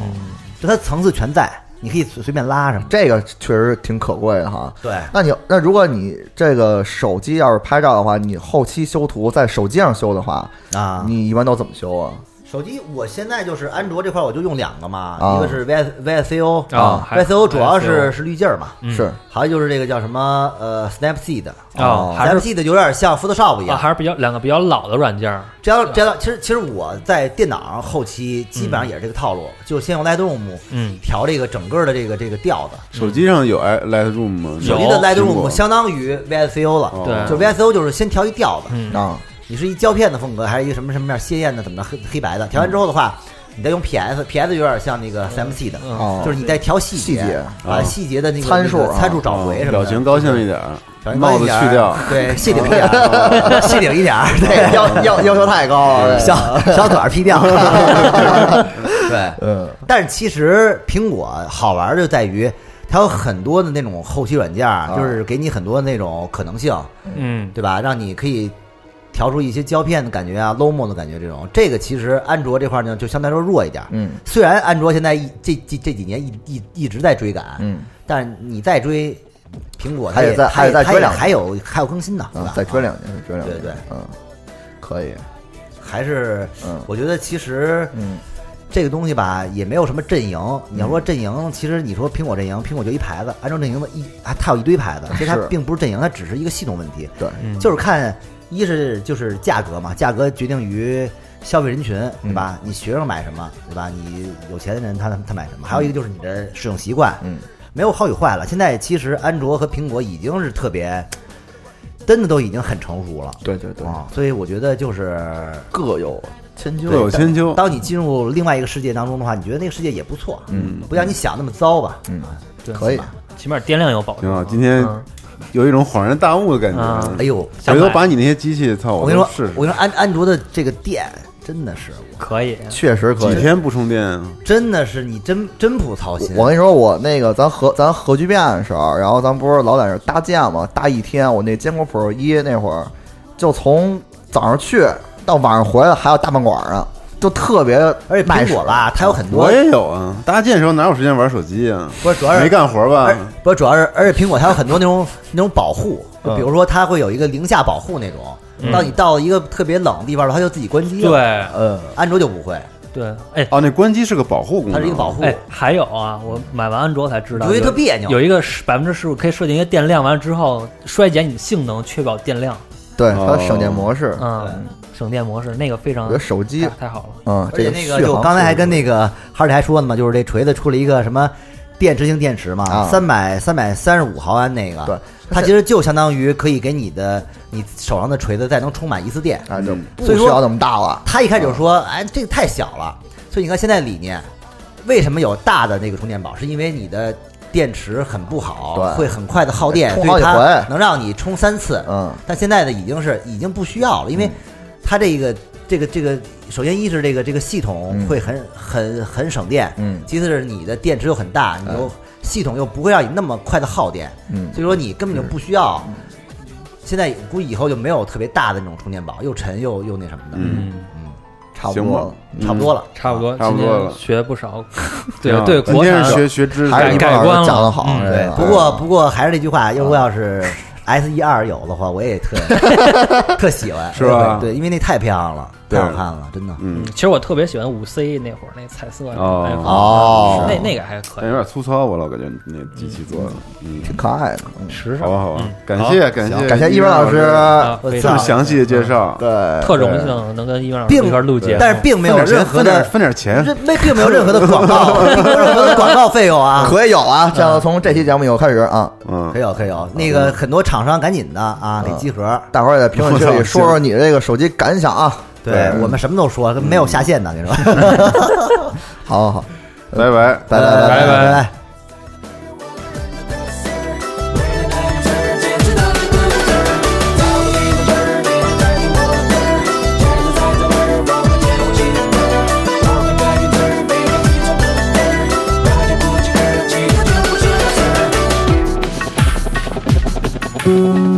[SPEAKER 4] 就它层次全在，你可以随随便拉什么的。
[SPEAKER 3] 这个确实挺可贵的哈。
[SPEAKER 4] 对，
[SPEAKER 3] 那你那如果你这个手机要是拍照的话，你后期修图在手机上修的话，
[SPEAKER 4] 啊，
[SPEAKER 3] 你一般都怎么修啊？
[SPEAKER 4] 手机我现在就是安卓这块，我就用两个嘛，
[SPEAKER 3] 啊
[SPEAKER 4] 一个是 V V I C O
[SPEAKER 2] 啊还
[SPEAKER 4] v I C O 主要是
[SPEAKER 2] VSCO
[SPEAKER 4] 是滤镜嘛，
[SPEAKER 2] 嗯
[SPEAKER 3] 是
[SPEAKER 4] 还有就是这个叫什么呃 Snapseed。
[SPEAKER 2] 啊，还是
[SPEAKER 4] Snapseed 有点像 Photoshop 一
[SPEAKER 2] 啊，
[SPEAKER 4] 样，
[SPEAKER 2] 还是比较两个比较老的软件儿，
[SPEAKER 4] 这样这样，其实其实我在电脑上后期基本上也是这个套路，就先用 Lightroom
[SPEAKER 2] 嗯
[SPEAKER 4] 调这个整个的这个这个调子。
[SPEAKER 1] 手机上有 i Lightroom 吗？
[SPEAKER 2] 有哦
[SPEAKER 4] 手机的
[SPEAKER 1] 苹
[SPEAKER 4] Lightroom
[SPEAKER 1] 果哦
[SPEAKER 4] 相当于 VSCO 了，
[SPEAKER 2] 对
[SPEAKER 4] 就 VSCO 就是先调一调子，
[SPEAKER 2] 嗯
[SPEAKER 3] 啊，
[SPEAKER 4] 你是一胶片的风格，还是一个什么什么样鲜艳的怎么的黑黑白的？调完之后的话，你再用 PS，PS 有点像那个 SMC 的，
[SPEAKER 2] 嗯
[SPEAKER 3] 哦，
[SPEAKER 4] 就是你再调细
[SPEAKER 3] 细节
[SPEAKER 4] 把
[SPEAKER 1] 啊
[SPEAKER 4] 细节的那个
[SPEAKER 3] 参数
[SPEAKER 4] 那个
[SPEAKER 3] 啊
[SPEAKER 4] 参数找回什么的，
[SPEAKER 1] 哦表
[SPEAKER 4] 嗯
[SPEAKER 1] 情高兴一点儿，
[SPEAKER 4] 表情
[SPEAKER 1] 帽
[SPEAKER 4] 包
[SPEAKER 1] 子
[SPEAKER 4] 一点儿
[SPEAKER 1] 去掉，
[SPEAKER 4] 对，细顶一点儿，细顶一点儿， 对，
[SPEAKER 3] 要要 要求太高了，
[SPEAKER 4] 小小腿儿劈掉。 对，
[SPEAKER 3] 嗯
[SPEAKER 4] 但是其实苹果好玩儿就在于它有很多的那种后期软件儿，就是给你很多那种可能性，
[SPEAKER 2] 嗯
[SPEAKER 4] 对吧？让你可以调出一些胶片的感觉啊，lomo 的感觉这种。这个其实安卓这块儿呢，就相对来说弱一点儿。
[SPEAKER 3] 嗯
[SPEAKER 4] 虽然安卓现在一这这这几年一一一直在追赶，
[SPEAKER 3] 嗯，
[SPEAKER 4] 但是你再追苹果，它
[SPEAKER 3] 还得
[SPEAKER 4] 也
[SPEAKER 3] 再
[SPEAKER 4] 它也
[SPEAKER 3] 还得再
[SPEAKER 4] 它
[SPEAKER 3] 追
[SPEAKER 4] 也
[SPEAKER 3] 两年
[SPEAKER 4] 还有还有更新呢，对
[SPEAKER 3] 嗯
[SPEAKER 4] 吧
[SPEAKER 3] 再追两年，再追两年，
[SPEAKER 4] 对对，
[SPEAKER 3] 嗯，可以，
[SPEAKER 4] 还是
[SPEAKER 3] 嗯
[SPEAKER 4] 我觉得其实
[SPEAKER 3] 嗯
[SPEAKER 4] 这个东西吧，也没有什么阵营。你要说阵营，其实你说苹果阵营，苹果就一牌子；安卓阵营的一，啊它有一堆牌子。其实它
[SPEAKER 3] 是
[SPEAKER 4] 并不是阵营，它只是一个系统问题。
[SPEAKER 3] 对，
[SPEAKER 2] 嗯，
[SPEAKER 4] 就是看一是就是价格嘛，价格决定于消费人群，对吧？
[SPEAKER 3] 嗯
[SPEAKER 4] 你学生买什么，对吧？你有钱的人他他买什么？还有一个就是你的使用习惯，
[SPEAKER 3] 嗯
[SPEAKER 4] 没有好与坏了。现在其实安卓和苹果已经是特别，真的都已经很成熟了。
[SPEAKER 3] 对对对，
[SPEAKER 4] 啊，所以我觉得就是
[SPEAKER 3] 各有千秋，
[SPEAKER 1] 各有千秋。
[SPEAKER 4] 当你进入另外一个世界当中的话，你觉得那个世界也不错，
[SPEAKER 3] 嗯，
[SPEAKER 4] 不像你想那么糟吧？
[SPEAKER 3] 嗯
[SPEAKER 4] 啊
[SPEAKER 2] 对
[SPEAKER 3] 可以，
[SPEAKER 2] 起码电量有保证
[SPEAKER 1] 挺好
[SPEAKER 2] 啊。
[SPEAKER 1] 今天
[SPEAKER 2] 嗯
[SPEAKER 1] 有一种恍然大悟的感
[SPEAKER 2] 啊
[SPEAKER 1] 觉。嗯
[SPEAKER 4] 哎呦，
[SPEAKER 2] 想
[SPEAKER 1] 回
[SPEAKER 2] 买
[SPEAKER 1] 头把你那些机器，操！
[SPEAKER 4] 我跟你说
[SPEAKER 1] 都试，
[SPEAKER 4] 我跟你说，安安卓的这个店真的是，
[SPEAKER 2] 可以，
[SPEAKER 3] 确实可
[SPEAKER 1] 试，几
[SPEAKER 3] 以。
[SPEAKER 1] 天不充电啊？
[SPEAKER 4] 真的是你真真不操心。
[SPEAKER 3] 我跟你说，我那个咱核咱核聚变的时候，然后咱不是老在那儿搭建嘛，搭一天。我那坚果 Pro 一那会儿，就从早上去到晚上回来，还有大饭馆呢，就特别
[SPEAKER 4] 而且
[SPEAKER 3] 卖
[SPEAKER 4] 苹
[SPEAKER 3] 手
[SPEAKER 4] 果吧，它有很多
[SPEAKER 1] 我，也有啊，搭建的时候哪有时间玩手机啊？
[SPEAKER 4] 不是主要是
[SPEAKER 1] 没干活吧
[SPEAKER 4] 而？不是主要是，而且苹果它有很多那种那种保护，就比如说它会有一个零下保护那种，
[SPEAKER 2] 嗯
[SPEAKER 4] 当你到一个特别冷的地方了，它就自己关机了。
[SPEAKER 2] 对
[SPEAKER 3] 呃，
[SPEAKER 4] 安卓就不会，
[SPEAKER 2] 对，哎
[SPEAKER 1] 哦，那关机是个保护功能，
[SPEAKER 4] 它是一个保护。
[SPEAKER 2] 哎，还有啊，我买完安卓才知道，
[SPEAKER 4] 你觉得
[SPEAKER 2] 有
[SPEAKER 4] 特别扭
[SPEAKER 2] 有一个百分之十五可以设定一个电量，完了之后衰减你的性能，确保电量，
[SPEAKER 3] 对，
[SPEAKER 1] 哦
[SPEAKER 3] 还有省电模式，
[SPEAKER 2] 嗯，省电模式那个非
[SPEAKER 3] 我
[SPEAKER 2] 常
[SPEAKER 3] 觉得手机
[SPEAKER 2] 太，太好了，
[SPEAKER 3] 嗯，
[SPEAKER 4] 嗯而且
[SPEAKER 3] 这
[SPEAKER 4] 那个
[SPEAKER 3] 续
[SPEAKER 4] 就我
[SPEAKER 3] 航
[SPEAKER 4] 刚才还
[SPEAKER 3] 速度
[SPEAKER 4] 跟那个哈里还说呢嘛，就是这锤子出了一个什么电池型电池嘛
[SPEAKER 3] 啊，
[SPEAKER 4] 三百三百三十五毫安那个，
[SPEAKER 3] 对，
[SPEAKER 4] 它其实就相当于可以给你的你手上的锤子再能充满一次电。
[SPEAKER 3] 啊，就
[SPEAKER 1] 嗯
[SPEAKER 3] 不
[SPEAKER 4] 所以
[SPEAKER 3] 需
[SPEAKER 4] 说
[SPEAKER 3] 要那么大了。
[SPEAKER 4] 他一开始就说，哎，这个太小了，所以你看现在理念，为什么有大的那个充电宝，是因为你的。电池很不好，
[SPEAKER 3] 对
[SPEAKER 4] 会很快的耗电，所
[SPEAKER 3] 充
[SPEAKER 4] 以
[SPEAKER 3] 好几
[SPEAKER 4] 它
[SPEAKER 3] 回
[SPEAKER 4] 能让你充三次。
[SPEAKER 3] 嗯
[SPEAKER 4] 但现在的已经是已经不需要了，因为它这个这个这个，首先一是这个这个系统
[SPEAKER 3] 嗯
[SPEAKER 4] 会很很很省电，
[SPEAKER 3] 嗯哎
[SPEAKER 4] 其次是你的电池又很大，你又系统又不会让你那么快的耗电，
[SPEAKER 3] 嗯
[SPEAKER 4] 所以说你根本就不需要。现在估计以后就没有特别大的那种充电宝，又沉又又那什么的，
[SPEAKER 1] 嗯
[SPEAKER 2] 嗯。
[SPEAKER 3] 差不
[SPEAKER 1] 行嗯
[SPEAKER 3] 多
[SPEAKER 1] 吧
[SPEAKER 3] 了。，
[SPEAKER 4] 差不多了，
[SPEAKER 2] 差不多，
[SPEAKER 1] 差不多
[SPEAKER 2] 今天
[SPEAKER 1] 了
[SPEAKER 2] 学不 少，
[SPEAKER 1] 挺
[SPEAKER 2] 对
[SPEAKER 1] 好
[SPEAKER 2] 对，
[SPEAKER 1] 今
[SPEAKER 2] 国
[SPEAKER 1] 天
[SPEAKER 2] 产
[SPEAKER 1] 是学学知识，
[SPEAKER 3] 还是你
[SPEAKER 2] 改
[SPEAKER 3] 们
[SPEAKER 2] 改观
[SPEAKER 3] 老师
[SPEAKER 2] 了
[SPEAKER 3] 讲的好，啊
[SPEAKER 2] 嗯
[SPEAKER 3] 这
[SPEAKER 4] 对
[SPEAKER 3] 个，
[SPEAKER 4] 不过不过还是那句话，要如果要是 S 一二有的话，我也特特喜欢，
[SPEAKER 1] 是吧
[SPEAKER 4] 对，因为那太漂亮了，太
[SPEAKER 1] 对
[SPEAKER 4] 好看了，真的。
[SPEAKER 1] 嗯，
[SPEAKER 2] 其实我特别喜欢五 C 那会儿那彩色的
[SPEAKER 1] 哦
[SPEAKER 2] iPhone，
[SPEAKER 3] 哦
[SPEAKER 2] 那那个还可
[SPEAKER 1] 但
[SPEAKER 2] 以
[SPEAKER 1] 哎有，点粗糙，啊我老感觉那机器做的，嗯，
[SPEAKER 3] 挺可爱的。嗯
[SPEAKER 2] 时
[SPEAKER 1] 好
[SPEAKER 2] 尚，
[SPEAKER 1] 吧，好吧啊
[SPEAKER 2] 嗯，
[SPEAKER 1] 感谢感
[SPEAKER 3] 行
[SPEAKER 1] 谢
[SPEAKER 3] 感谢一文老师，
[SPEAKER 2] 啊
[SPEAKER 4] 我
[SPEAKER 2] 非
[SPEAKER 1] 这么
[SPEAKER 2] 常嗯
[SPEAKER 4] 操
[SPEAKER 1] 详细的介绍，
[SPEAKER 3] 嗯对，
[SPEAKER 2] 特荣幸
[SPEAKER 3] 对
[SPEAKER 2] 能跟伊万老师
[SPEAKER 4] 并
[SPEAKER 2] 一块儿录节目，
[SPEAKER 4] 但是并没有
[SPEAKER 1] 分点钱
[SPEAKER 4] 任何
[SPEAKER 1] 分点
[SPEAKER 4] 的，
[SPEAKER 1] 分点钱，
[SPEAKER 4] 这没并没有任何的广告，并没有任何的广告费 用啊。
[SPEAKER 3] 可以有啊。这样从这期节目以后开始啊，
[SPEAKER 1] 嗯
[SPEAKER 4] 可以，有，可以有。那个很多厂商赶紧的啊，得集合。
[SPEAKER 3] 大伙儿也在评论区里说说你这个手机感想啊。
[SPEAKER 4] 对我们什么都说，没有下限的，你说。
[SPEAKER 3] 好好好，
[SPEAKER 1] 拜拜。
[SPEAKER 3] 拜拜拜
[SPEAKER 2] 拜
[SPEAKER 4] 呃拜拜。
[SPEAKER 5] Turn, baby, keep on the day.
[SPEAKER 1] 嗯